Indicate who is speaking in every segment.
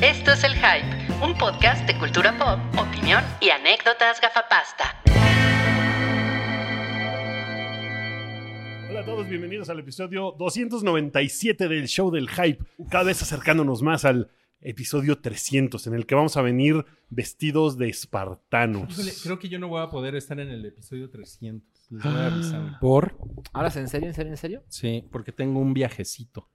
Speaker 1: Esto es El Hype, un podcast de cultura pop, opinión y anécdotas gafapasta.
Speaker 2: Hola a todos, bienvenidos al episodio 297 del show del hype, cada vez acercándonos más al episodio 300 en el que vamos a venir vestidos de
Speaker 3: Híjole,
Speaker 2: espartanos.
Speaker 3: creo que yo no voy a poder estar en el episodio 300. Les voy a avisar.
Speaker 4: ¿Por?
Speaker 5: Ahora, ¿en serio, en serio, en serio?
Speaker 3: Sí, porque tengo un viajecito.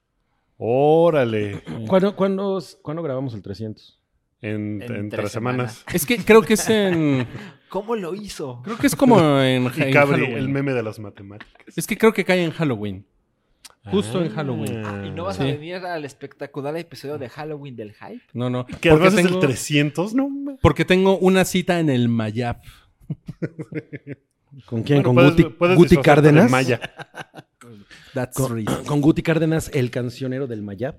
Speaker 2: Órale,
Speaker 4: ¿Cuándo, cuándo, cuándo grabamos el 300?
Speaker 2: en,
Speaker 5: En
Speaker 2: en
Speaker 5: tres
Speaker 2: tres semanas.
Speaker 3: Es que creo que es en.
Speaker 5: ¿Cómo lo hizo?
Speaker 3: Creo que es como en, en
Speaker 2: Y Cabri,
Speaker 3: Halloween.
Speaker 2: el meme de las matemáticas.
Speaker 3: Es que creo que cae en Halloween. Justo en Halloween.
Speaker 2: Ah.
Speaker 5: Ah, ¿Y
Speaker 2: Eh,
Speaker 5: no vas a
Speaker 3: Sí.
Speaker 5: venir al espectacular episodio de Halloween del hype?
Speaker 3: No, no.
Speaker 2: Que
Speaker 3: porque,
Speaker 2: además es el
Speaker 3: tengo,
Speaker 2: 300, no mames.
Speaker 3: porque tengo una cita en el Mayap.
Speaker 4: ¿Con quién?
Speaker 2: Bueno,
Speaker 4: ¿Con
Speaker 2: puedes-
Speaker 4: Guti,
Speaker 2: puedes
Speaker 4: Guti
Speaker 2: disfrazarte de
Speaker 4: Cárdenas?
Speaker 2: Maya.
Speaker 3: That's
Speaker 4: Con,
Speaker 3: right.
Speaker 4: con Guti Cárdenas, el cancionero del Mayab.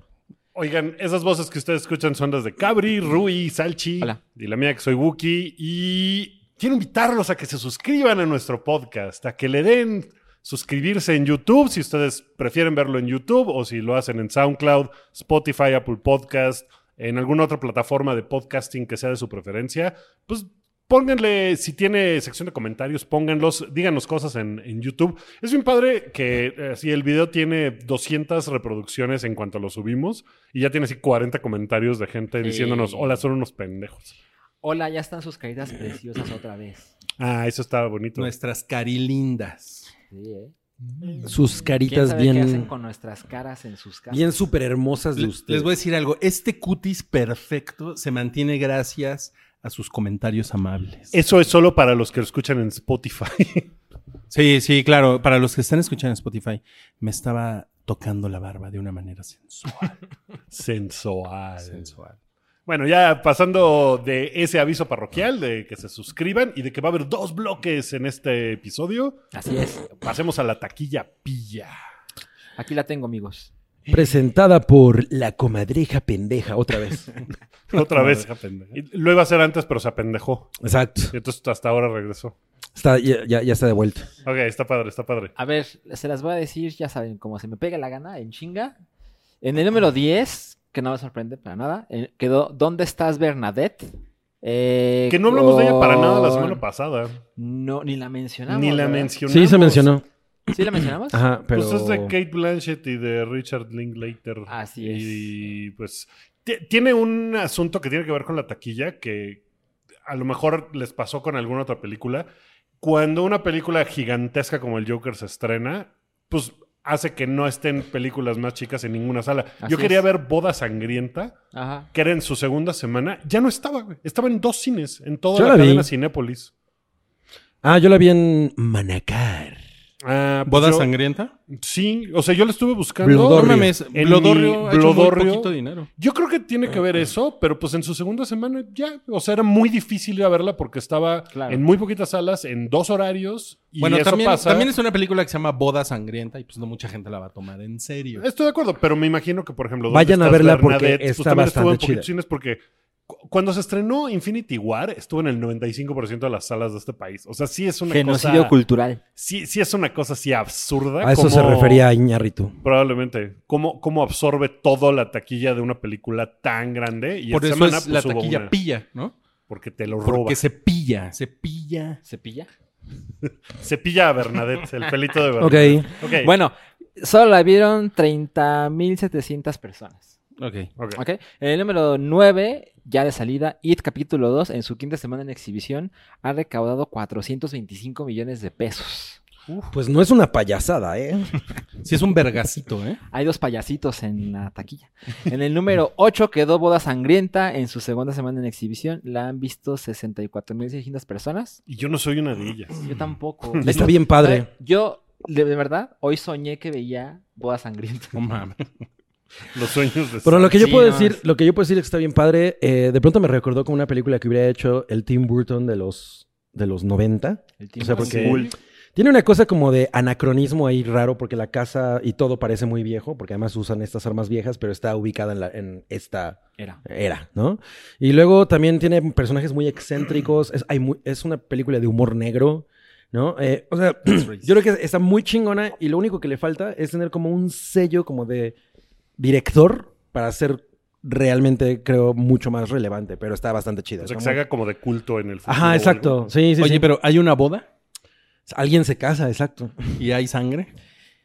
Speaker 2: Oigan, esas voces que ustedes escuchan son las de Cabri, Rui, Salchi
Speaker 5: Hola.
Speaker 2: y la mía que soy Wookie. Y quiero invitarlos a que se suscriban a nuestro podcast, a que le den suscribirse en YouTube si ustedes prefieren verlo en YouTube o si lo hacen en SoundCloud, Spotify, Apple Podcast, en alguna otra plataforma de podcasting que sea de su preferencia. Pues pónganle, si tiene sección de comentarios, pónganlos, díganos cosas en, en YouTube. Es bien padre que eh, si el video tiene 200 reproducciones en cuanto lo subimos y ya tiene así 40 comentarios de gente diciéndonos, hola, son unos pendejos.
Speaker 5: Hola, ya están sus caritas preciosas otra vez.
Speaker 2: Ah, eso está bonito.
Speaker 3: Nuestras carilindas.
Speaker 5: Sí, ¿eh?
Speaker 3: pues
Speaker 4: Sus
Speaker 5: ¿Quién
Speaker 4: caritas
Speaker 5: sabe qué hacen
Speaker 4: bien,
Speaker 5: con nuestras caras en sus casas?
Speaker 4: bien súper hermosas de
Speaker 3: Le-
Speaker 4: ustedes.
Speaker 3: Les voy a decir algo. Este cutis perfecto se mantiene gracias a sus comentarios amables.
Speaker 2: Eso es solo para los que lo escuchan en Spotify.
Speaker 3: Sí, sí, claro. Para los que están escuchando en Spotify, me estaba tocando la barba de una manera sensual.
Speaker 2: Ah, Sensual.
Speaker 3: sensual.
Speaker 2: Bueno, ya pasando de ese aviso parroquial de que se suscriban y de que va a haber dos bloques en este episodio,
Speaker 5: Así es.
Speaker 2: pasemos a la taquilla pilla.
Speaker 5: Aquí la tengo, amigos.
Speaker 2: Eh.
Speaker 4: Presentada por la comadreja pendeja, otra vez.
Speaker 2: Otra vez. Y Lo iba a hacer antes, pero se apendejó.
Speaker 4: Exacto.
Speaker 2: Y entonces hasta ahora regresó.
Speaker 4: Está, ya, ya- ya está de vuelta.
Speaker 2: Ok, está padre, está padre.
Speaker 5: A ver, se las voy a decir, ya saben, como se me pega la gana, en chinga. En el número 10, que no me sorprende para nada, eh, quedó ¿Dónde estás, Bernadette? Eh,
Speaker 2: Que no hablamos de ella para nada la
Speaker 5: con-
Speaker 2: semana pasada.
Speaker 5: No, ni la mencionamos.
Speaker 2: Ni la
Speaker 5: ¿verdad?
Speaker 2: mencionamos.
Speaker 4: Sí, se mencionó.
Speaker 5: ¿Sí la mencionamos?
Speaker 4: Ajá, pero...
Speaker 2: Pues es de Kate Blanchett y de Richard Linklater.
Speaker 5: Así es.
Speaker 2: Y pues ti- tiene un asunto que tiene que ver con la taquilla que a lo mejor les pasó con alguna otra película. Cuando una película gigantesca como el Joker se estrena, pues hace que no estén películas más chicas en ninguna sala.
Speaker 5: Así
Speaker 2: Yo quería
Speaker 5: es.
Speaker 2: ver Boda Sangrienta,
Speaker 5: Ajá.
Speaker 2: que era en su segunda semana. Ya no estaba, güey. Estaba en dos cines, en toda
Speaker 4: Yo
Speaker 2: la,
Speaker 4: la vi.
Speaker 2: cadena Cinépolis.
Speaker 4: Ah, yo la vi en Manacar.
Speaker 2: Ah, pues
Speaker 3: ¿Boda
Speaker 2: yo-
Speaker 3: sangrienta?
Speaker 2: Sí, o sea, yo la estuve buscando.
Speaker 4: Blodorrio.
Speaker 3: No mames,
Speaker 2: En
Speaker 3: Blodorrio ha
Speaker 2: mi-
Speaker 3: hecho muy
Speaker 2: Blodorrio.
Speaker 3: poquito dinero.
Speaker 2: Yo creo que tiene que ver eso, pero pues en su segunda semana ya, o sea, era muy difícil ir a verla porque estaba
Speaker 5: Claro.
Speaker 2: en muy poquitas salas, en dos horarios, y
Speaker 3: bueno,
Speaker 2: eso
Speaker 3: también,
Speaker 2: pasa.
Speaker 3: también es una película que se llama Boda Sangrienta y pues no mucha gente la va a tomar en serio.
Speaker 2: Estoy de acuerdo, pero me imagino que, por ejemplo, ¿dónde
Speaker 4: Vayan a
Speaker 2: estás,
Speaker 4: verla porque
Speaker 2: Bernadette? Pues,
Speaker 4: está
Speaker 2: también estuvo en
Speaker 4: bastante
Speaker 2: poquitos
Speaker 4: chida.
Speaker 2: cines porque cu- cuando se estrenó Infinity War, estuvo en el 95% de las salas de este país. O sea, sí es una
Speaker 5: Genocidio
Speaker 2: cosa...
Speaker 5: cultural.
Speaker 2: Sí, sí es una cosa así absurda.
Speaker 4: A eso se
Speaker 2: Ah, como-
Speaker 4: refería Iñarritu.
Speaker 2: Probablemente. ¿Cómo, ¿Cómo absorbe toda la taquilla de una película tan grande? Y
Speaker 3: Por
Speaker 2: esta
Speaker 3: eso
Speaker 2: semana,
Speaker 3: es la
Speaker 2: pues, hubo
Speaker 3: taquilla
Speaker 2: una,
Speaker 3: pilla, ¿no?
Speaker 2: Porque te lo roba.
Speaker 3: Porque se pilla, se pilla.
Speaker 5: ¿Cepilla?
Speaker 2: Cepilla a Bernadette, el pelito de
Speaker 4: Ok.
Speaker 2: Bernadette. Ok.
Speaker 5: Bueno, solo la vieron 30.700 personas.
Speaker 3: Ok.
Speaker 2: Ok.
Speaker 5: ¿Ok? En el número 9, ya de salida, IT capítulo 2, en su quinta semana en exhibición, ha recaudado 425 millones de pesos.
Speaker 4: Pues no es una payasada, ¿eh?
Speaker 3: Sí es un vergacito, ¿eh?
Speaker 5: Hay dos payasitos en la taquilla. En el número 8 quedó Boda Sangrienta en su segunda semana en exhibición. La han visto 64.600 personas.
Speaker 2: Y yo no soy una de ellas.
Speaker 5: Yo tampoco.
Speaker 4: Está bien padre.
Speaker 5: Yo, de de verdad, hoy soñé que veía Boda Sangrienta.
Speaker 3: No mames.
Speaker 2: Los sueños de
Speaker 4: Pero lo que yo
Speaker 5: Sí,
Speaker 4: puedo
Speaker 5: no,
Speaker 4: decir,
Speaker 5: es-
Speaker 4: lo que yo puedo decir es que está bien padre. eh, de pronto me recordó como una película que hubiera hecho el Tim Burton de los de los 90.
Speaker 5: El
Speaker 4: O sea,
Speaker 5: Tim
Speaker 4: porque
Speaker 5: Burton.
Speaker 4: tiene una cosa como de anacronismo ahí raro, porque la casa y todo parece muy viejo, porque además usan estas armas viejas, pero está ubicada en, la- en esta
Speaker 5: Era.
Speaker 4: era, ¿no? Y luego también tiene personajes muy excéntricos. Es, hay mu- es una película de humor negro, ¿no? Eh, o sea, yo creo que está muy chingona y lo único que le falta es tener como un sello como de director para hacer realmente creo mucho más relevante, pero está bastante chido.
Speaker 2: O sea,
Speaker 4: está
Speaker 2: que se
Speaker 4: muy-
Speaker 2: haga como de culto en el futuro. o
Speaker 4: Ajá, exacto.
Speaker 2: algo.
Speaker 4: Sí, sí,
Speaker 3: Oye,
Speaker 4: sí.
Speaker 3: pero hay una boda
Speaker 4: Alguien se casa, exacto.
Speaker 3: y hay sangre.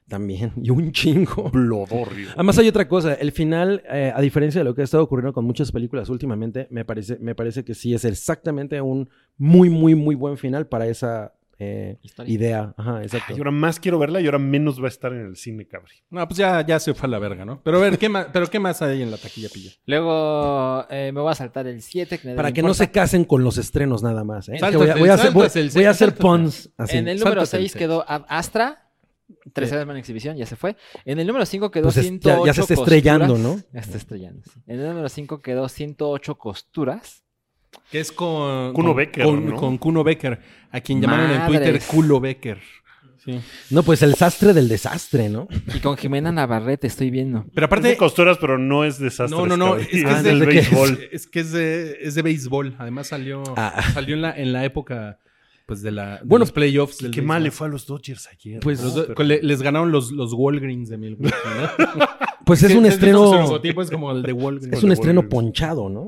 Speaker 4: También. Y un chingo.
Speaker 2: Blodorrio.
Speaker 4: Además hay otra cosa, el final, eh, a diferencia de lo que ha estado ocurriendo con muchas películas últimamente, me parece, me parece que sí es exactamente un muy, muy, muy buen final para esa eh,
Speaker 5: Historia.
Speaker 4: idea. Ajá,
Speaker 2: Ay,
Speaker 4: exacto.
Speaker 2: ahora más quiero verla y ahora menos va a estar en el cine, cabrón.
Speaker 3: No, pues ya, ya se fue a la verga, ¿no? Pero a ver, ¿qué más, pero ¿qué más hay en la taquilla pilla?
Speaker 5: Luego eh, me voy a saltar el 7. Que nadie
Speaker 4: Para
Speaker 5: le
Speaker 4: que no
Speaker 5: importa.
Speaker 4: se casen con los estrenos nada más. ¿eh? Es que
Speaker 3: Sáltate el-
Speaker 4: voy, a, voy a hacer, voy-
Speaker 3: sáltate el
Speaker 4: voy a hacer
Speaker 3: sáltate.
Speaker 4: puns. Así.
Speaker 5: En el número
Speaker 3: sáltate el
Speaker 5: 6
Speaker 3: seis.
Speaker 5: quedó Ad Astra. Tercera en exhibición, ya se fue. En el número 5 quedó
Speaker 4: Pues es- ya-
Speaker 5: 108
Speaker 4: ya se está estrellando,
Speaker 5: costuras.
Speaker 4: ¿no?
Speaker 5: Ya está estrellando. sí. En el número 5 quedó 1108 costuras.
Speaker 3: Que es con...
Speaker 2: Kuno
Speaker 3: con-
Speaker 2: Becker,
Speaker 3: Con,
Speaker 2: ¿no?
Speaker 3: con Kuno Becker, a quien llamaron en
Speaker 5: Madres.
Speaker 3: Twitter Culo Becker. Sí.
Speaker 4: No, pues el sastre del desastre, ¿no?
Speaker 5: Y con Jimena Navarrete estoy viendo.
Speaker 3: Pero
Speaker 2: Aparte
Speaker 3: aparte...
Speaker 2: de costuras, pero no es desastre.
Speaker 3: No, no, no. Es
Speaker 4: Ah,
Speaker 3: que es, de,
Speaker 2: del
Speaker 3: es que es-
Speaker 2: béisbol.
Speaker 3: es que es de, es de béisbol. Además salió,
Speaker 4: Ah.
Speaker 3: salió en, la, en la época pues de, la, de
Speaker 4: Bueno,
Speaker 3: los playoffs. Del
Speaker 2: Qué mal le
Speaker 3: béisbol.
Speaker 2: fue a los Dodgers ayer.
Speaker 4: Pues-
Speaker 3: Los
Speaker 2: ¿no?
Speaker 3: do-
Speaker 2: Pero-
Speaker 3: le- les ganaron los, los Walgreens de Milwaukee, ¿no?
Speaker 4: Pues es un
Speaker 3: Sí, Su
Speaker 4: estreno.
Speaker 3: logotipo es como el de Walgreens.
Speaker 4: Es un
Speaker 2: de
Speaker 4: estreno
Speaker 2: Wolverine.
Speaker 4: ponchado, ¿no?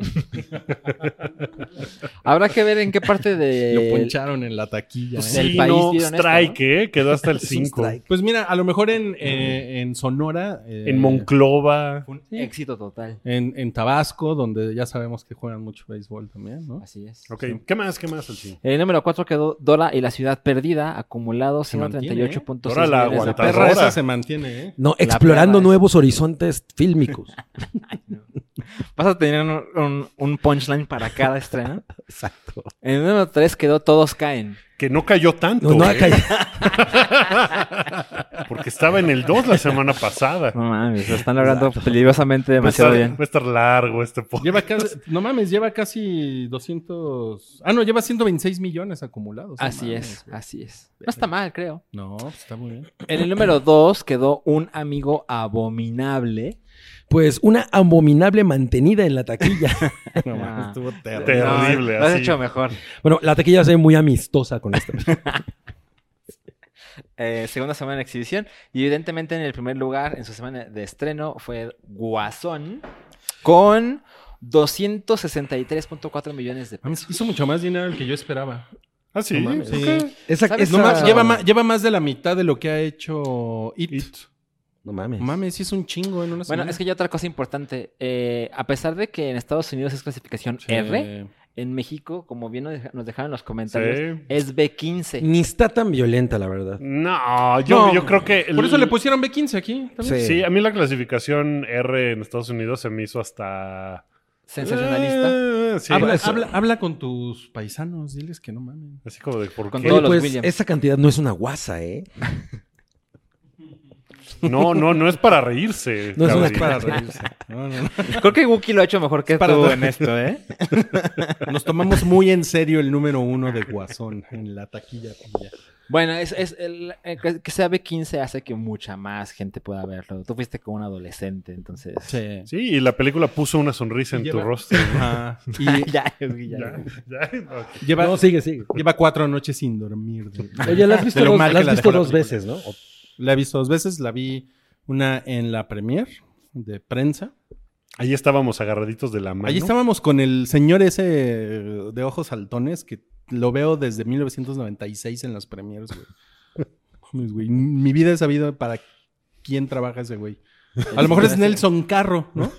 Speaker 5: Habrá que ver en qué parte
Speaker 3: Lo
Speaker 5: de.
Speaker 3: poncharon en la taquilla.
Speaker 2: Pues
Speaker 3: ¿eh?
Speaker 5: del
Speaker 2: sí,
Speaker 5: país
Speaker 2: no,
Speaker 5: dieron esto,
Speaker 2: strike, ¿eh? Quedó hasta el
Speaker 4: Es un
Speaker 2: 5.
Speaker 4: strike.
Speaker 3: Pues mira, a lo mejor en, eh, en Sonora. eh,
Speaker 2: En Monclova.
Speaker 3: un-
Speaker 5: Éxito total.
Speaker 3: En, en Tabasco, donde ya sabemos que juegan mucho béisbol también, ¿no?
Speaker 5: Así es.
Speaker 2: Ok, ¿qué más? ¿Qué más? El cine?
Speaker 5: En el número 4 quedó Dora y la ciudad perdida, acumulado
Speaker 3: mantiene,
Speaker 5: 138.6
Speaker 2: ¿eh? Dora la
Speaker 5: millones de
Speaker 3: La
Speaker 2: aguantadora.
Speaker 5: pesos.
Speaker 3: perra esa se mantiene, ¿eh?
Speaker 4: No,
Speaker 5: La
Speaker 4: explorando
Speaker 5: perra, ¿eh?
Speaker 4: nuevos horizontes fílmicos.
Speaker 5: Vas a tener un, un- un punchline para cada estreno.
Speaker 4: Exacto.
Speaker 5: En el número 3 quedó Todos caen.
Speaker 2: Que no cayó tanto.
Speaker 4: No, no
Speaker 2: ¿eh?
Speaker 4: ha caído.
Speaker 2: Porque estaba en el 2 la semana pasada.
Speaker 5: No mames, lo están logrando peligrosamente demasiado
Speaker 2: va, a estar,
Speaker 5: bien.
Speaker 2: va a estar largo este podcast.
Speaker 3: Lleva casi, no mames, lleva casi 200. Ah, no, lleva 126 millones acumulados. no
Speaker 5: Así
Speaker 3: mames,
Speaker 5: es,
Speaker 3: güey.
Speaker 5: así es. No está mal, creo.
Speaker 3: No, pues está muy bien.
Speaker 5: En el número 2 quedó un amigo abominable.
Speaker 4: Pues una abominable mantenida en la taquilla.
Speaker 3: No mames,
Speaker 5: Ah.
Speaker 3: estuvo terrible.
Speaker 2: Terrible,
Speaker 5: No, lo has
Speaker 2: así.
Speaker 5: hecho mejor.
Speaker 4: Bueno, la taquilla se ve muy amistosa con esto.
Speaker 5: Eh, segunda semana en exhibición. Y evidentemente en el primer lugar, en su semana de estreno, fue Guasón con 263.4 millones de pesos.
Speaker 3: Mames, hizo mucho más dinero del que yo esperaba.
Speaker 2: Ah, sí.
Speaker 3: No mames.
Speaker 2: ¿Por
Speaker 3: Sí.
Speaker 2: qué?
Speaker 4: Esa,
Speaker 5: ¿Sabes?
Speaker 4: esa-
Speaker 3: No mames, lleva, ma- lleva más de la mitad de lo que ha hecho It.
Speaker 2: It.
Speaker 4: No mames.
Speaker 3: No mames, hizo un chingo en una semana.
Speaker 5: Bueno, es que hay otra cosa importante. Eh, a pesar de que en Estados Unidos es clasificación
Speaker 3: Sí.
Speaker 5: R, en México, como bien nos deja- nos dejaron en los comentarios,
Speaker 2: Sí.
Speaker 5: es B15.
Speaker 4: Ni está tan violenta, la verdad.
Speaker 2: No, yo,
Speaker 3: No.
Speaker 2: yo creo que.
Speaker 3: Por
Speaker 2: el-
Speaker 3: eso le pusieron B15 aquí. también.
Speaker 2: Sí, a mí la clasificación R en Estados Unidos se me hizo hasta.
Speaker 5: Sensacionalista.
Speaker 2: Eh, sí.
Speaker 3: Ah, habla,
Speaker 4: eso.
Speaker 3: habla- habla con tus paisanos, diles que no mamen.
Speaker 2: Así como de por
Speaker 5: Con
Speaker 2: qué.
Speaker 5: todos los
Speaker 4: Oye, pues,
Speaker 5: Williams.
Speaker 4: esa cantidad no es una guasa, ¿eh?
Speaker 2: No, no, no es para reírse.
Speaker 4: No es
Speaker 2: cabrón.
Speaker 4: una
Speaker 3: Pues Para reírse. No, no, no.
Speaker 5: Creo que Wookie lo ha hecho mejor que
Speaker 3: para
Speaker 5: tú
Speaker 3: dar-
Speaker 5: en esto, ¿eh?
Speaker 3: Nos tomamos muy en serio el número uno de Guasón en la taquilla. pilla.
Speaker 5: Bueno, es, es el, eh, que que sea B15 hace que mucha más gente pueda verlo. Tú fuiste con un adolescente, entonces.
Speaker 2: Sí, y la película puso una sonrisa en tu
Speaker 3: Lleva-
Speaker 2: rostro.
Speaker 3: Ajá. Y
Speaker 5: ya, Wookie, ya.
Speaker 2: Ya, ya, ok.
Speaker 3: lleva,
Speaker 4: No, sigue, sigue.
Speaker 3: lleva cuatro noches sin dormir. de-
Speaker 4: Oye, la has visto
Speaker 3: De lo
Speaker 4: dos,
Speaker 3: mal que
Speaker 4: la has
Speaker 3: la
Speaker 4: visto
Speaker 3: dejó la
Speaker 4: dos
Speaker 3: película.
Speaker 4: veces, ¿no? O-
Speaker 3: La he visto dos veces. La vi una en la premier de prensa.
Speaker 2: Ahí estábamos agarraditos de la mano.
Speaker 3: Allí estábamos con el señor ese de ojos saltones que lo veo desde 1996 en las premiers, güey. Mames, güey, Mi vida he sabido para quién trabaja ese güey. A lo mejor es Nelson Carro, ¿no?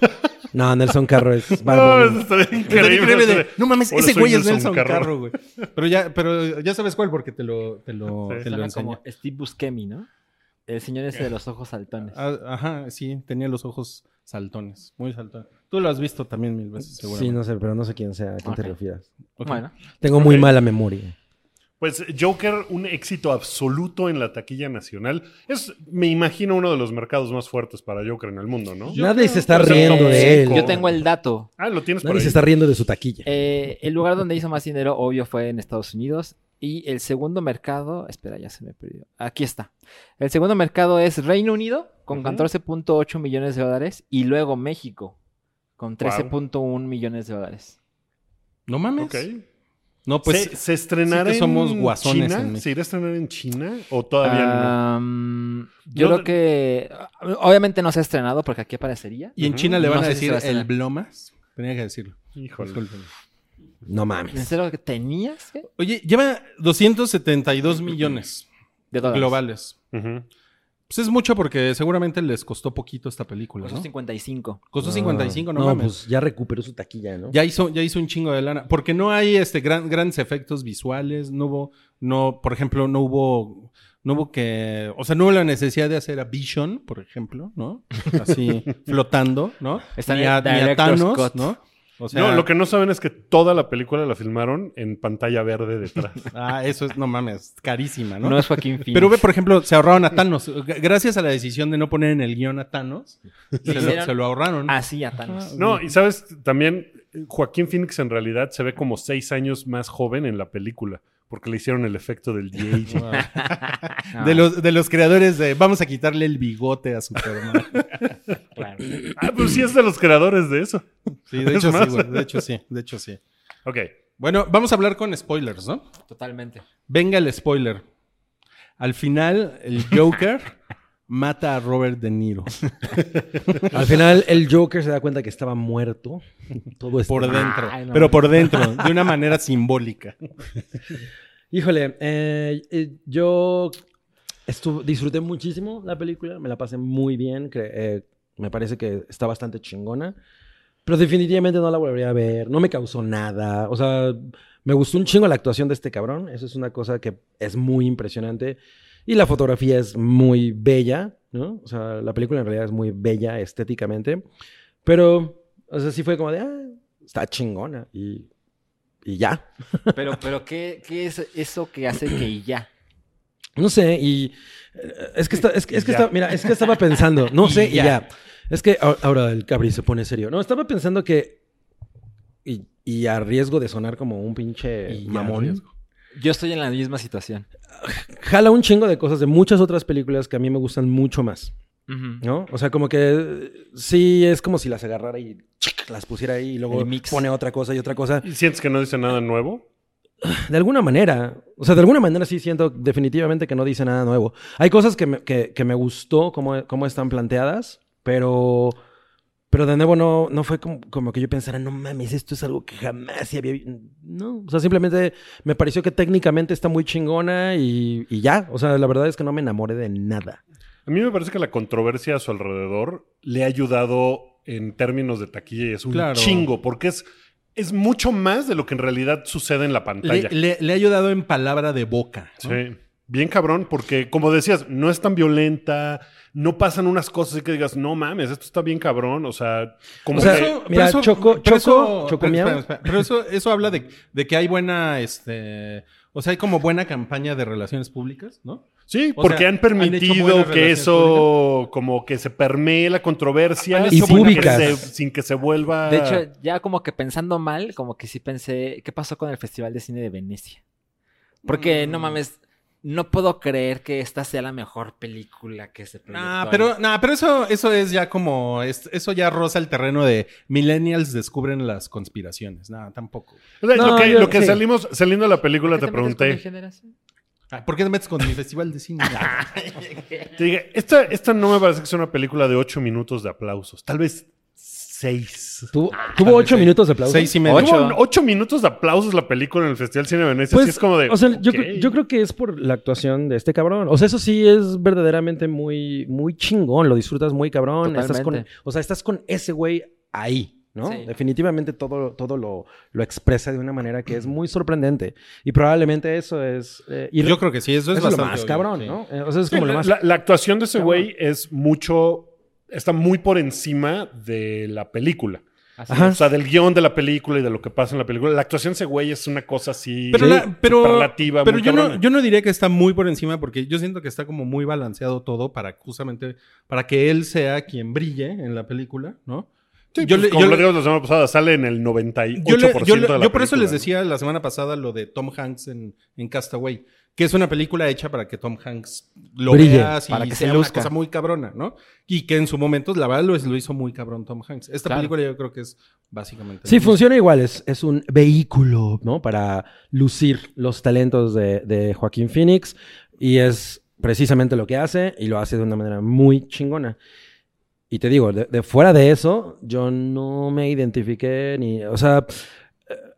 Speaker 4: No, Nelson Carro es Bad
Speaker 2: No,
Speaker 4: Bunny.
Speaker 2: Ah, eso estaría
Speaker 3: Estaría increíble de,
Speaker 2: increíble.
Speaker 3: no mames,
Speaker 2: Hola,
Speaker 3: ese
Speaker 2: soy
Speaker 3: güey es
Speaker 2: Nelson
Speaker 3: Nelson
Speaker 2: Carro".
Speaker 3: Carro, güey. Pero ya, pero ya sabes cuál porque te lo, te lo,
Speaker 2: Sí.
Speaker 3: te lo
Speaker 5: Suena
Speaker 3: enseña.
Speaker 5: como Steve Buscemi, ¿no? El señor ese de los ojos saltones.
Speaker 3: Ah, Ajá, sí, tenía los ojos saltones, muy saltones. Tú lo has visto también mil veces,
Speaker 4: Sí,
Speaker 3: seguramente.
Speaker 4: no sé, pero no sé quién sea, a quién
Speaker 5: Ok.
Speaker 4: te refieras.
Speaker 3: Ok.
Speaker 5: Bueno,
Speaker 4: Tengo muy mala memoria.
Speaker 2: Pues Joker, un éxito absoluto en la taquilla nacional. Es, me imagino, uno de los mercados más fuertes para Joker en el mundo, ¿no?
Speaker 3: Yo
Speaker 4: Nadie
Speaker 3: creo-
Speaker 4: se está
Speaker 2: Pues, el
Speaker 4: riendo
Speaker 2: top
Speaker 4: de él.
Speaker 2: cinco.
Speaker 5: yo tengo el dato.
Speaker 2: Ah, lo tienes por
Speaker 4: Nadie
Speaker 2: ahí.
Speaker 4: se está riendo de su taquilla.
Speaker 5: Eh, el lugar donde hizo más dinero, obvio, fue en Estados Unidos. Y el segundo mercado, espera, ya se me perdió. Aquí está. El segundo mercado es Reino Unido con
Speaker 2: Ujú.
Speaker 5: 14.8 millones de dólares y luego México con
Speaker 2: Guau.
Speaker 5: 13.1 millones de dólares.
Speaker 3: No mames.
Speaker 2: Ok.
Speaker 3: No, pues
Speaker 2: ¿Se, se estrenará
Speaker 3: sí que somos
Speaker 2: en
Speaker 3: guasones
Speaker 2: China?
Speaker 3: en México. Ah,
Speaker 2: ¿Se irá a estrenar en China o todavía
Speaker 5: Am, Yo
Speaker 2: Yo-
Speaker 5: creo que. Obviamente no se ha estrenado porque aquí aparecería.
Speaker 3: Y en China le
Speaker 5: No
Speaker 3: van a
Speaker 5: sé si
Speaker 3: decir
Speaker 5: se va a estrenar.
Speaker 3: el blomas. Tenía que decirlo.
Speaker 2: no? Híjole.
Speaker 3: Discúlpenme.
Speaker 4: No
Speaker 5: ¿En
Speaker 4: mames.
Speaker 5: serio que tenías? qué?
Speaker 3: Oye, lleva 272 millones
Speaker 5: De dólares.
Speaker 3: globales.
Speaker 2: Ujú.
Speaker 3: Pues es mucho porque seguramente les costó poquito esta película,
Speaker 5: Costó Ah.
Speaker 3: ¿no?
Speaker 5: 55.
Speaker 3: Costó 55, no,
Speaker 4: no
Speaker 3: mames.
Speaker 4: pues ya recuperó su taquilla, ¿no?
Speaker 3: Ya hizo, ya hizo un chingo de lana. Porque no hay este gran, grandes efectos visuales, no hubo, no, por ejemplo, no hubo, no hubo que, o sea, no hubo la necesidad de hacer a Vision, por ejemplo, ¿no? Así flotando, ¿no?
Speaker 5: Está en
Speaker 3: ni a,
Speaker 5: el
Speaker 3: ni a
Speaker 5: director's
Speaker 3: Thanos,
Speaker 5: cut.
Speaker 3: ¿no? O sea,
Speaker 2: No, lo que no saben es que toda la película la filmaron en pantalla verde detrás.
Speaker 3: ah, eso es, no mames, carísima,
Speaker 5: No,
Speaker 3: Ah, ¿no?
Speaker 5: es Joaquín Phoenix.
Speaker 3: pero ve, por ejemplo, se ahorraron a Thanos. G- Gracias a la decisión de no poner en el guión a Thanos, se lo,
Speaker 5: hicieron-
Speaker 3: se lo ahorraron.
Speaker 5: Así Ah, a Thanos.
Speaker 2: No, y sabes, también Joaquín Phoenix en realidad se ve como seis años más joven en la película, porque le hicieron el efecto del de
Speaker 3: Wow. De, los, de los creadores de vamos a quitarle el bigote a Superman.
Speaker 5: Claro.
Speaker 2: Ah, pues sí es de los creadores de eso.
Speaker 3: Sí, de
Speaker 2: Es
Speaker 3: hecho sí,
Speaker 2: más.
Speaker 3: güey. De hecho sí, de hecho sí.
Speaker 2: Ok.
Speaker 3: Bueno, vamos a hablar con spoilers, ¿no?
Speaker 5: Totalmente.
Speaker 3: Venga el spoiler. Al final, el Joker mata a Robert De Niro
Speaker 4: Al final, el Joker se da cuenta que estaba muerto. Todo está...
Speaker 3: por dentro,
Speaker 5: Ay, no.
Speaker 3: pero por dentro, de una manera simbólica.
Speaker 4: Híjole, eh, eh, yo estu- disfruté muchísimo la película, me la pasé muy bien, cre- eh, me parece que está bastante chingona, pero definitivamente no la volvería a ver, no me causó nada, o sea, me gustó un chingo la actuación de este cabrón, eso es una cosa que es muy impresionante y la fotografía es muy bella, ¿no? O sea, la película en realidad es muy bella estéticamente, pero, o sea, sí fue como de, ah, está chingona y, y ya.
Speaker 5: Pero, pero ¿qué, ¿qué es eso que hace que ya?
Speaker 4: No sé, y eh, es que, está- es que, es que
Speaker 2: Ya.
Speaker 4: estaba, mira, es que estaba pensando, no
Speaker 5: Y
Speaker 4: sé, y
Speaker 5: ya.
Speaker 4: ya. Es que a- ahora el cabri se pone serio. No, estaba pensando que, y, y a riesgo de sonar como un pinche
Speaker 3: Y ya,
Speaker 4: mamón,
Speaker 3: riesgo.
Speaker 5: Yo estoy en la misma situación.
Speaker 4: jala un chingo de cosas de muchas otras películas que a mí me gustan mucho más,
Speaker 5: Ujú.
Speaker 4: ¿no? O sea, como que eh, sí es como si las agarrara y chic, las pusiera ahí y luego
Speaker 5: El mix.
Speaker 4: pone otra cosa y otra cosa.
Speaker 2: ¿Y sientes que no dice nada nuevo?
Speaker 4: De alguna manera, o sea, de alguna manera sí siento definitivamente que no dice nada nuevo. Hay cosas que me, que, que me gustó cómo, cómo están planteadas, pero, pero de nuevo no, no fue como, como que yo pensara, no mames, esto es algo que jamás se había vi-". No, o sea, simplemente me pareció que técnicamente está muy chingona y, y ya. O sea, la verdad es que no me enamoré de nada.
Speaker 2: A mí me parece que la controversia a su alrededor le ha ayudado en términos de taquilla y es un
Speaker 3: Claro.
Speaker 2: chingo, porque es, es mucho más de lo que en realidad sucede en la
Speaker 3: Le,
Speaker 2: pantalla.
Speaker 3: le- le ha ayudado en palabra de boca. ¿no?
Speaker 2: Sí. Bien cabrón, porque como decías, no es tan violenta, no pasan unas cosas así que digas, no mames, esto está bien cabrón, o sea, como
Speaker 4: O sea,
Speaker 2: que-
Speaker 4: eso- mira, Choco-
Speaker 3: pero
Speaker 4: Choco- Choco
Speaker 3: pero,
Speaker 4: Miau.
Speaker 3: espera, espera, pero eso, eso habla de, de que hay buena, este, o sea, hay como buena campaña de relaciones públicas, ¿no?
Speaker 2: Sí,
Speaker 3: O
Speaker 2: porque
Speaker 3: sea,
Speaker 2: han
Speaker 3: han hecho
Speaker 2: permitido
Speaker 3: buenas
Speaker 2: que
Speaker 3: relaciones
Speaker 2: eso como que se permee la controversia
Speaker 3: Han
Speaker 4: hecho
Speaker 2: sin, que
Speaker 4: buenas-
Speaker 2: se, sin que se vuelva...
Speaker 5: De
Speaker 3: Ah.
Speaker 5: hecho, ya como que pensando mal, como que sí pensé, ¿qué pasó con el Festival de Cine de Venecia? Porque,
Speaker 3: Mm.
Speaker 5: no mames, no puedo creer que esta sea la mejor película que se proyectó.
Speaker 3: Nah,
Speaker 5: ahí.
Speaker 3: Ah, pero, nah, pero eso, eso es ya como, es- eso ya roza el terreno de millennials descubren las conspiraciones. Nah, tampoco.
Speaker 2: O sea,
Speaker 4: No,
Speaker 2: lo que,
Speaker 4: yo-
Speaker 2: lo que
Speaker 4: sí.
Speaker 2: salimos, saliendo de la película te,
Speaker 5: ¿Por qué metes con mi
Speaker 2: pregunté,
Speaker 5: generación?
Speaker 3: Ah, ¿Por qué te metes con mi festival de cine?
Speaker 2: te dije, esta, esta no me parece que sea una película de ocho minutos de aplausos, tal vez seis.
Speaker 4: Tuvo, tuvo ocho minutos de aplauso.
Speaker 3: ah, Seis y medio.
Speaker 2: Ocho, ocho minutos de aplausos la película en el Festival Cine de Venecia,
Speaker 3: Pues,
Speaker 2: así es como de...
Speaker 4: o sea, yo,
Speaker 2: ok.
Speaker 4: cre- yo creo que es por la actuación de este cabrón. O sea, eso sí es verdaderamente muy, muy chingón. Lo disfrutas muy cabrón. Estás con,
Speaker 5: Totalmente.
Speaker 4: o sea, estás con ese güey ahí, ¿no?
Speaker 5: Sí.
Speaker 4: Definitivamente todo, todo lo, lo expresa de una manera que es muy sorprendente. Y probablemente eso es... eh, y
Speaker 3: Yo creo que sí, eso es
Speaker 4: eso es lo
Speaker 3: bastante
Speaker 4: más
Speaker 3: obvio,
Speaker 4: cabrón,
Speaker 3: sí.
Speaker 4: ¿no? Eh, O sea, es
Speaker 2: Sí,
Speaker 4: como lo
Speaker 2: la-
Speaker 4: más...
Speaker 2: la, la actuación de ese
Speaker 4: Cabrón.
Speaker 2: güey es mucho... Está muy por encima de la película.
Speaker 5: Así
Speaker 4: Ajá.
Speaker 2: O sea, del guión de la película y de lo que pasa en la película. La actuación de ese güey es una cosa así
Speaker 3: Pero, la- pero,
Speaker 2: superlativa,
Speaker 3: pero
Speaker 2: muy
Speaker 3: yo, no,
Speaker 2: cabrona.
Speaker 3: yo no diría que está muy por encima porque yo siento que está como muy balanceado todo para justamente, para que él sea quien brille en la película, ¿no?
Speaker 2: Sí,
Speaker 3: yo
Speaker 2: pues,
Speaker 3: le-
Speaker 2: como
Speaker 3: yo
Speaker 2: lo
Speaker 3: le-
Speaker 2: dijimos la semana pasada, sale en el 98%
Speaker 3: Yo, le- yo le-
Speaker 2: de la
Speaker 3: yo por eso
Speaker 2: película,
Speaker 3: les
Speaker 2: ¿no?
Speaker 3: decía la semana pasada lo de Tom Hanks en, en Castaway, que es una película hecha para que Tom Hanks lo
Speaker 4: Brille,
Speaker 3: vea y
Speaker 5: para que
Speaker 3: sea
Speaker 5: se
Speaker 3: una
Speaker 5: luzca.
Speaker 3: cosa muy cabrona, ¿no? Y que en su momento, la verdad, lo, es- lo hizo muy cabrón Tom Hanks. Esta
Speaker 5: Claro.
Speaker 3: película yo creo que es básicamente...
Speaker 4: Sí,
Speaker 3: lo mismo.
Speaker 4: funciona igual, es, es un vehículo, ¿no? Para lucir los talentos de, de Joaquín Phoenix y es precisamente lo que hace y lo hace de una manera muy chingona. Y te digo, de, de fuera de eso, yo no me identifiqué ni, o sea,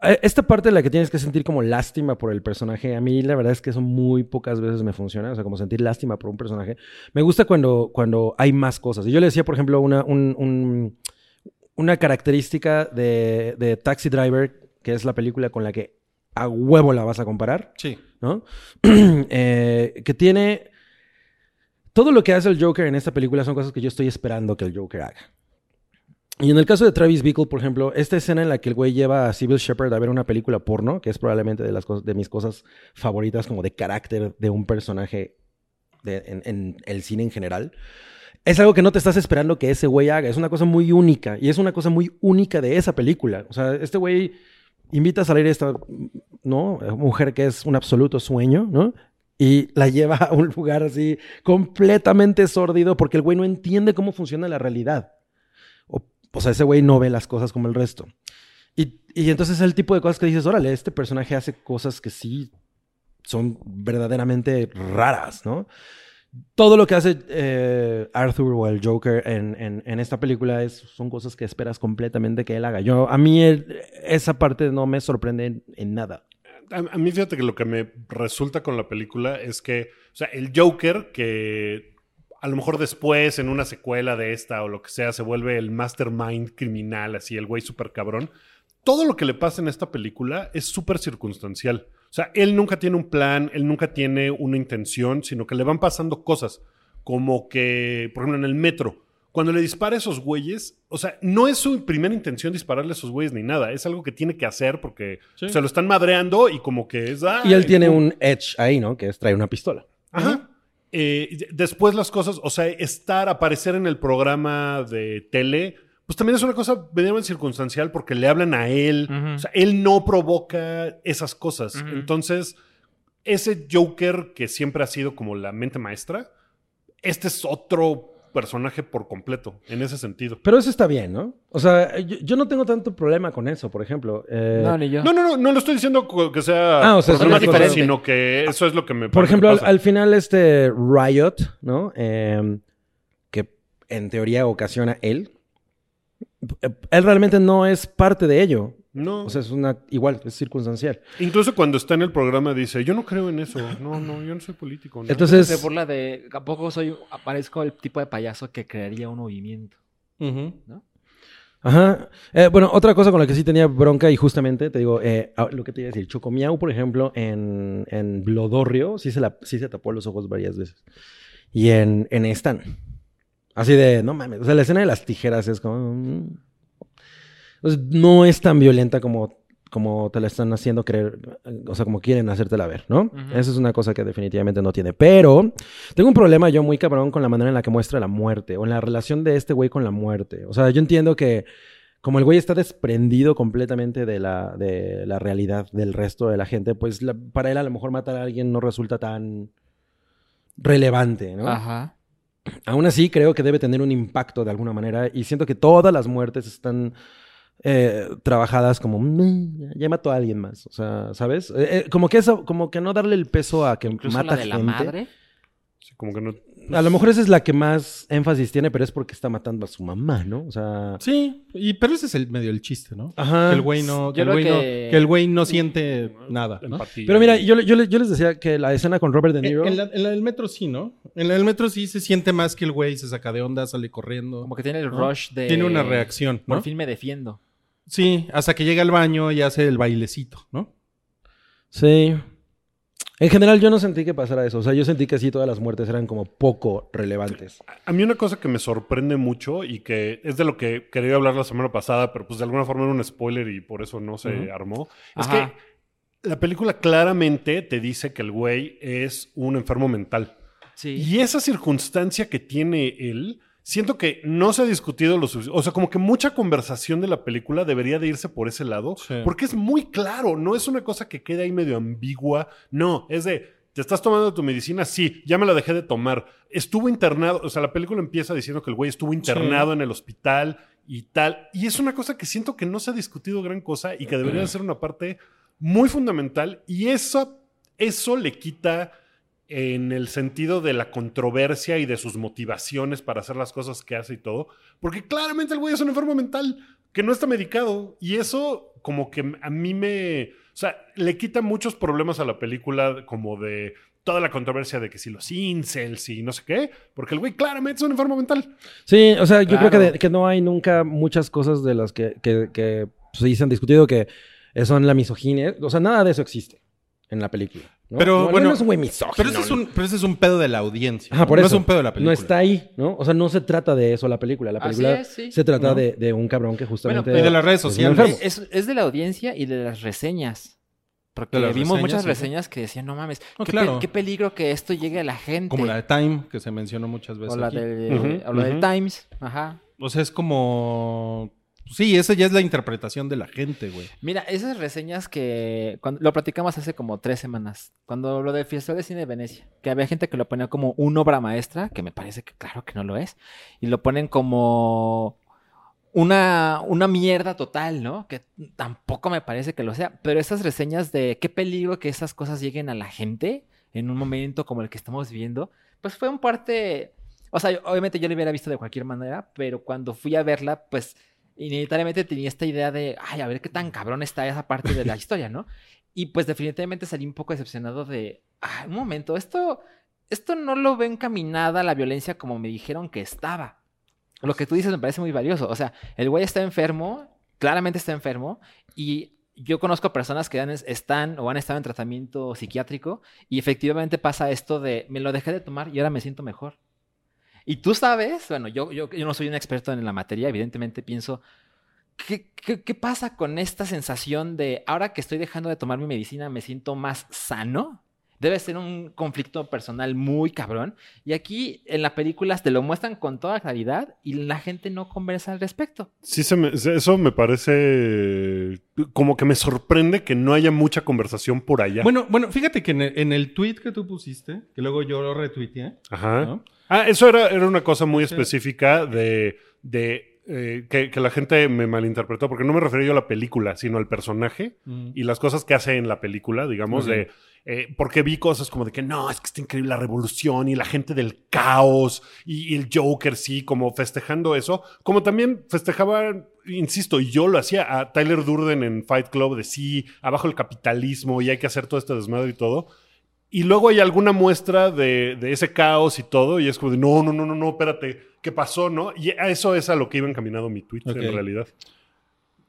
Speaker 4: eh, esta parte en la que tienes que sentir como lástima por el personaje, a mí la verdad es que eso muy pocas veces me funciona, o sea, como sentir lástima por un personaje. Me gusta cuando, cuando hay más cosas. Y yo le decía, por ejemplo, una, un- un, una característica de, de Taxi Driver, que es la película con la que a huevo la vas a comparar,
Speaker 3: Sí.
Speaker 4: ¿no? Eh, que tiene... Todo lo que hace el Joker en esta película son cosas que yo estoy esperando que el Joker haga. Y en el caso de Travis Bickle, por ejemplo, esta escena en la que el güey lleva a Sybil Shepherd a ver una película porno, que es probablemente de, las cosas, de mis cosas favoritas como de carácter de un personaje de- en, en el cine en general, es algo que no te estás esperando que ese güey haga. Es una cosa muy única. Y es una cosa muy única de esa película. O sea, este güey invita a salir a esta, ¿no? Eh, Mujer que es un absoluto sueño, ¿no? Y la lleva a un lugar así completamente sórdido porque el güey no entiende cómo funciona la realidad. O, o sea, ese güey no ve las cosas como el resto. Y, y entonces es el tipo de cosas que dices, órale, este personaje hace cosas que sí son verdaderamente raras, ¿no? Todo lo que hace eh, Arthur o el Joker en, en- en esta película es, son cosas que esperas completamente que él haga. Yo, a mí el- esa parte no me sorprende en, en nada.
Speaker 2: A, a mí fíjate que lo que me resulta con la película es que, o sea, el Joker que a lo mejor después en una secuela de esta o lo que sea se vuelve el mastermind criminal, así el güey súper cabrón, todo lo que le pasa en esta película es súper circunstancial. O sea, él nunca tiene un plan, él nunca tiene una intención, sino que le van pasando cosas, como que, por ejemplo, en el metro. Cuando le dispara a esos güeyes, o sea, no es su primera intención dispararle a esos güeyes ni nada, es algo que tiene que hacer porque
Speaker 3: Sí.
Speaker 2: se lo están madreando y como que es...
Speaker 4: Y él
Speaker 2: "Ay,
Speaker 4: tiene
Speaker 2: no".
Speaker 4: un edge ahí, ¿no? Que es traer una pistola.
Speaker 2: Ajá. Eh, y de- después las cosas, o sea, estar, aparecer en el programa de tele, pues también es una cosa medianamente circunstancial porque le hablan a él.
Speaker 5: Ujú.
Speaker 2: O sea, él no provoca esas cosas.
Speaker 5: Ujú.
Speaker 2: Entonces, ese Joker que siempre ha sido como la mente maestra, este es otro personaje por completo, en ese sentido.
Speaker 4: Pero eso está bien, ¿no? O sea, yo, yo no tengo tanto problema con eso, por ejemplo. Eh,
Speaker 5: No, ni yo.
Speaker 2: No, no, no, no lo estoy diciendo co- que sea,
Speaker 4: Ah, o sea,
Speaker 5: es
Speaker 2: problemático,
Speaker 5: una cosa-
Speaker 2: sino que eso es lo que me
Speaker 4: Por ejemplo, al,
Speaker 2: pasa.
Speaker 4: al final este Riot, ¿no? Eh, que en teoría ocasiona él. eh, Él realmente no es parte de ello.
Speaker 2: no.
Speaker 4: O sea, es una igual, es circunstancial.
Speaker 2: Incluso cuando está en el programa dice, yo no creo en eso, no, no, yo no soy político. ¿no?".
Speaker 4: Entonces,
Speaker 5: Se burla de. Tampoco soy. Aparezco el tipo de payaso que crearía un movimiento.
Speaker 3: Ujú.
Speaker 4: Ajá. Eh, bueno, otra cosa con la que sí tenía bronca y justamente te digo, eh, ah, lo que te iba a decir, Chocomiao, por ejemplo, en, en Blodorrio, sí se, la, sí se tapó los ojos varias veces. Y en, en Stan. Así de, no mames. O sea, la escena de las tijeras es como... mm. O sea, no es tan violenta como, como te la están haciendo creer, o sea, como quieren hacértela ver, ¿no?
Speaker 5: Ujú.
Speaker 4: Esa es una cosa que definitivamente no tiene. Pero tengo un problema yo muy cabrón con la manera en la que muestra la muerte o en la relación de este güey con la muerte. O sea, yo entiendo que como el güey está desprendido completamente de la, de la realidad del resto de la gente, pues la- para él a lo mejor matar a alguien no resulta tan relevante, ¿no?
Speaker 5: Ajá.
Speaker 4: Aún así, creo que debe tener un impacto de alguna manera y siento que todas las muertes están eh, trabajadas como "Mm, ya mató a alguien más, o sea, ¿sabes? Eh, eh, como que eso, como que no darle el peso a que
Speaker 5: Incluso
Speaker 4: mata
Speaker 5: la de la
Speaker 4: gente.
Speaker 5: madre. pues.
Speaker 2: Sí, como que no.
Speaker 4: A lo mejor esa es la que más énfasis tiene, pero es porque está matando a su mamá, ¿no? O sea,
Speaker 3: Sí, y, pero ese es el medio el chiste, ¿no?
Speaker 4: ajá.
Speaker 3: Que el güey no, que
Speaker 5: Ah, Yo
Speaker 3: el
Speaker 5: creo
Speaker 3: güey no,
Speaker 5: que-
Speaker 3: que el güey no siente
Speaker 2: Mm,
Speaker 3: nada, ¿no?
Speaker 2: Empatía.
Speaker 4: eh, Pero mira, yo, le- yo le- yo les decía que la escena con Robert De
Speaker 3: En,
Speaker 4: Niro.
Speaker 3: en la, en la del metro sí, ¿no? En la del metro sí se siente más que el güey se saca de onda, sale corriendo.
Speaker 5: Como que tiene el
Speaker 3: ¿no?
Speaker 5: rush de.
Speaker 3: Tiene una reacción, ¿no?
Speaker 5: Por fin me defiendo.
Speaker 3: Sí, hasta que llega al baño y hace el bailecito, ¿no?
Speaker 4: Sí. En general, yo no sentí que pasara eso. O sea, yo sentí que sí, todas las muertes eran como poco relevantes.
Speaker 2: A mí una cosa que me sorprende mucho y que es de lo que quería hablar la semana pasada, pero pues de alguna forma era un spoiler y por eso no se
Speaker 4: Ujú.
Speaker 2: armó, es
Speaker 5: Ajá.
Speaker 2: que la película claramente te dice que el güey es un enfermo mental.
Speaker 5: Sí.
Speaker 2: Y esa circunstancia que tiene él, siento que no se ha discutido lo suficiente. O sea, como que mucha conversación de la película debería de irse por ese lado,
Speaker 3: Sí.
Speaker 2: porque es muy claro, no es una cosa que quede ahí medio ambigua. No, es de ¿Te estás tomando tu medicina? Sí, ya me la dejé de tomar. Estuvo internado, o sea, la película empieza diciendo que el güey estuvo internado en el hospital y tal. Y es una cosa que siento que no se ha discutido gran cosa y que debería de ser una parte muy fundamental. Y eso, eso le quita en el sentido de la controversia y de sus motivaciones para hacer las cosas que hace y todo. Porque claramente el güey es un enfermo mental que no está medicado. Y eso como que a mí me... O sea, le quita muchos problemas a la película como de toda la controversia de que si los incels y no sé qué. Porque el güey claramente es un enfermo mental.
Speaker 4: Sí, o sea, yo creo que,
Speaker 5: Claro.
Speaker 4: de- que no hay nunca muchas cosas de las que, que, que pues, sí se han discutido que son la misoginia. O sea, nada de eso existe en la película. ¿no?
Speaker 3: Pero,
Speaker 4: No,
Speaker 3: bueno,
Speaker 4: no es un güey misógino.
Speaker 3: Pero ese, es un, pero ese es un pedo de la audiencia.
Speaker 4: Ajá,
Speaker 3: ¿no?
Speaker 4: por
Speaker 3: No
Speaker 4: eso.
Speaker 3: es un pedo de la
Speaker 4: No
Speaker 3: película.
Speaker 4: está ahí, ¿no? O sea, no se trata de eso la película. La
Speaker 5: Así
Speaker 4: película
Speaker 5: es, sí.
Speaker 4: se trata
Speaker 3: ¿No?
Speaker 4: de, de un cabrón que justamente...
Speaker 5: pero-
Speaker 3: Y de las redes
Speaker 4: Es un
Speaker 3: sociales.
Speaker 4: pues, enfermo.
Speaker 5: Es, es de la audiencia y de las reseñas. Porque
Speaker 3: De las
Speaker 5: vimos
Speaker 3: reseñas,
Speaker 5: muchas
Speaker 3: sí.
Speaker 5: reseñas que decían, no mames,
Speaker 3: No,
Speaker 5: qué,
Speaker 3: claro.
Speaker 5: pe- qué peligro que esto llegue a la gente.
Speaker 3: Como la de Time, que se mencionó muchas veces.
Speaker 5: o la
Speaker 3: aquí.
Speaker 5: del,
Speaker 2: Ujú,
Speaker 5: o la del
Speaker 2: ujú.
Speaker 5: Times. Ajá.
Speaker 3: O sea, es como. Sí, esa ya es la interpretación de la gente, güey.
Speaker 5: Mira, esas reseñas que cuando, lo platicamos hace como tres semanas, cuando lo del Festival de Cine de Venecia, que había gente que lo ponía como una obra maestra, que me parece que claro que no lo es, y lo ponen como una, una mierda total, ¿no? Que tampoco me parece que lo sea, pero esas reseñas de qué peligro que esas cosas lleguen a la gente en un momento como el que estamos viviendo, pues fue un parte, o sea, yo- obviamente yo la hubiera visto de cualquier manera, pero cuando fui a verla, pues inevitablemente tenía esta idea de, ay, a ver qué tan cabrón está esa parte de la historia, ¿no? Y pues definitivamente salí un poco decepcionado de, ah, un momento, esto, esto no lo ve encaminada a la violencia como me dijeron que estaba. Lo que tú dices me parece muy valioso. O sea, el güey está enfermo, claramente está enfermo, y yo conozco personas que han- están o han estado en tratamiento psiquiátrico y efectivamente pasa esto de, me lo dejé de tomar y ahora me siento mejor. Y tú sabes, bueno, yo, yo, yo no soy un experto en la materia, evidentemente pienso, ¿qué, qué, qué pasa con esta sensación de ahora que estoy dejando de tomar mi medicina me siento más sano? Debe ser un conflicto personal muy cabrón. Y aquí en las películas te lo muestran con toda claridad y la gente no conversa al respecto.
Speaker 2: Sí, se me- se- eso me parece como que me sorprende que no haya mucha conversación por allá.
Speaker 3: Bueno, bueno, fíjate que en el, en el tweet que tú pusiste, que luego yo lo retuiteé,
Speaker 2: Ajá.
Speaker 3: ¿no?
Speaker 2: Ah, eso era, era una cosa muy específica de, de, eh, que, que la gente me malinterpretó, porque no me refería yo a la película, sino al personaje
Speaker 3: Mm.
Speaker 2: y las cosas que hace en la película, digamos,
Speaker 3: Ujú.
Speaker 2: de... eh, porque vi cosas como de que no, es que está increíble la revolución y la gente del caos y, y el Joker, sí, como festejando eso. Como también festejaba, insisto, y yo lo hacía a Tyler Durden en Fight Club de sí, abajo el capitalismo y hay que hacer todo este desmadre y todo. Y luego hay alguna muestra de, de ese caos y todo, y es como de no, no, no, no, no, espérate, ¿qué pasó? ¿No? Y a eso es a lo que iba encaminado mi tweet
Speaker 3: Ok.
Speaker 2: en realidad.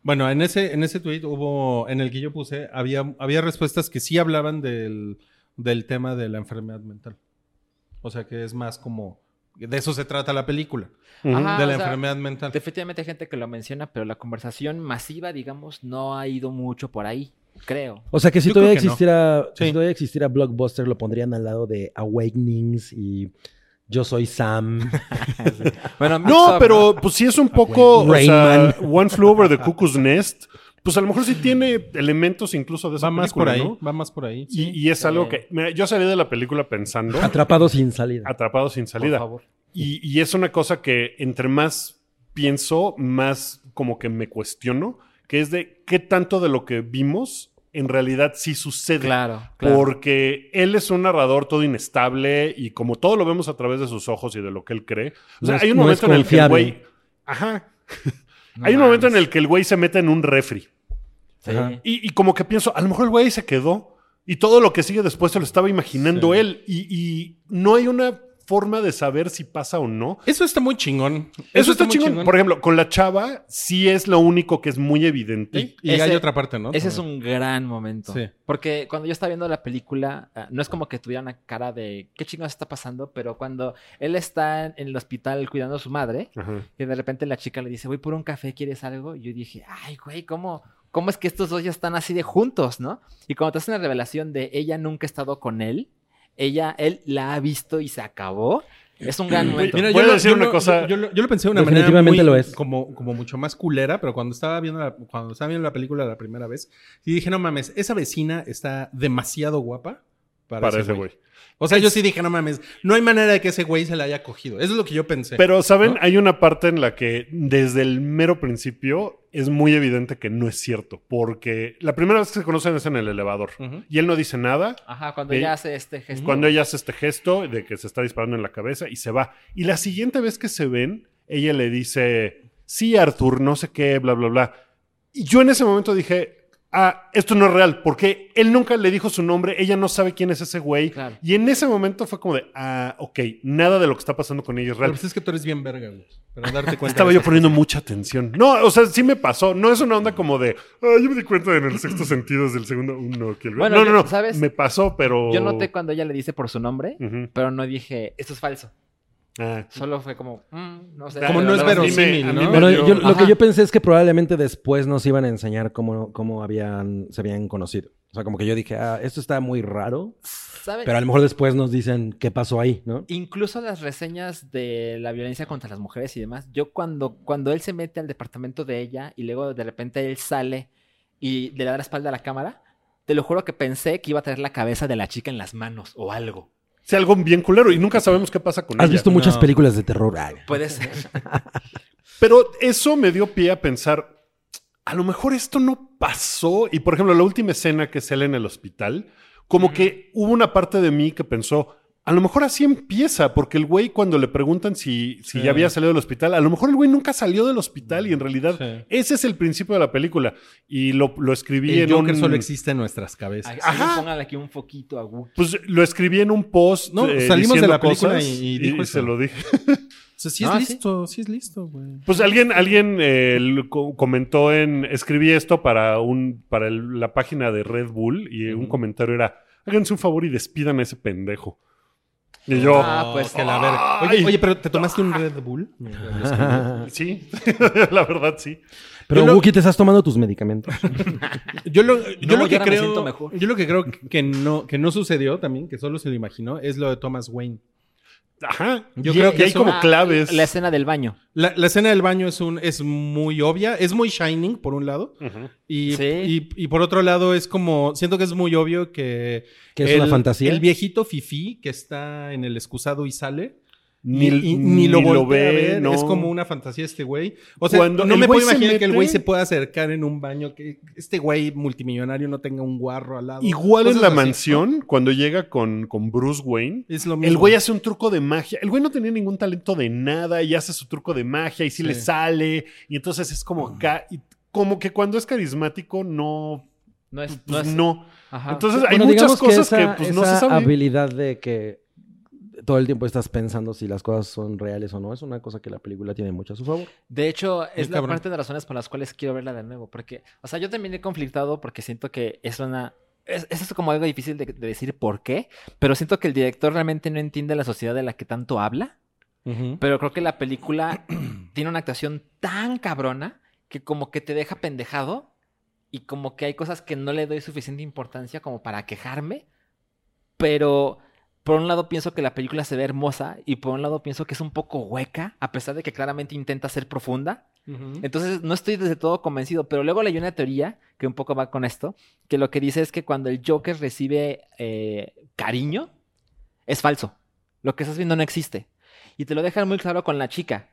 Speaker 3: Bueno, en ese, en ese tweet hubo, en el que yo puse, había, había respuestas que sí hablaban del, del tema de la enfermedad mental. O sea que es más como, de eso se trata la película,
Speaker 5: Ah,
Speaker 3: de
Speaker 5: o
Speaker 3: la
Speaker 5: sea,
Speaker 3: enfermedad mental.
Speaker 5: Definitivamente hay gente que lo menciona, pero la conversación masiva, digamos, no ha ido mucho por ahí, creo.
Speaker 4: O sea, que si
Speaker 3: Yo
Speaker 4: todavía
Speaker 3: creo que no.
Speaker 4: existiera,
Speaker 3: Sí.
Speaker 4: si todavía existiera Blockbuster, lo pondrían al lado de Awakenings y Yo Soy Sam.
Speaker 5: Bueno, Mix
Speaker 2: No,
Speaker 5: Up,
Speaker 2: pero pues sí es un poco o
Speaker 4: Rain
Speaker 2: sea,
Speaker 4: Man.
Speaker 2: One Flew Over the Cuckoo's Nest. Pues a lo mejor sí tiene elementos incluso de esa
Speaker 3: Va más por
Speaker 2: película,
Speaker 3: ahí,
Speaker 2: ¿no?
Speaker 3: va más por ahí.
Speaker 2: Y, y es algo que. Mira, yo salí de la película pensando
Speaker 4: Atrapado sin salida.
Speaker 2: atrapado sin
Speaker 5: por
Speaker 2: salida.
Speaker 5: favor.
Speaker 2: Y, y es una cosa que entre más pienso, más como que me cuestiono, que es de qué tanto de lo que vimos en realidad sí sucede.
Speaker 5: Claro, claro.
Speaker 2: Porque él es un narrador todo inestable y como todo lo vemos a través de sus ojos y de lo que él cree. O sea,
Speaker 4: No es-
Speaker 2: hay un
Speaker 4: no
Speaker 2: momento
Speaker 4: es
Speaker 2: en el que el
Speaker 4: confiable.
Speaker 2: güey. Ajá.
Speaker 5: No
Speaker 2: hay un momento en
Speaker 5: mames.
Speaker 2: el que el güey se mete en un refri.
Speaker 5: Sí.
Speaker 3: Ajá.
Speaker 2: Y, y como que pienso, a lo mejor el güey se quedó y todo lo que sigue después se lo estaba imaginando
Speaker 3: Sí.
Speaker 2: él. Y, y no hay una forma de saber si pasa o no.
Speaker 3: Eso está muy chingón.
Speaker 2: Eso, está,
Speaker 3: muy
Speaker 2: chingón. Por ejemplo, con la chava sí es lo único que es muy evidente.
Speaker 3: Y, y
Speaker 5: Ese-
Speaker 3: hay otra parte, ¿no?
Speaker 5: Ese es un gran momento.
Speaker 3: Sí.
Speaker 5: Porque cuando yo estaba viendo la película, ah, no es como que tuviera una cara de qué chingados está pasando, pero cuando él está en el hospital cuidando a su madre,
Speaker 2: Ajá.
Speaker 5: y de repente la chica le dice, voy por un café, ¿quieres algo? Y yo dije, ay, güey, ¿cómo, ¿cómo es que estos dos ya están así de juntos, no? Y cuando te hacen la revelación de ella nunca ha estado con él, ella, él la ha visto y se acabó, es un gran momento.
Speaker 2: Voy a decir una
Speaker 3: lo-
Speaker 2: cosa-
Speaker 3: Yo, yo lo- yo lo pensé de una
Speaker 4: Definitivamente
Speaker 3: manera muy-
Speaker 4: lo es.
Speaker 3: Como, como mucho más culera, pero cuando estaba viendo la, cuando estaba viendo la película la primera vez, sí dije, no mames, esa vecina está demasiado guapa para,
Speaker 2: para
Speaker 3: ese güey.
Speaker 2: güey.
Speaker 3: O sea, yo sí dije, no mames, no hay manera de que ese güey se la haya cogido. Eso es lo que yo pensé.
Speaker 2: Pero, ¿saben? Hay una parte en la que desde el mero principio es muy evidente que no es cierto. Porque la primera vez que se conocen es en el elevador.
Speaker 3: Ujú. Mm.
Speaker 2: Y él no dice nada.
Speaker 5: Ajá, cuando
Speaker 2: Ve-
Speaker 5: ella hace este gesto.
Speaker 2: Cuando ella hace este gesto de que se está disparando en la cabeza y se va. Y la siguiente vez que se ven, ella le dice, sí, Arthur, no sé qué, bla, bla, bla. Y yo en ese momento dije, ah, esto no es real, porque él nunca le dijo su nombre, ella no sabe quién es ese güey.
Speaker 5: Claro.
Speaker 2: Y en ese momento fue como de, ah, ok, nada de lo que está pasando con ella es
Speaker 3: Pero
Speaker 2: real.
Speaker 3: pues es que tú eres bien verga, güey. Para darte cuenta.
Speaker 2: Estaba
Speaker 3: de
Speaker 2: yo
Speaker 3: esas
Speaker 2: poniendo mucha atención. No, o sea, sí me pasó. No es una onda como de, ah, yo me di cuenta en el sexto sentido desde el segundo uno. Que el-
Speaker 5: Bueno,
Speaker 2: no,
Speaker 5: yo-
Speaker 2: no, no.
Speaker 5: ¿sabes?
Speaker 2: Me pasó, pero.
Speaker 5: Yo noté cuando ella le dice por su nombre,
Speaker 2: Ujú.
Speaker 5: pero no dije, esto es falso.
Speaker 2: Ah,
Speaker 5: Solo fue como, mm, no sé.
Speaker 3: Como no es
Speaker 5: A mí
Speaker 2: Claro,
Speaker 5: me-
Speaker 3: verosímil,
Speaker 2: a mí
Speaker 3: ¿no?
Speaker 2: me
Speaker 4: Pero
Speaker 2: dio-
Speaker 4: yo- lo
Speaker 5: Ajá.
Speaker 4: que yo pensé es que probablemente después nos iban a enseñar cómo, cómo habían, se habían conocido. O sea, como que yo dije, ah, esto está muy raro.
Speaker 5: ¿saben?
Speaker 4: Pero a lo mejor después nos dicen qué pasó ahí, ¿no?
Speaker 5: Incluso las reseñas de la violencia contra las mujeres y demás. Yo cuando, cuando él se mete al departamento de ella y luego de repente él sale y le da la espalda a la cámara, te lo juro que pensé que iba a tener la cabeza de la chica en las manos o algo.
Speaker 2: Sí, algo bien culero y nunca sabemos qué pasa con
Speaker 4: Has
Speaker 2: ella.
Speaker 4: visto muchas
Speaker 3: No. Pues,
Speaker 4: películas de terror. Ay.
Speaker 5: Puede ser.
Speaker 2: Pero eso me dio pie a pensar, a lo mejor esto no pasó. Y por ejemplo, la última escena que sale en el hospital, como que hubo una parte de mí que pensó, a lo mejor así empieza, porque el güey cuando le preguntan si, si
Speaker 3: Sí.
Speaker 2: ya había salido del hospital, a lo mejor el güey nunca salió del hospital y en realidad
Speaker 3: Sí.
Speaker 2: ese es el principio de la película. Y lo, lo escribí
Speaker 3: El
Speaker 2: en
Speaker 3: Joker
Speaker 2: un-
Speaker 3: solo existe en nuestras cabezas.
Speaker 5: Ay,
Speaker 2: Ajá.
Speaker 5: Pónganle aquí un foquito a Wookiee.
Speaker 2: Pues lo escribí en un post.
Speaker 3: No,
Speaker 2: eh,
Speaker 3: salimos
Speaker 2: diciendo
Speaker 3: de la película
Speaker 2: cosas
Speaker 3: y- y dijo
Speaker 2: se
Speaker 3: eso.
Speaker 2: lo dije.
Speaker 3: O sea, sí
Speaker 5: Ah,
Speaker 3: es
Speaker 5: ¿sí?
Speaker 3: listo, sí, es listo, güey.
Speaker 2: Pues alguien, alguien eh, lo co- comentó en. Escribí esto para un para el- la página de Red Bull y un comentario era: háganse un favor y despidan a ese pendejo. Y yo,
Speaker 5: Ah, pues.
Speaker 3: Oh, que la verga.
Speaker 2: Ay.
Speaker 3: Oye, oye, pero ¿te tomaste un Red Bull?
Speaker 2: sí, la verdad sí.
Speaker 4: Pero
Speaker 3: Yo lo-
Speaker 4: Wookie, te estás tomando tus medicamentos.
Speaker 3: Yo lo, yo
Speaker 5: No,
Speaker 3: lo que
Speaker 5: ya ahora me
Speaker 3: creo,
Speaker 5: siento mejor.
Speaker 3: yo lo que creo que no, que no sucedió también, que solo se lo imaginó, es lo de Thomas Wayne.
Speaker 2: Ajá.
Speaker 3: Yo
Speaker 2: Y-
Speaker 3: creo
Speaker 2: y
Speaker 3: que
Speaker 2: hay
Speaker 3: eso-
Speaker 2: como claves.
Speaker 5: La escena del baño.
Speaker 3: La, la escena del baño es un, es muy obvia, es muy shining por un lado,
Speaker 2: Ujú.
Speaker 3: y,
Speaker 5: Sí.
Speaker 3: y- y por otro lado es como, siento que es muy obvio que,
Speaker 4: Que es una fantasía.
Speaker 3: el viejito fifí que está en el excusado y sale,
Speaker 2: Ni,
Speaker 3: y- y
Speaker 2: ni lo,
Speaker 3: voltea
Speaker 2: ve,
Speaker 3: a ver,
Speaker 2: no.
Speaker 3: Es como una fantasía este güey. O sea,
Speaker 2: Cuando
Speaker 3: no
Speaker 2: el
Speaker 3: me
Speaker 2: güey
Speaker 3: puedo
Speaker 2: se
Speaker 3: imaginar que el
Speaker 2: mete-
Speaker 3: güey se pueda acercar en un baño, que este güey multimillonario no tenga un guarro al lado.
Speaker 2: Igual en
Speaker 3: Cosas
Speaker 2: la
Speaker 3: así, ¿no?
Speaker 2: mansión, cuando llega con, con Bruce Wayne,
Speaker 3: Es lo mismo.
Speaker 2: El güey hace un truco de magia. El güey no tenía ningún talento de nada y hace su truco de magia y sí,
Speaker 3: Sí.
Speaker 2: le sale. Y entonces es como acá. Y como que cuando es carismático, no.
Speaker 5: No es. No.
Speaker 2: pues
Speaker 5: es-
Speaker 2: no.
Speaker 5: Ajá.
Speaker 2: Entonces hay
Speaker 4: Bueno,
Speaker 2: muchas
Speaker 4: digamos
Speaker 2: cosas que,
Speaker 4: esa-
Speaker 2: pues, no
Speaker 4: esa
Speaker 2: se saben.
Speaker 4: habilidad de que todo el tiempo estás pensando si las cosas son reales o no es una cosa que la película tiene mucho a su favor.
Speaker 5: De hecho, es
Speaker 3: Muy
Speaker 5: la
Speaker 3: cabrón.
Speaker 5: parte de las razones por las cuales quiero verla de nuevo. Porque, o sea, yo también he conflictado porque siento que es una. Es, es eso como algo difícil de, de decir por qué, pero siento que el director realmente no entiende la sociedad de la que tanto habla.
Speaker 3: Ujú.
Speaker 5: Pero creo que la película tiene una actuación tan cabrona que, como que te deja pendejado y como que hay cosas que no le doy suficiente importancia como para quejarme. Pero por un lado pienso que la película se ve hermosa y por un lado pienso que es un poco hueca, a pesar de que claramente intenta ser profunda. Entonces, no estoy desde todo convencido, pero luego leí una teoría que un poco va con esto, que lo que dice es que cuando el Joker recibe eh, cariño, es falso. Lo que estás viendo no existe. Y te lo dejan muy claro con la chica.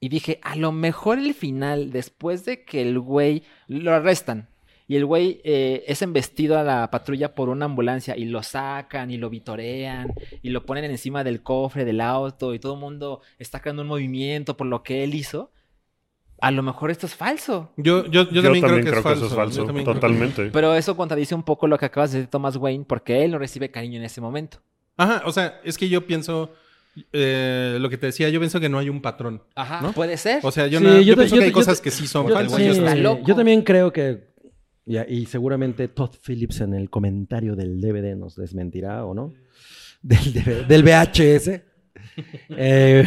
Speaker 5: Y dije, a lo mejor el final, después de que el güey lo arrestan y el güey eh, es embestido a la patrulla por una ambulancia y lo sacan y lo vitorean y lo ponen encima del cofre, del auto y todo el mundo está creando un movimiento por lo que él hizo. A lo mejor esto es falso.
Speaker 3: Yo, yo, yo, también creo, que, es falso. Yo también creo que-
Speaker 2: totalmente.
Speaker 5: Pero eso contradice un poco lo que acabas de decir Thomas Wayne porque él no recibe cariño en ese momento.
Speaker 3: Ajá, o sea, es que yo pienso, eh, lo que te decía, yo pienso que no hay un patrón.
Speaker 5: Ajá.
Speaker 3: ¿No?
Speaker 5: Puede ser.
Speaker 3: O sea, yo,
Speaker 4: Sí,
Speaker 3: no, yo,
Speaker 4: yo te-
Speaker 3: pienso
Speaker 4: yo
Speaker 3: que hay
Speaker 4: te-
Speaker 3: cosas que sí son
Speaker 4: Yo,
Speaker 3: falsas.
Speaker 5: güey
Speaker 4: sí,
Speaker 5: está loco.
Speaker 4: yo también creo que. Y, y seguramente Todd Phillips en el comentario del DVD nos desmentirá, ¿o no? Del, DV del VHS. Eh,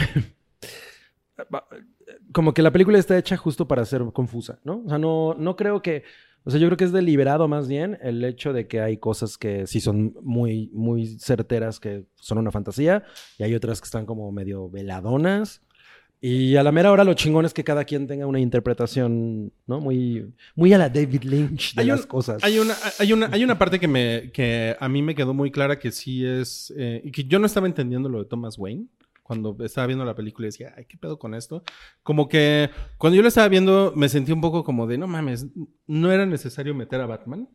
Speaker 4: como que la película está hecha justo para ser confusa, ¿no? O sea, no, no creo que. O sea, yo creo que es deliberado más bien el hecho de que hay cosas que sí son muy, muy certeras que son una fantasía y hay otras que están como medio veladonas. Y a la mera hora lo chingón es que cada quien tenga una interpretación, ¿no? Muy, muy a la David Lynch de
Speaker 3: Hay un-
Speaker 4: las cosas.
Speaker 3: Hay una, hay una, hay una parte que me, que a mí me quedó muy clara que sí es, eh, y que yo no estaba entendiendo lo de Thomas Wayne cuando estaba viendo la película y decía, ay, qué pedo con esto. Como que cuando yo lo estaba viendo me sentí un poco como de, no mames, no era necesario meter a Batman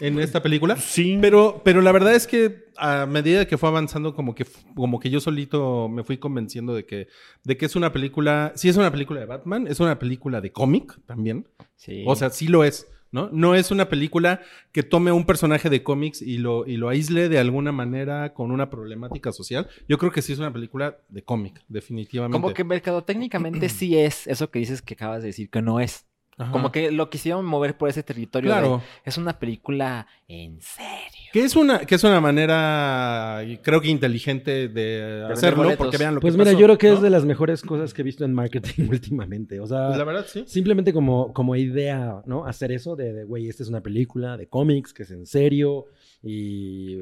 Speaker 3: en esta película.
Speaker 2: Sí.
Speaker 3: Pero, pero la verdad es que a medida que fue avanzando, como que, como que yo solito me fui convenciendo de que, de que es una película, sí es una película de Batman, es una película de cómic también.
Speaker 5: Sí.
Speaker 3: O sea, sí lo es, ¿no? No es una película que tome un personaje de cómics y lo, y lo aísle de alguna manera con una problemática social. Yo creo que sí es una película de cómic, definitivamente.
Speaker 5: como que mercadotécnicamente sí es eso que dices que acabas de decir que no es.
Speaker 3: Ajá.
Speaker 5: Como que lo quisieron mover por ese territorio. de,
Speaker 3: Claro.
Speaker 5: es una película en serio.
Speaker 3: Que es una, que es una manera, y creo que inteligente de, hacerlo,
Speaker 5: boletos.
Speaker 3: porque vean lo
Speaker 4: pues
Speaker 3: que
Speaker 4: mira,
Speaker 3: pasó,
Speaker 4: yo creo que
Speaker 3: ¿no?
Speaker 4: es de las mejores cosas que he visto en marketing últimamente. O sea,
Speaker 3: Pues la verdad, sí.
Speaker 4: simplemente como, como idea, ¿no? Hacer eso de, de, güey, esta es una película de cómics, que es en serio. Y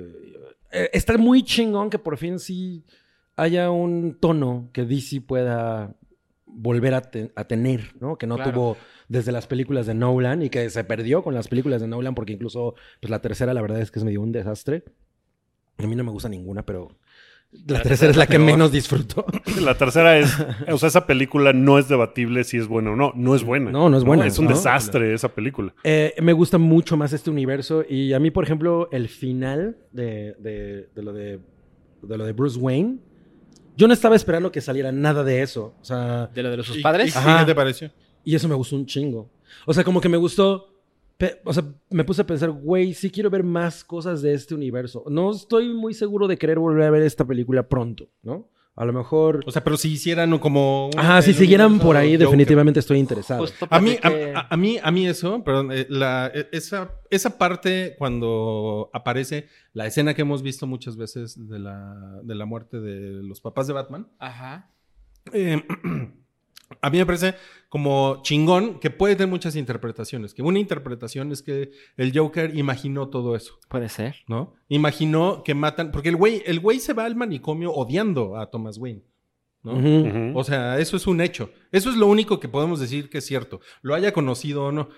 Speaker 4: eh, está muy chingón que por fin sí haya un tono que DC pueda volver a, te- a tener, ¿no? Que no
Speaker 5: Claro.
Speaker 4: tuvo desde las películas de Nolan y que se perdió con las películas de Nolan porque incluso pues, la tercera la verdad es que es medio un desastre. A mí no me gusta ninguna, pero la, tercera es la que menos disfruto.
Speaker 2: La tercera es, o sea, esa película no es debatible si es buena o no. No es buena.
Speaker 4: No, no es buena,
Speaker 2: Es un
Speaker 4: ¿no?
Speaker 2: desastre esa película.
Speaker 4: Eh, me gusta mucho más este universo y a mí, por ejemplo, el final de, de- de lo, de, de lo de Bruce Wayne, yo no estaba esperando que saliera nada de eso. O sea,
Speaker 5: De lo de los sus
Speaker 3: ¿Y-
Speaker 5: padres.
Speaker 3: y-
Speaker 4: Ajá.
Speaker 3: ¿Qué te pareció?
Speaker 4: y eso me gustó un chingo. O sea, como que me gustó, pe- o sea, me puse a pensar, güey, sí quiero ver más cosas de este universo. No estoy muy seguro de querer volver a ver esta película pronto, ¿no? A lo mejor...
Speaker 3: O sea, pero si hicieran como... un-
Speaker 4: Ajá, si
Speaker 3: el
Speaker 4: siguieran
Speaker 3: universo
Speaker 4: por ahí,
Speaker 3: Joker. Pues,
Speaker 4: definitivamente estoy interesado.
Speaker 5: Justo
Speaker 3: A mí,
Speaker 5: platiqué-
Speaker 3: a, a- a mí, a mí eso, perdón, eh, la- eh, esa, esa parte cuando aparece la escena que hemos visto muchas veces de la, de la muerte de los papás de Batman,
Speaker 5: Ajá.
Speaker 3: eh, a mí me parece como chingón que puede tener muchas interpretaciones, que una interpretación es que el Joker imaginó todo eso.
Speaker 5: Puede ser.
Speaker 3: ¿no? Imaginó que matan, porque el güey, el güey se va al manicomio odiando a Thomas Wayne, ¿no?
Speaker 4: Ujú.
Speaker 2: Ujú.
Speaker 3: O sea, eso es un hecho. Eso es lo único que podemos decir que es cierto. Lo haya conocido o no.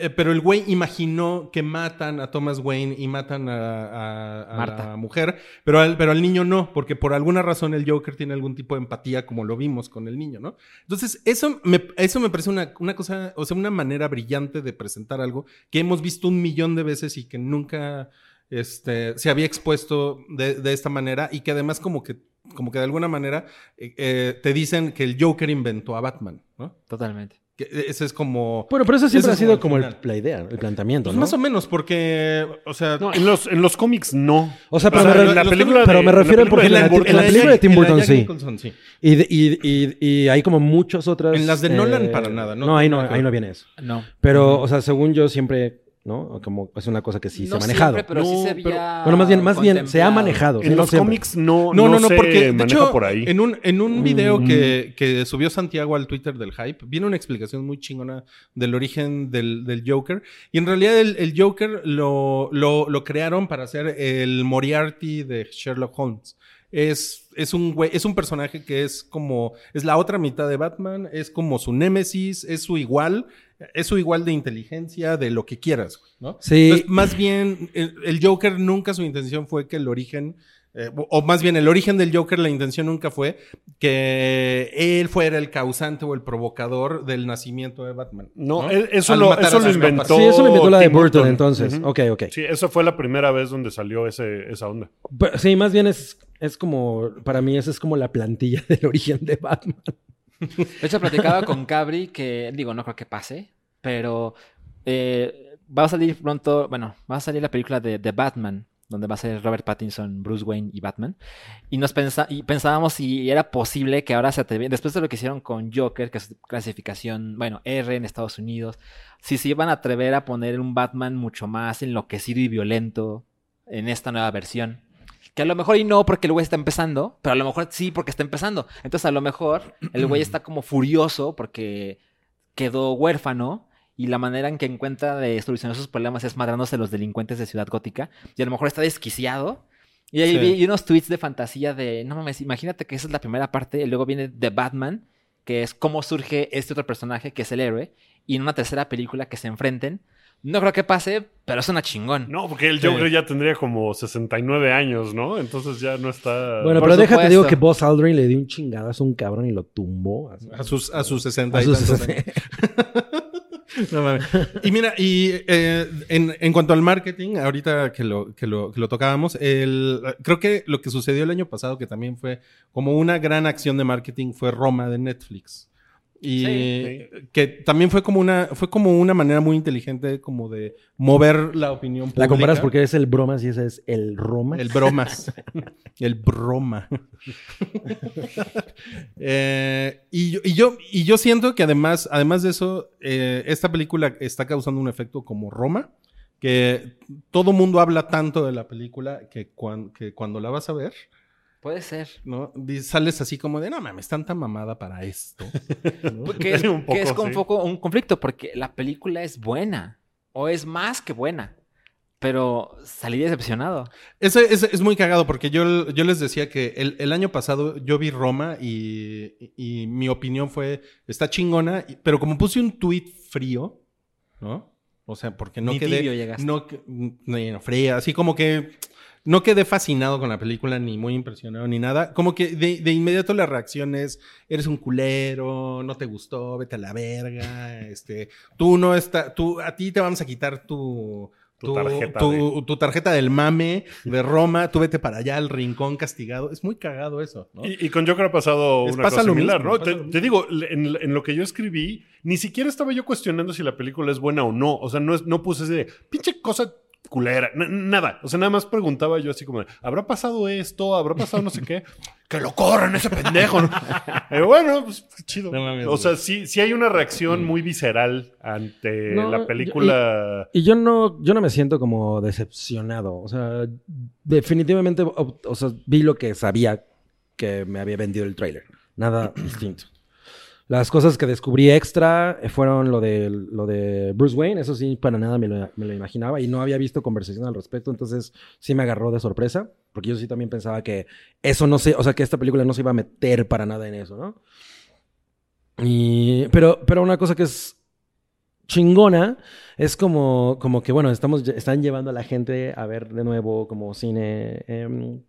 Speaker 3: Eh, pero el güey imaginó que matan a Thomas Wayne y matan a, a- a
Speaker 5: Marta.
Speaker 3: la mujer, pero al, pero al niño no, porque por alguna razón el Joker tiene algún tipo de empatía, como lo vimos con el niño, ¿no? Entonces, eso me, eso me parece una, una cosa, o sea, una manera brillante de presentar algo que hemos visto un millón de veces y que nunca este, se había expuesto de, de esta manera y que además como que, como que de alguna manera eh, eh, te dicen que el Joker inventó a Batman, ¿no?
Speaker 5: Totalmente.
Speaker 3: Que eh, ese es como...
Speaker 4: Bueno, pero eso
Speaker 3: Ese
Speaker 4: siempre ha
Speaker 3: es
Speaker 4: sido
Speaker 3: como
Speaker 4: como
Speaker 3: el
Speaker 4: el- la idea, el planteamiento,
Speaker 3: Pues
Speaker 4: ¿no?
Speaker 3: más o menos, porque, o sea...
Speaker 2: En los, en los cómics no.
Speaker 4: O sea,
Speaker 2: O
Speaker 4: pero,
Speaker 2: sea,
Speaker 4: me,
Speaker 2: en la
Speaker 4: los-
Speaker 2: película
Speaker 4: pero
Speaker 2: de-
Speaker 4: me
Speaker 2: en la
Speaker 4: refiero
Speaker 2: película de
Speaker 4: porque en la,
Speaker 2: Tim Burton.
Speaker 4: en la película de Tim
Speaker 3: en la
Speaker 4: Burton
Speaker 3: Jack
Speaker 4: sí.
Speaker 3: Nicholson, sí.
Speaker 4: Y, de- y, y, y hay como muchas otras. eh,
Speaker 3: En las de Nolan, para nada, ¿no?
Speaker 4: No, ahí no,
Speaker 3: Nada que
Speaker 4: ahí
Speaker 3: ver.
Speaker 4: no viene eso.
Speaker 5: No.
Speaker 4: Pero, o sea, según yo siempre, ¿no? Como es una cosa que sí se ha
Speaker 5: No
Speaker 4: manejado.
Speaker 5: siempre, pero sí
Speaker 2: No,
Speaker 5: se
Speaker 2: pero-
Speaker 5: había
Speaker 4: bueno, más bien, más bien, se ha
Speaker 5: contemplado.
Speaker 4: manejado. sí,
Speaker 2: En
Speaker 4: no
Speaker 2: los
Speaker 4: siempre.
Speaker 2: cómics no,
Speaker 3: No, no, no, porque de
Speaker 2: se maneja
Speaker 3: hecho,
Speaker 2: por ahí.
Speaker 3: En, un, en un video
Speaker 4: Mm.
Speaker 3: que, que subió Santiago al Twitter del Hype, viene una explicación muy chingona del origen del, del Joker. Y en realidad el, el Joker lo, lo, lo crearon para hacer el Moriarty de Sherlock Holmes. Es, es, un güey- es un personaje que es como, es la otra mitad de Batman, es como su némesis, es su igual, es su igual de inteligencia, de lo que quieras, güey, ¿no?
Speaker 4: Sí.
Speaker 3: Entonces, más bien, el, el Joker nunca su intención fue que el origen, eh, o- o más bien el origen del Joker, la intención nunca fue que él fuera el causante o el provocador del nacimiento de Batman.
Speaker 2: no, e- eso
Speaker 3: Al
Speaker 2: lo,
Speaker 3: matar a
Speaker 2: eso lo
Speaker 3: las gafas.
Speaker 2: inventó.
Speaker 4: Sí, eso lo inventó la de
Speaker 2: Tim
Speaker 4: Burton, entonces.
Speaker 2: Ujú.
Speaker 4: Ok, ok.
Speaker 2: Sí, esa fue la primera vez donde salió ese, esa onda.
Speaker 4: Pero Sí, más bien es, es como, para mí esa es como la plantilla del origen de Batman.
Speaker 5: De hecho, platicaba con Cabri que, digo, no creo que pase, pero eh, va a salir pronto, bueno, va a salir la película de, de Batman, donde va a ser Robert Pattinson, Bruce Wayne y Batman. Y nos pensa- y pensábamos si era posible que ahora se atrevieran, después de lo que hicieron con Joker, que es clasificación, bueno, R en Estados Unidos, si se iban a atrever a poner un Batman mucho más enloquecido y violento en esta nueva versión. Que a lo mejor y no porque el güey está empezando, pero a lo mejor sí porque está empezando. Entonces a lo mejor el güey está como furioso porque quedó huérfano y la manera en que encuentra de solucionar sus problemas es madrándose a los delincuentes de Ciudad Gótica y a lo mejor está desquiciado. Y ahí
Speaker 3: Sí.
Speaker 5: vi y unos tweets de fantasía de, no mames, imagínate que esa es la primera parte y luego viene The Batman que es cómo surge este otro personaje, que es el héroe, y en una tercera película que se enfrenten. No creo que pase, pero suena chingón.
Speaker 2: No, porque el
Speaker 4: Sí.
Speaker 2: Joker ya tendría como 69 años, ¿no? Entonces ya no está...
Speaker 4: Bueno,
Speaker 5: Por
Speaker 4: pero déjate,
Speaker 5: supuesto.
Speaker 4: digo que Buzz Aldrin le dio un chingadazo a un cabrón y lo tumbó. así.
Speaker 3: A sus, a sus 60
Speaker 4: A
Speaker 3: y
Speaker 4: sus-
Speaker 3: tantos años. No mames. Y mira, y eh, en, en cuanto al marketing, ahorita que lo, que lo, que lo tocábamos, el, creo que lo que sucedió el año pasado, que también fue como una gran acción de marketing, fue Roma de Netflix. Y
Speaker 5: Sí.
Speaker 3: que también fue como una, fue como una manera muy inteligente como de mover la opinión pública.
Speaker 4: La comparas porque es el bromas y ese es el Roma.
Speaker 3: El bromas. El broma. Eh, y, yo, y, yo, y yo siento que además, además de eso, eh, esta película está causando un efecto como Roma, que todo mundo habla tanto de la película que, cuan- que cuando la vas a ver,
Speaker 5: Puede ser.
Speaker 3: ¿no? Di- sales así como de, no mames, tanta mamada para esto.
Speaker 5: Pues, Que es,
Speaker 2: Un
Speaker 5: que es
Speaker 2: poco,
Speaker 5: con
Speaker 2: sí.
Speaker 5: poco un conflicto, porque la película es buena, o es más que buena, pero salí decepcionado.
Speaker 3: Eso es, es muy cagado porque yo, yo les decía que el, el año pasado yo vi Roma y, y mi opinión fue, está chingona, y- pero como puse un tweet frío, ¿no? O sea, porque no
Speaker 5: Ni
Speaker 3: quedé...
Speaker 5: tibio llegaste.
Speaker 3: No, que- no, no, fría, así como que no quedé fascinado con la película, ni muy impresionado, ni nada. Como que de, de inmediato la reacción es, eres un culero, no te gustó, vete a la verga, este, tú no está, tú, a ti te vamos a quitar tu...
Speaker 2: Tu tarjeta
Speaker 3: tu- tu tarjeta del mame de Roma, tú vete para allá al rincón castigado. Es muy cagado eso, ¿no?
Speaker 2: Y, y con Joker ha pasado
Speaker 3: Es-
Speaker 2: una
Speaker 3: pasa
Speaker 2: cosa
Speaker 3: lo
Speaker 2: similar,
Speaker 3: mismo,
Speaker 2: ¿no? Te,
Speaker 3: pasa lo mismo.
Speaker 2: te digo, le- en, en lo que yo escribí, ni siquiera estaba yo cuestionando si la película es buena o no. O sea, no, es, no puse ese de pinche cosa culera, na- nada. O sea, nada más preguntaba yo así como, de, ¿habrá pasado esto? ¿Habrá pasado no sé qué? que lo corran ese pendejo. ¿no? Eh, bueno, pues qué chido.
Speaker 3: No mames, Mm.
Speaker 2: o sea, sí, sí hay una reacción muy visceral ante
Speaker 4: No,
Speaker 2: la
Speaker 4: yo-
Speaker 2: película.
Speaker 4: Y yo no, yo no me siento como decepcionado. O sea, definitivamente, o, o sea, vi lo que sabía que me había vendido el tráiler. Nada distinto. Las cosas que descubrí extra eh, fueron lo de, lo de Bruce Wayne. Eso sí, para nada me lo, me lo imaginaba y no había visto conversación al respecto. Entonces, sí me agarró de sorpresa. Porque yo sí también pensaba que eso no se... O sea, que esta película no se iba a meter para nada en eso, ¿no? Y, pero, pero una cosa que es chingona es como, como que, bueno, estamos, están llevando a la gente a ver de nuevo como cine em,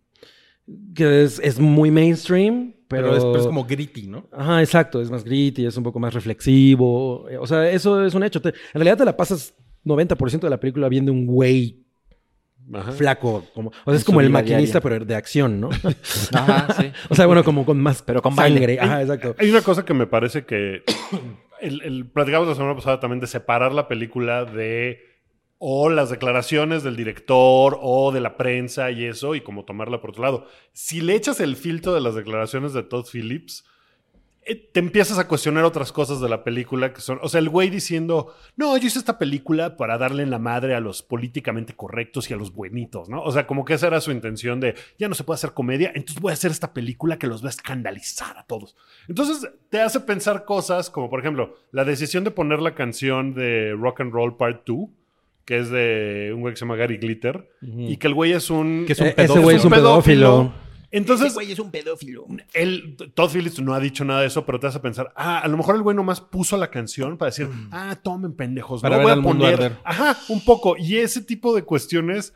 Speaker 4: que es, es muy mainstream, pero,
Speaker 3: pero, es, pero es como gritty, ¿no?
Speaker 4: Ajá, exacto, es más gritty, es un poco más reflexivo. eh, O sea, eso es un hecho. Te- en realidad te la pasas 90% de la película viendo un güey
Speaker 2: Ajá.
Speaker 4: flaco. Como, o sea, es
Speaker 5: En
Speaker 4: como
Speaker 5: su
Speaker 4: el
Speaker 5: vida
Speaker 4: maquinista,
Speaker 5: diaria.
Speaker 4: pero de acción, ¿no?
Speaker 5: Ajá, sí.
Speaker 4: o sea, bueno, como con más
Speaker 5: Pero con
Speaker 4: sangre. Ajá, exacto.
Speaker 2: Hay una cosa que me parece que el, el- platicamos la semana pasada también de separar la película de o las declaraciones del director o de la prensa y eso y como tomarla por otro lado. Si le echas el filtro de las declaraciones de Todd Phillips, eh, te empiezas a cuestionar otras cosas de la película que son, o sea, el güey diciendo, no, yo hice esta película para darle en la madre a los políticamente correctos y a los buenitos, ¿no? O sea, como que esa era su intención de, ya no se puede hacer comedia, entonces voy a hacer esta película que los va a escandalizar a todos. Entonces te hace pensar cosas como, por ejemplo, la decisión de poner la canción de Rock and Roll Part 2, que es de un güey que se llama Gary Glitter, y que el güey es un...
Speaker 3: Que es un
Speaker 4: E- ese
Speaker 3: pedófilo.
Speaker 4: güey es un pedófilo.
Speaker 2: Entonces,
Speaker 3: es un pedófilo.
Speaker 2: él, Todd Phillips no ha dicho nada de eso, pero te hace pensar, ah, a lo mejor el güey nomás puso la canción para decir, ah, tomen pendejos,
Speaker 3: Mm. Para
Speaker 2: no
Speaker 3: ver
Speaker 2: voy a
Speaker 3: al mundo
Speaker 2: poner.
Speaker 3: arder.
Speaker 2: Ajá, un poco. Y ese tipo de cuestiones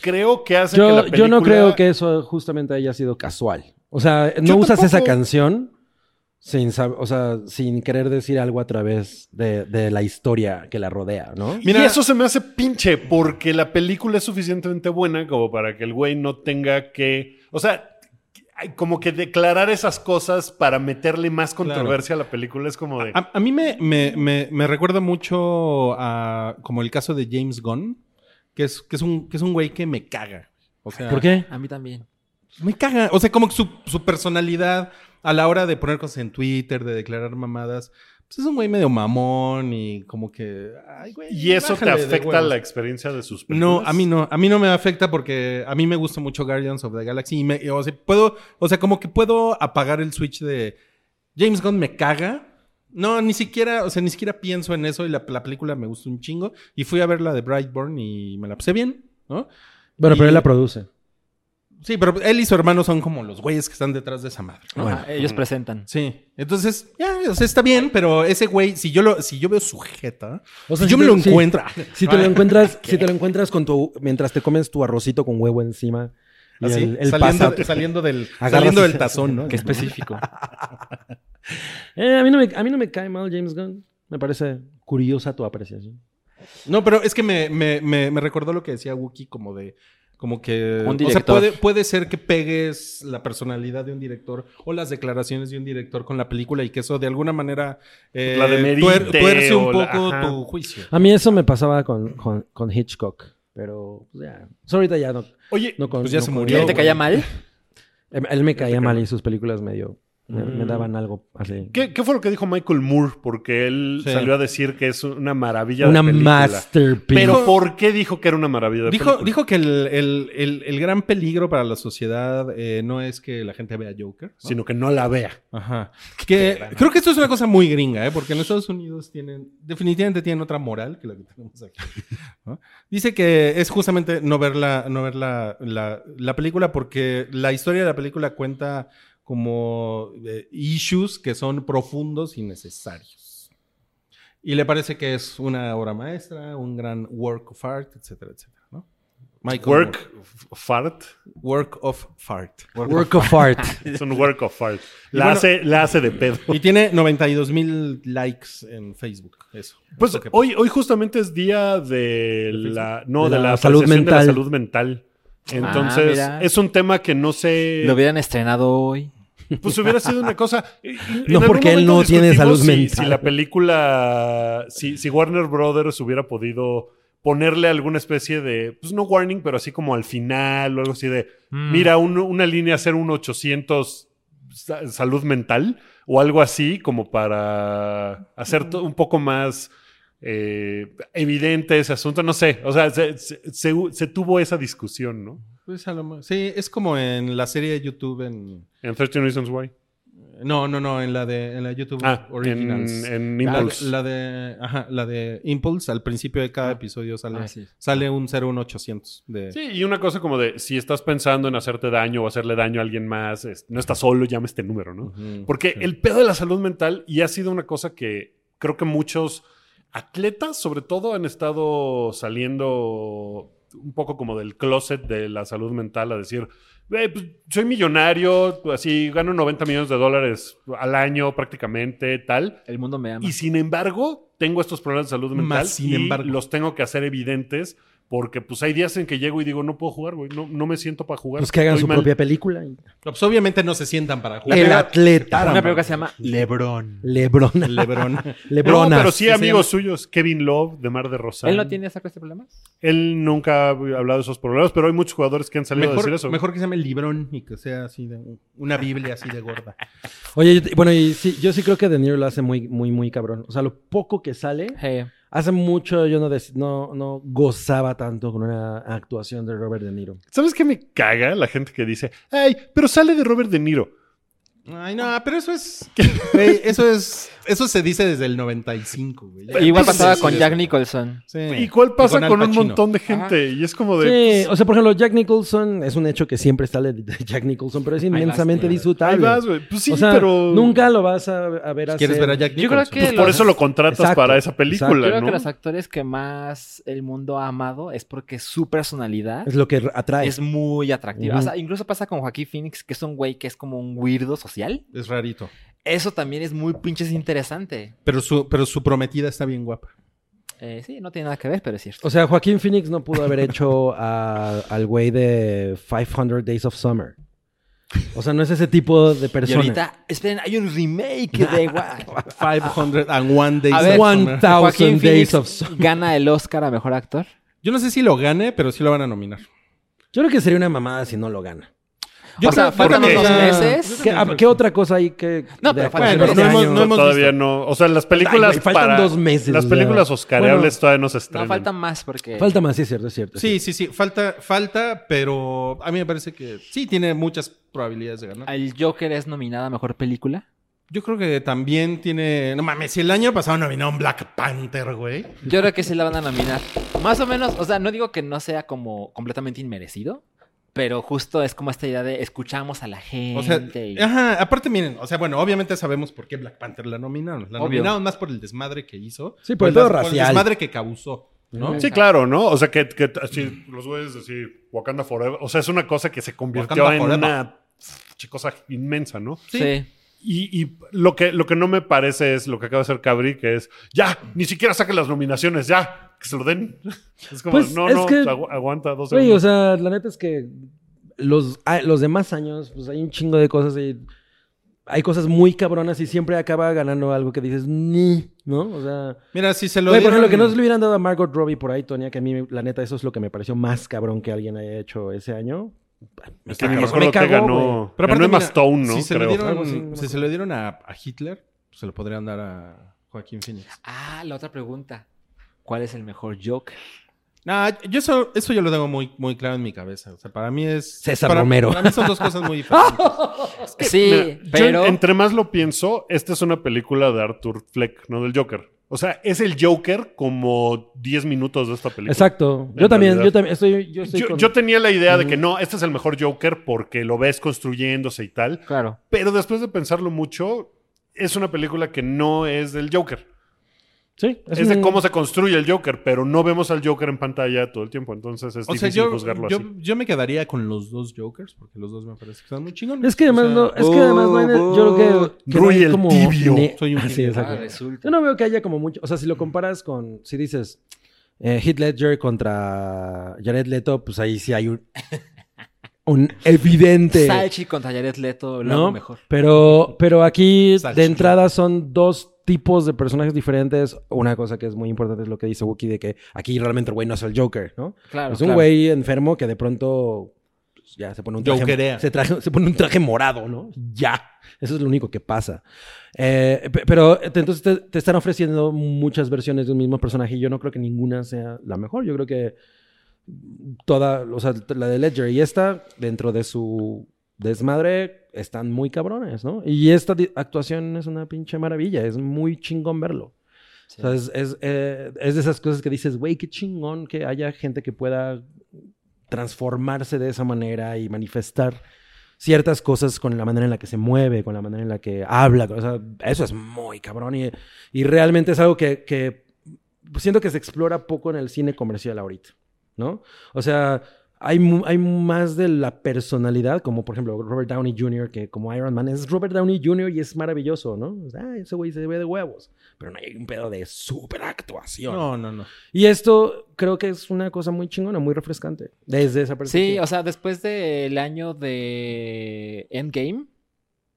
Speaker 2: creo que hacen que la
Speaker 4: Yo,
Speaker 2: película.
Speaker 4: yo no creo que eso justamente haya sido casual. O sea, no
Speaker 2: Yo
Speaker 4: usas esa
Speaker 2: tampoco.
Speaker 4: canción sin, sab- o sea, sin querer decir algo a través de, de la historia que la rodea, ¿no?
Speaker 2: y
Speaker 3: Mira-
Speaker 2: eso se me hace pinche, porque la película es suficientemente buena como para que el güey no tenga que. O sea, como que declarar esas cosas para meterle más
Speaker 3: Claro.
Speaker 2: controversia a la película es como de.
Speaker 3: A, a mí me, me- me- me recuerda mucho a como el caso de James Gunn, que es, que es, un, que es un güey que me caga. O sea,
Speaker 4: ¿Por qué?
Speaker 5: A mí también.
Speaker 3: Me caga. O sea, como que su, su personalidad a la hora de poner cosas en Twitter, de declarar mamadas, pues es un güey medio mamón y como que... ay, güey,
Speaker 2: y eso te
Speaker 3: bájale de
Speaker 2: afecta
Speaker 3: huevos.
Speaker 2: la experiencia de sus
Speaker 3: No,
Speaker 2: películas.
Speaker 3: a mí no. A mí no me afecta porque a mí me gusta mucho Guardians of the Galaxy. Y me, y, o, sea, puedo, o sea, como que puedo apagar el switch de James Gunn me caga. No, ni siquiera, o sea, ni siquiera pienso en eso y la, la película me gustó un chingo. Y fui a ver la de Brightburn y me la pasé bien, ¿no?
Speaker 4: Bueno, pero
Speaker 3: Y-
Speaker 4: él la produce.
Speaker 3: Sí, pero él y su hermano son como los güeyes que están detrás de esa madre. ¿no?
Speaker 5: Ajá, ellos presentan.
Speaker 3: Sí. Entonces, ya, o sea, está bien, pero ese güey, si yo lo, si yo veo sujeta,
Speaker 4: O
Speaker 3: si
Speaker 4: sea, si
Speaker 3: yo me
Speaker 4: te-
Speaker 3: lo
Speaker 4: sí.
Speaker 3: encuentro. Ah,
Speaker 4: Si te lo encuentras, si te lo encuentras con tu, mientras te comes tu arrocito con huevo encima,
Speaker 2: ¿Ah,
Speaker 4: y
Speaker 3: Así,
Speaker 4: el, el
Speaker 3: saliendo,
Speaker 4: Passat.
Speaker 3: saliendo del,
Speaker 4: Agarras-
Speaker 3: saliendo del tazón, ¿no?
Speaker 5: Qué específico.
Speaker 4: Eh, a, mí no me, a mí no me cae mal James Gunn. Me parece curiosa tu apreciación.
Speaker 3: No, pero es que me, me- me- me recordó lo que decía Wookie, como de. Como que.
Speaker 5: Un
Speaker 3: o sea,
Speaker 5: director.
Speaker 3: puede, puede ser que pegues la personalidad de un director o las declaraciones de un director con la película y que eso de alguna manera. eh,
Speaker 2: La demerite
Speaker 3: tuer- tuerce un
Speaker 2: o la-
Speaker 3: poco
Speaker 2: ajá.
Speaker 3: tu juicio.
Speaker 4: A mí eso me pasaba con, con, con Hitchcock. Pero, pues ya. So, ahorita ya no.
Speaker 2: Oye,
Speaker 4: no con-
Speaker 3: Pues ya
Speaker 4: no
Speaker 3: se
Speaker 4: con-
Speaker 3: murió,
Speaker 5: ¿Él te caía mal?
Speaker 4: Él, él me caía mal y sus películas medio. Me, me
Speaker 2: Mm.
Speaker 4: daban algo así.
Speaker 2: ¿qué, qué fue lo que dijo Michael Moore? Porque él
Speaker 3: Sí.
Speaker 2: salió a decir que es una maravilla
Speaker 4: Una
Speaker 2: de película.
Speaker 4: masterpiece.
Speaker 2: Pero ¿por qué dijo que era una maravilla de
Speaker 3: Dijo,
Speaker 2: película?
Speaker 3: dijo que el, el- el- el gran peligro para la sociedad eh, no es que la gente vea Joker. ¿no?
Speaker 2: Sino que no la vea.
Speaker 3: Ajá. Que, creo que esto es una cosa muy gringa, ¿eh? porque en Estados Unidos tienen, definitivamente tienen otra moral que la que tenemos aquí. ¿no? Dice que es justamente no ver, la, no ver la, la- la película porque la historia de la película cuenta como eh, issues que son profundos y necesarios. Y le parece que es una obra maestra, un gran work of art, etcétera, etcétera. ¿no? Michael
Speaker 2: Work,
Speaker 3: Moore.
Speaker 2: f- fart.
Speaker 3: Work of art.
Speaker 4: Work of art.
Speaker 2: Es un work of fart.
Speaker 3: Y
Speaker 2: La,
Speaker 3: bueno-
Speaker 2: hace, la hace de pedo.
Speaker 3: Y tiene 92 mil likes en Facebook. Eso.
Speaker 2: Pues
Speaker 3: Eso que-
Speaker 2: hoy, hoy justamente es día de la, no,
Speaker 4: De
Speaker 2: de
Speaker 4: la
Speaker 2: la
Speaker 4: salud
Speaker 2: Asociación de la
Speaker 4: mental.
Speaker 2: salud mental. Entonces,
Speaker 5: mira.
Speaker 2: es un tema que no sé.
Speaker 5: Lo hubieran estrenado hoy.
Speaker 2: Pues hubiera sido una cosa. y- y- en
Speaker 4: No,
Speaker 2: algún
Speaker 4: porque él no
Speaker 2: momento
Speaker 4: tiene
Speaker 2: discutimos
Speaker 4: salud
Speaker 2: si-
Speaker 4: mental.
Speaker 2: Si la película, si, si Warner Brothers hubiera podido ponerle alguna especie de, pues no warning, pero así como al final o algo así de,
Speaker 4: Mm.
Speaker 2: mira, un- una línea hacer un 800 sa- salud mental o algo así como para
Speaker 4: Mm.
Speaker 2: hacer to- un poco más eh, evidente ese asunto, no sé, o sea, se, se- se- se tuvo esa discusión, ¿no?
Speaker 3: Pues a lo mo- sí, es como en la serie de YouTube en...
Speaker 2: En 13 Reasons Why.
Speaker 3: No, no, no, en la de en la YouTube
Speaker 2: Ah,
Speaker 3: Originals.
Speaker 2: en- en
Speaker 3: La-
Speaker 4: Ah,
Speaker 2: Impulse.
Speaker 3: La, de, ajá, la de Impulse, al principio de cada episodio sale,
Speaker 5: Ah, sí.
Speaker 3: sale un 01800 de...
Speaker 2: Sí, y una cosa como de si estás pensando en hacerte daño o hacerle daño a alguien más, es- no estás solo, llama este número, ¿no?
Speaker 3: Ujú.
Speaker 2: Porque
Speaker 3: Sí.
Speaker 2: el pedo de la salud mental, y ha sido una cosa que creo que muchos atletas, sobre todo, han estado saliendo un poco como del closet de la salud mental a decir, "Güey, pues, soy millonario, así gano 90 millones de dólares al año prácticamente, tal.
Speaker 5: El mundo me ama.
Speaker 2: Y sin embargo, tengo estos problemas de salud mental
Speaker 3: Más sin
Speaker 2: y
Speaker 3: embargo.
Speaker 2: los tengo que hacer evidentes porque pues hay días en que llego y digo, no puedo jugar, güey, no, no me siento para jugar.
Speaker 4: Pues que hagan
Speaker 2: estoy
Speaker 4: su
Speaker 2: mal".
Speaker 4: propia película.
Speaker 3: Pues obviamente no se sientan para jugar.
Speaker 4: El
Speaker 3: Era
Speaker 4: atleta.
Speaker 5: Una película que se llama
Speaker 6: Lebron.
Speaker 4: Lebrona.
Speaker 3: Lebron.
Speaker 2: No,
Speaker 4: Lebrona.
Speaker 2: pero sí
Speaker 3: se
Speaker 2: amigos suyos, Kevin Love de Mar de Rosal.
Speaker 5: ¿Él no tiene esa clase de problemas?
Speaker 2: Él nunca ha hablado de esos problemas, pero hay muchos jugadores que han salido a decir
Speaker 3: mejor,
Speaker 2: eso.
Speaker 3: mejor que se llame Librón y que sea así de... Una biblia así de gorda.
Speaker 4: Oye, yo te- bueno, y sí, yo sí creo que De Niro lo hace muy, muy, muy cabrón. O sea, lo poco que sale.
Speaker 5: Hey.
Speaker 4: Hace mucho yo no, des- no, no gozaba tanto con una actuación de Robert De Niro.
Speaker 2: ¿Sabes qué me caga la gente que dice, ay, pero sale de Robert De Niro?
Speaker 3: Ay, no, pero eso es... Güey, eso es... Eso se dice desde el 95, güey.
Speaker 5: Igual
Speaker 3: Eso se
Speaker 5: pasaba
Speaker 3: dice
Speaker 5: con
Speaker 3: desde-
Speaker 5: Jack Nicholson.
Speaker 3: Sí.
Speaker 2: ¿Y cuál pasa
Speaker 3: Al
Speaker 2: con, un
Speaker 3: Pacino.
Speaker 2: montón de gente? Y es como de...
Speaker 4: Sí, o sea, por ejemplo, Jack Nicholson es un hecho que siempre sale de Jack Nicholson, pero es
Speaker 5: vas,
Speaker 4: inmensamente
Speaker 5: güey.
Speaker 2: Ahí
Speaker 4: disfrutable.
Speaker 2: vas, güey. Pues sí,
Speaker 4: o sea,
Speaker 2: pero...
Speaker 4: nunca lo vas a, a ver
Speaker 3: ¿Quieres
Speaker 4: hacer-
Speaker 3: ver a Jack
Speaker 5: Yo creo
Speaker 3: Nicholson?
Speaker 5: que-
Speaker 2: Pues por eso lo contratas
Speaker 4: Exacto,
Speaker 2: para esa película,
Speaker 4: exacto.
Speaker 5: Yo creo
Speaker 2: ¿no?
Speaker 5: que los actores que más el mundo ha amado es porque su personalidad
Speaker 4: Es lo que atrae.
Speaker 5: es muy atractiva.
Speaker 4: Ujú.
Speaker 5: O sea, incluso pasa con Joaquín Phoenix, que es un güey que es como un weirdo social.
Speaker 3: Es rarito.
Speaker 5: Eso también es muy pinches interesante.
Speaker 3: Pero su, pero su prometida está bien guapa.
Speaker 5: Eh, sí, no tiene nada que ver, pero es cierto.
Speaker 4: O sea, Joaquín Phoenix no pudo haber hecho a- al güey de 500 Days of Summer. O sea, no es ese tipo de
Speaker 5: y
Speaker 4: persona.
Speaker 5: ahorita, esperen, hay un remake de Gua-
Speaker 3: 501 Days
Speaker 5: A
Speaker 3: of
Speaker 5: ver,
Speaker 3: Summer.
Speaker 4: 1000
Speaker 5: Joaquín
Speaker 4: Days
Speaker 5: Phoenix
Speaker 4: of Summer.
Speaker 5: gana el Oscar a mejor actor.
Speaker 3: Yo no sé si lo gane, pero sí lo van a nominar.
Speaker 4: Yo creo que sería una mamada si no lo gana.
Speaker 3: Yo
Speaker 5: O
Speaker 3: creo-
Speaker 5: sea,
Speaker 3: yo
Speaker 5: faltan
Speaker 3: creo que
Speaker 5: unos
Speaker 3: ya-
Speaker 5: meses.
Speaker 4: ¿Qué, a- qué otra cosa hay que.?
Speaker 5: No,
Speaker 4: de
Speaker 5: pero
Speaker 4: actuación
Speaker 3: faltan
Speaker 4: este
Speaker 3: dos meses.
Speaker 4: año?
Speaker 3: No hemos
Speaker 2: todavía
Speaker 3: visto.
Speaker 2: no. O sea, las películas.
Speaker 4: Ay, güey, faltan
Speaker 2: para-
Speaker 4: dos meses,
Speaker 2: Las
Speaker 4: o
Speaker 2: películas
Speaker 4: sea.
Speaker 2: oscareables
Speaker 4: Bueno,
Speaker 2: todavía no se estrenan.
Speaker 5: No, falta más porque...
Speaker 4: Falta más, sí, es cierto, es cierto.
Speaker 3: Sí, sí, sí. Falta, falta, pero a mí me parece que sí tiene muchas probabilidades de ganar.
Speaker 5: El Joker es nominada a mejor película.
Speaker 3: Yo creo que también tiene. No mames, si el año pasado nominaron Black Panther, güey.
Speaker 5: Yo creo que sí la van a nominar. Más o menos, o sea, no digo que no sea como completamente inmerecido, Pero justo es como esta idea de escuchamos a la gente.
Speaker 3: O sea,
Speaker 5: y-
Speaker 3: ajá, aparte miren, o sea, bueno, obviamente sabemos por qué Black Panther la nominaron. La
Speaker 5: Obvio.
Speaker 3: nominaron más por el desmadre que hizo.
Speaker 4: Sí, por el
Speaker 3: las-
Speaker 4: pedo
Speaker 3: El
Speaker 4: racial.
Speaker 3: desmadre que causó, ¿no?
Speaker 2: Sí, claro, ¿no? O sea, que, que así, los güeyes así, Wakanda Forever. O sea, es una cosa que se convirtió
Speaker 3: Wakanda
Speaker 2: en
Speaker 3: forever.
Speaker 2: una ch- cosa inmensa, ¿no?
Speaker 5: sí.
Speaker 2: Y, y lo, que, lo que no me parece es lo que acaba de hacer Cabri, que es, ya, ni siquiera saquen las nominaciones, ya, que se lo den. Es como,
Speaker 4: Pues,
Speaker 2: no,
Speaker 4: es
Speaker 2: no,
Speaker 4: que-
Speaker 2: agu- aguanta dos
Speaker 4: Güey, o
Speaker 2: segundos.
Speaker 4: sea, la neta es que los, ah, los demás años, pues hay un chingo de cosas y hay cosas muy cabronas y siempre acaba ganando algo que dices, ni, ¿no? O sea,
Speaker 3: Mira, si se lo
Speaker 4: güey, por ejemplo,
Speaker 3: dieron-
Speaker 4: que no se le hubieran dado a Margot Robbie por ahí, Tonya, que a mí, la neta, eso es lo que me pareció más cabrón que alguien haya hecho ese año. Me
Speaker 2: Este, ni me
Speaker 4: cago,
Speaker 2: acuerdo
Speaker 4: me
Speaker 2: que
Speaker 4: cagó, güey.
Speaker 2: ganó,
Speaker 3: Pero
Speaker 2: ganó
Speaker 3: aparte,
Speaker 2: Emma
Speaker 3: mira,
Speaker 2: Stone, ¿no?
Speaker 3: Si se,
Speaker 2: Creo.
Speaker 3: lo
Speaker 4: Algo así, no me
Speaker 3: dieron, si se
Speaker 4: acuerdo.
Speaker 3: lo dieron a, a Hitler, pues se lo podrían dar a Joaquín Phoenix.
Speaker 5: Ah, la otra pregunta. ¿Cuál es el mejor Joker?
Speaker 3: Nah, yo eso, eso yo lo tengo muy, muy claro en mi cabeza. O sea, para mí es.
Speaker 4: César
Speaker 3: para-
Speaker 4: Romero.
Speaker 3: Para mí son dos cosas muy diferentes.
Speaker 5: Sí,
Speaker 2: Mira, yo
Speaker 5: pero...
Speaker 2: entre más lo pienso, esta es una película de Arthur Fleck, no del Joker. O sea, es el Joker como 10 minutos de esta película.
Speaker 4: Exacto. Yo
Speaker 2: En
Speaker 4: también,
Speaker 2: realidad.
Speaker 4: yo también, estoy, yo estoy
Speaker 2: Yo,
Speaker 4: con-
Speaker 2: yo tenía la idea de que no, este es el mejor Joker porque lo ves construyéndose y tal.
Speaker 5: Claro.
Speaker 2: Pero después de pensarlo mucho, es una película que no es del Joker.
Speaker 4: Sí,
Speaker 2: Es,
Speaker 4: es
Speaker 2: de
Speaker 4: un-
Speaker 2: cómo se construye el Joker, pero no vemos al Joker en pantalla todo el tiempo. Entonces es
Speaker 3: O sea,
Speaker 2: difícil
Speaker 3: yo,
Speaker 2: juzgarlo
Speaker 3: yo,
Speaker 2: así.
Speaker 3: yo me quedaría con los dos Jokers, porque los dos me parece que están muy chingones.
Speaker 4: Es que además
Speaker 3: O sea,
Speaker 4: no, es que además no hay, yo creo que, que no
Speaker 2: Oh, Rui
Speaker 4: hay
Speaker 2: el tibio.
Speaker 3: Soy un
Speaker 4: Ah, sí,
Speaker 3: tibio.
Speaker 4: exacto.
Speaker 5: Ah, resulta.
Speaker 4: Yo no veo que haya como mucho. O sea, si
Speaker 5: Mm.
Speaker 4: lo comparas con. Si dices. Eh, Heath Ledger contra Jared Leto, pues ahí sí hay un. Un evidente.
Speaker 5: Salchi contra Jared Leto, lo hago
Speaker 4: ¿no?
Speaker 5: mejor.
Speaker 4: Pero, pero aquí
Speaker 3: Salchi.
Speaker 4: de entrada son dos tipos de personajes diferentes. Una cosa que es muy importante es lo que dice Wookie de que aquí realmente el güey no es el Joker, ¿no?
Speaker 5: Claro,
Speaker 4: es un
Speaker 5: claro.
Speaker 4: güey enfermo que de pronto pues, ya se pone un traje,
Speaker 3: Jokerea.
Speaker 4: se, traje- se pone un traje morado, ¿no? Ya. Eso es lo único que pasa. Eh, pe- pero te- entonces te, te están ofreciendo muchas versiones de un mismo personaje y yo no creo que ninguna sea la mejor. Yo creo que toda, o sea, la de Ledger y esta, dentro de su desmadre, están muy cabrones, ¿no? Y esta di- actuación es una pinche maravilla. Es muy chingón verlo.
Speaker 5: Sí.
Speaker 4: O sea, es, es, eh, es de esas cosas que dices, güey, qué chingón que haya gente que pueda transformarse de esa manera y manifestar ciertas cosas con la manera en la que se mueve, con la manera en la que habla. O sea, eso es muy cabrón y, y realmente es algo que, que siento que se explora poco en el cine comercial ahorita, ¿no? O sea, hay, mu- hay más de la personalidad, como por ejemplo Robert Downey Jr., que como Iron Man es Robert Downey Jr. y es maravilloso, ¿no? O sea, "Ah, ese güey se ve de huevos, pero no hay un pedo de superactuación.
Speaker 3: No, no, no.
Speaker 4: Y esto creo que es una cosa muy chingona, muy refrescante, desde esa perspectiva.
Speaker 5: Sí, o sea, después del año de Endgame,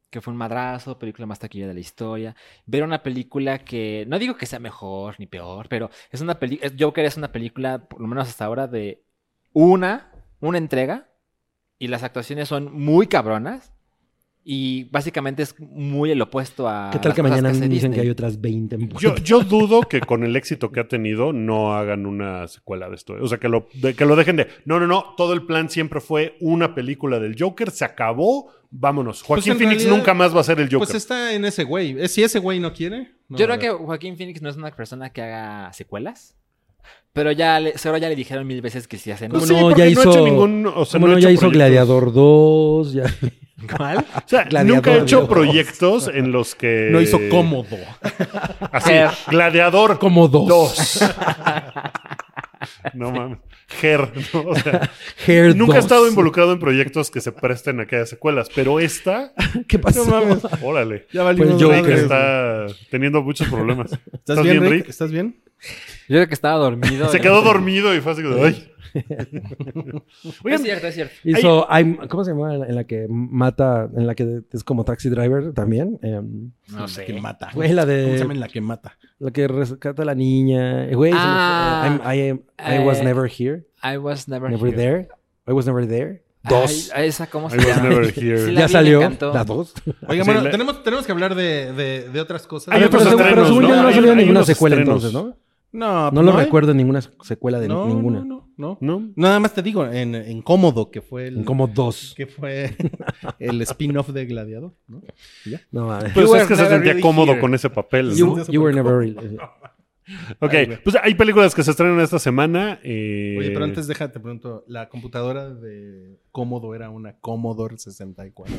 Speaker 5: que fue un madrazo, película más taquilla de la historia, ver una película que, no digo que sea mejor ni peor, pero es una película, Joker es una película, por lo menos hasta ahora, de una, una entrega, y las actuaciones son muy cabronas, y básicamente es muy el opuesto a...
Speaker 4: ¿Qué tal
Speaker 5: las
Speaker 4: que
Speaker 5: cosas
Speaker 4: mañana
Speaker 5: hace
Speaker 4: dicen que
Speaker 5: Disney?
Speaker 4: hay otras 20 en
Speaker 2: Yo, yo dudo que con el éxito que ha tenido no hagan una secuela de esto. O sea, que lo, de- que lo dejen de... No, no, no. Todo el plan siempre fue una película del Joker. Se acabó. Vámonos. Joaquín
Speaker 3: en
Speaker 2: Phoenix
Speaker 3: realidad,
Speaker 2: nunca más va a ser el Joker.
Speaker 3: Pues está en ese güey. Eh, Si ese güey no quiere. no,
Speaker 5: Yo creo
Speaker 3: a
Speaker 5: que
Speaker 3: ver.
Speaker 5: Joaquín Phoenix no es una persona que haga secuelas. Pero ya, le, seguro ya le dijeron mil veces que sí hacen.
Speaker 4: Pues
Speaker 5: una.
Speaker 4: ¿Cómo no?
Speaker 2: porque
Speaker 4: Ya
Speaker 2: ha hecho
Speaker 4: hizo-
Speaker 2: ningún- o sea,
Speaker 4: Como
Speaker 2: no ha
Speaker 4: no,
Speaker 2: hecho
Speaker 4: ya hizo
Speaker 2: proyectos.
Speaker 4: Gladiador 2, ya...
Speaker 5: ¿Cuál?
Speaker 2: O sea,
Speaker 4: Gladiador,
Speaker 2: nunca ha hecho
Speaker 4: Dios.
Speaker 2: proyectos en los que...
Speaker 3: No hizo cómodo.
Speaker 2: Así,
Speaker 5: Her.
Speaker 2: Gladiador
Speaker 4: Como dos.
Speaker 2: 2. no mames. Her. ¿no? O sea,
Speaker 4: Hair
Speaker 2: nunca ha
Speaker 4: 2.
Speaker 2: estado involucrado en proyectos que se presten a que haya secuelas, pero esta,
Speaker 4: ¿Qué pasó?
Speaker 2: órale.
Speaker 3: Ya
Speaker 4: Pues
Speaker 3: valimos
Speaker 4: yo
Speaker 2: Creo
Speaker 3: madres,
Speaker 2: que
Speaker 4: creo.
Speaker 3: güey.
Speaker 2: está teniendo muchos problemas.
Speaker 3: ¿Estás bien, Rick? ¿Estás bien?
Speaker 5: Yo creo que estaba dormido.
Speaker 2: Se quedó dormido y fue así como, ay.
Speaker 5: Es cierto, es cierto.
Speaker 4: Hizo, I'm- ¿cómo se llama? En la- en la que mata, en la que es como taxi driver también. em,
Speaker 5: No sé.
Speaker 3: La que mata.
Speaker 4: Güey, la de-
Speaker 3: Ah, ¿Cómo se llama en la que mata?
Speaker 4: la que rescata a la niña. Eh, Güey, se me fue.
Speaker 5: Ah.
Speaker 4: I'm- I, am- I was
Speaker 5: Eh,
Speaker 4: never here,
Speaker 5: I was never,
Speaker 4: never
Speaker 5: here.
Speaker 4: there. I was never there. Dos.
Speaker 5: Ay, esa cómo se
Speaker 2: I was
Speaker 5: llama.
Speaker 2: never
Speaker 5: Sí,
Speaker 2: here.
Speaker 5: la
Speaker 4: ya
Speaker 5: vi, me
Speaker 4: salió.
Speaker 5: encantó.
Speaker 4: La dos.
Speaker 3: Oiga,
Speaker 2: Sí,
Speaker 3: bueno,
Speaker 2: la-
Speaker 3: tenemos, tenemos que hablar de, de, de otras cosas.
Speaker 2: Hay
Speaker 4: Oye,
Speaker 2: otros
Speaker 4: pero, según- pero
Speaker 2: estrenos,
Speaker 4: según yo
Speaker 2: ¿no?
Speaker 4: no ha
Speaker 2: Hay-
Speaker 4: salido
Speaker 2: hay
Speaker 4: ninguna
Speaker 2: unos
Speaker 4: secuela
Speaker 2: estrenos.
Speaker 4: entonces, ¿no?
Speaker 3: Ah, No,
Speaker 4: No lo
Speaker 3: hay.
Speaker 4: recuerdo ninguna secuela de
Speaker 3: No,
Speaker 4: ninguna.
Speaker 3: No, no, no,
Speaker 2: ¿No?
Speaker 3: Nada más te digo, en, en Cómodo, que fue el,
Speaker 4: Como dos.
Speaker 3: que fue el spin-off de Gladiador, ¿no?
Speaker 4: No, mames.
Speaker 2: Pues
Speaker 5: You
Speaker 2: es
Speaker 5: were
Speaker 2: que se
Speaker 5: never
Speaker 2: sentía
Speaker 5: really
Speaker 2: cómodo
Speaker 5: here.
Speaker 2: con ese papel,
Speaker 4: you,
Speaker 2: ¿no?
Speaker 3: sí,
Speaker 4: you were eh,
Speaker 3: sí,
Speaker 4: never
Speaker 2: Ok,
Speaker 3: Ay, güey.
Speaker 2: pues hay películas que se estrenan esta semana. eh,
Speaker 3: Oye, pero antes déjate pronto, la computadora de Commodore era una Commodore 64.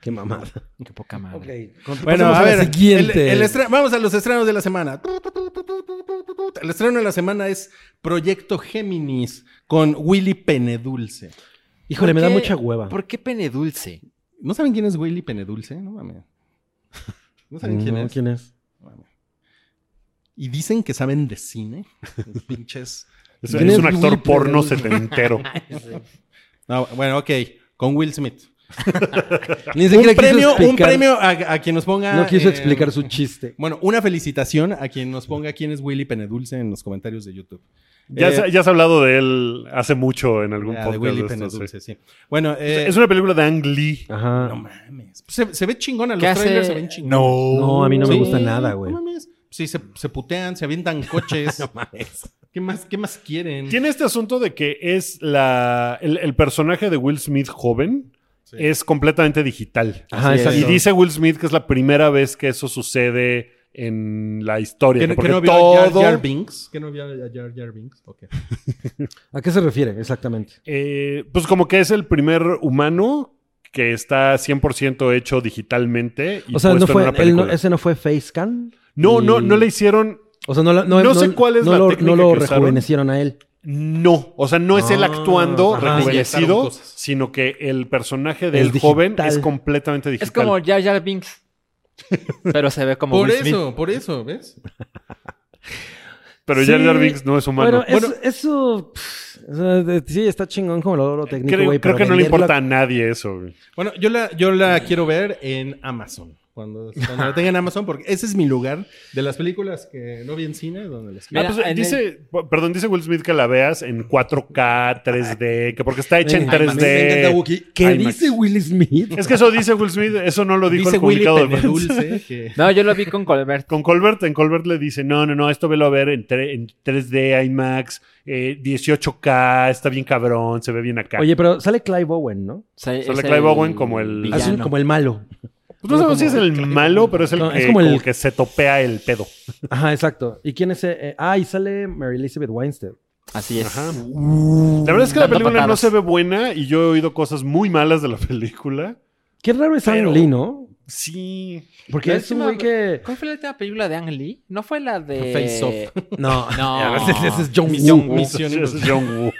Speaker 4: Qué mamada.
Speaker 5: Qué poca madre.
Speaker 4: Bueno, a ver. Siguiente.
Speaker 3: el- el estre- vamos a los estrenos de la semana. El estreno de la semana es Proyecto Géminis con Willy Penedulce.
Speaker 4: Híjole, me da
Speaker 5: ¿Por qué-
Speaker 4: mucha hueva.
Speaker 5: ¿Por qué pene dulce?
Speaker 3: ¿No saben quién es Willy Penedulce? No mames. Mm, ¿No saben quién
Speaker 4: No,
Speaker 3: es?
Speaker 4: ¿Quién es?
Speaker 3: No mames. Y dicen que saben de cine. Los Pinches.
Speaker 2: es,
Speaker 4: ¿Quién
Speaker 2: es
Speaker 4: es
Speaker 2: un actor
Speaker 4: Will
Speaker 2: porno
Speaker 4: Ferrell?
Speaker 2: setentero.
Speaker 3: No, bueno, ok. Con Will Smith.
Speaker 4: Ni
Speaker 3: Un
Speaker 4: siquiera quiso
Speaker 3: premio, un
Speaker 4: explicar-
Speaker 3: premio a, a quien nos ponga.
Speaker 4: No quiso
Speaker 3: eh,
Speaker 4: explicar su chiste.
Speaker 3: Bueno, una felicitación a quien nos ponga quién es Willy Penedulce en los comentarios de YouTube.
Speaker 2: ya,
Speaker 3: Eh,
Speaker 2: se- ya has hablado de él hace mucho en algún
Speaker 3: Ah,
Speaker 2: podcast.
Speaker 3: de Willy
Speaker 2: de estos, Pues, sí.
Speaker 3: Penedulce, sí. Bueno, eh,
Speaker 2: Es una película de Ang Lee.
Speaker 4: Ajá.
Speaker 3: No mames. Pues, Se, se ve chingona, los
Speaker 5: ¿Qué hace?
Speaker 3: trailers se ven chingones.
Speaker 2: No.
Speaker 4: No, a mí no me gusta nada, güey.
Speaker 3: No mames. Sí, se, se putean, se avientan coches. ¿Qué más, ¿Qué más quieren?
Speaker 2: Tiene este asunto de que es la. El, el personaje de Will Smith joven
Speaker 3: Sí. Ah,
Speaker 2: es completamente digital.
Speaker 4: Ajá,
Speaker 5: Así es.
Speaker 4: exacto.
Speaker 2: Y
Speaker 3: Claro.
Speaker 2: dice Will Smith que es la primera vez que eso sucede en la historia.
Speaker 3: ¿Que,
Speaker 2: que
Speaker 3: que
Speaker 2: porque
Speaker 3: no vio a Jar
Speaker 2: todo.
Speaker 3: Jar Binks? ¿Que no vio a Jar Jar Binks? Ok.
Speaker 4: ¿A qué se refiere exactamente?
Speaker 2: eh, pues como que es el primer humano que está 100% hecho digitalmente. Y
Speaker 4: O sea, no
Speaker 2: puesto en
Speaker 4: fue,
Speaker 2: una
Speaker 4: él no-
Speaker 2: película.
Speaker 4: ese no fue Facecam.
Speaker 2: No, no,
Speaker 4: Y-
Speaker 2: no le hicieron.
Speaker 4: O sea, no, la- no,
Speaker 2: No sé cuál es
Speaker 4: no
Speaker 2: la
Speaker 4: lo,
Speaker 2: técnica
Speaker 4: no lo
Speaker 2: que usaron.
Speaker 4: rejuvenecieron a él.
Speaker 2: No. O sea, no es él
Speaker 3: Ah,
Speaker 2: actuando
Speaker 3: ajá, inyectaron
Speaker 2: rejuvenecido,
Speaker 3: cosas.
Speaker 2: sino que el personaje
Speaker 4: Es
Speaker 2: del joven
Speaker 4: digital.
Speaker 2: es completamente digital.
Speaker 5: Es como Jar Jar Binks. Pero se ve como
Speaker 3: Por
Speaker 5: Will
Speaker 3: eso,
Speaker 5: Smith.
Speaker 3: por eso, ¿ves?
Speaker 2: Pero Jar
Speaker 4: Sí.
Speaker 2: Jar Binks no es humano.
Speaker 4: Bueno, es- eso. pff, o sea, de- sí, está chingón como lo, lo técnico,
Speaker 2: creo,
Speaker 4: güey.
Speaker 2: creo
Speaker 4: pero
Speaker 2: que no le
Speaker 4: venderlo
Speaker 2: importa a nadie eso. güey.
Speaker 3: Bueno, yo la, yo la quiero ver en Amazon. Cuando, cuando la tenga en Amazon, porque ese es mi lugar de las películas que no vi en cine, donde las
Speaker 5: Mira,
Speaker 2: Ah, pues,
Speaker 5: en
Speaker 2: dice, p- perdón, dice Will Smith que la veas en 4K, 3D, que porque está hecha en
Speaker 4: Ay,
Speaker 3: Ay, me- me encanta
Speaker 2: 3D.
Speaker 3: Wookiee.
Speaker 4: ¿Qué
Speaker 2: IMAX.
Speaker 4: dice Will Smith?
Speaker 2: Es que eso dice Will Smith, eso no lo dijo
Speaker 3: Dice
Speaker 2: el
Speaker 3: Willy
Speaker 2: comunicado de prensa.
Speaker 3: Penedulce que...
Speaker 5: No, yo lo vi con Colbert.
Speaker 2: Con Colbert, en Colbert le dice, no, no, no, esto velo a ver en, tre- en 3D, IMAX, eh, 18K, está bien cabrón, se ve bien acá.
Speaker 4: Oye, pero sale Clive Owen, ¿no?
Speaker 5: O sea,
Speaker 2: Sale
Speaker 5: es
Speaker 2: Clive Owen como el-
Speaker 4: Es un-
Speaker 5: villano.
Speaker 4: como el malo.
Speaker 2: Pues no sabemos si es el malo, pero es el,
Speaker 4: No,
Speaker 2: que,
Speaker 4: es como el-
Speaker 2: como que se topea el pedo.
Speaker 4: Ajá, exacto. ¿Y quién es? eh, eh, ah, y sale Mary Elizabeth Weinstein.
Speaker 5: Así es.
Speaker 2: Ajá. La verdad es que la
Speaker 5: Dando
Speaker 2: película no
Speaker 5: patadas.
Speaker 2: se ve buena y yo he oído cosas muy malas de la película.
Speaker 4: Qué raro es
Speaker 2: Pero-
Speaker 4: Ang Lee, ¿no?
Speaker 2: Sí.
Speaker 4: Porque
Speaker 5: Pero
Speaker 4: es
Speaker 5: sí
Speaker 4: un
Speaker 5: la-
Speaker 4: güey que.
Speaker 5: ¿Cuál fue la última película de Ang Lee? ¿No fue la de...
Speaker 3: Face Off.
Speaker 4: No,
Speaker 5: No.
Speaker 4: Ese, ese es John
Speaker 3: Misión-
Speaker 4: Woo.
Speaker 3: Misión-
Speaker 2: Ese es John Woo.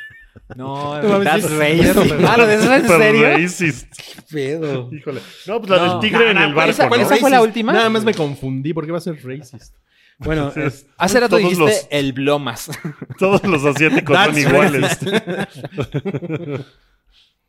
Speaker 5: No,
Speaker 3: No mames,
Speaker 5: That's
Speaker 3: sí,
Speaker 5: Racist.
Speaker 3: sí, sí.
Speaker 5: Ah, ¿lo de eso en
Speaker 2: Pero
Speaker 5: serio?
Speaker 2: racist.
Speaker 4: pedo.
Speaker 2: Híjole. No, pues la
Speaker 5: Ah, No.
Speaker 2: del tigre en el barco,
Speaker 5: esa-
Speaker 2: ¿no?
Speaker 5: ¿cuál esa fue la
Speaker 3: Racist.
Speaker 5: última?
Speaker 3: Nada más me confundí porque va a ser racist.
Speaker 4: Bueno, es-
Speaker 5: Hace rato
Speaker 2: Todos
Speaker 5: dijiste
Speaker 2: los-
Speaker 5: el Blomas.
Speaker 2: Todos los asiáticos son
Speaker 3: That's
Speaker 2: iguales.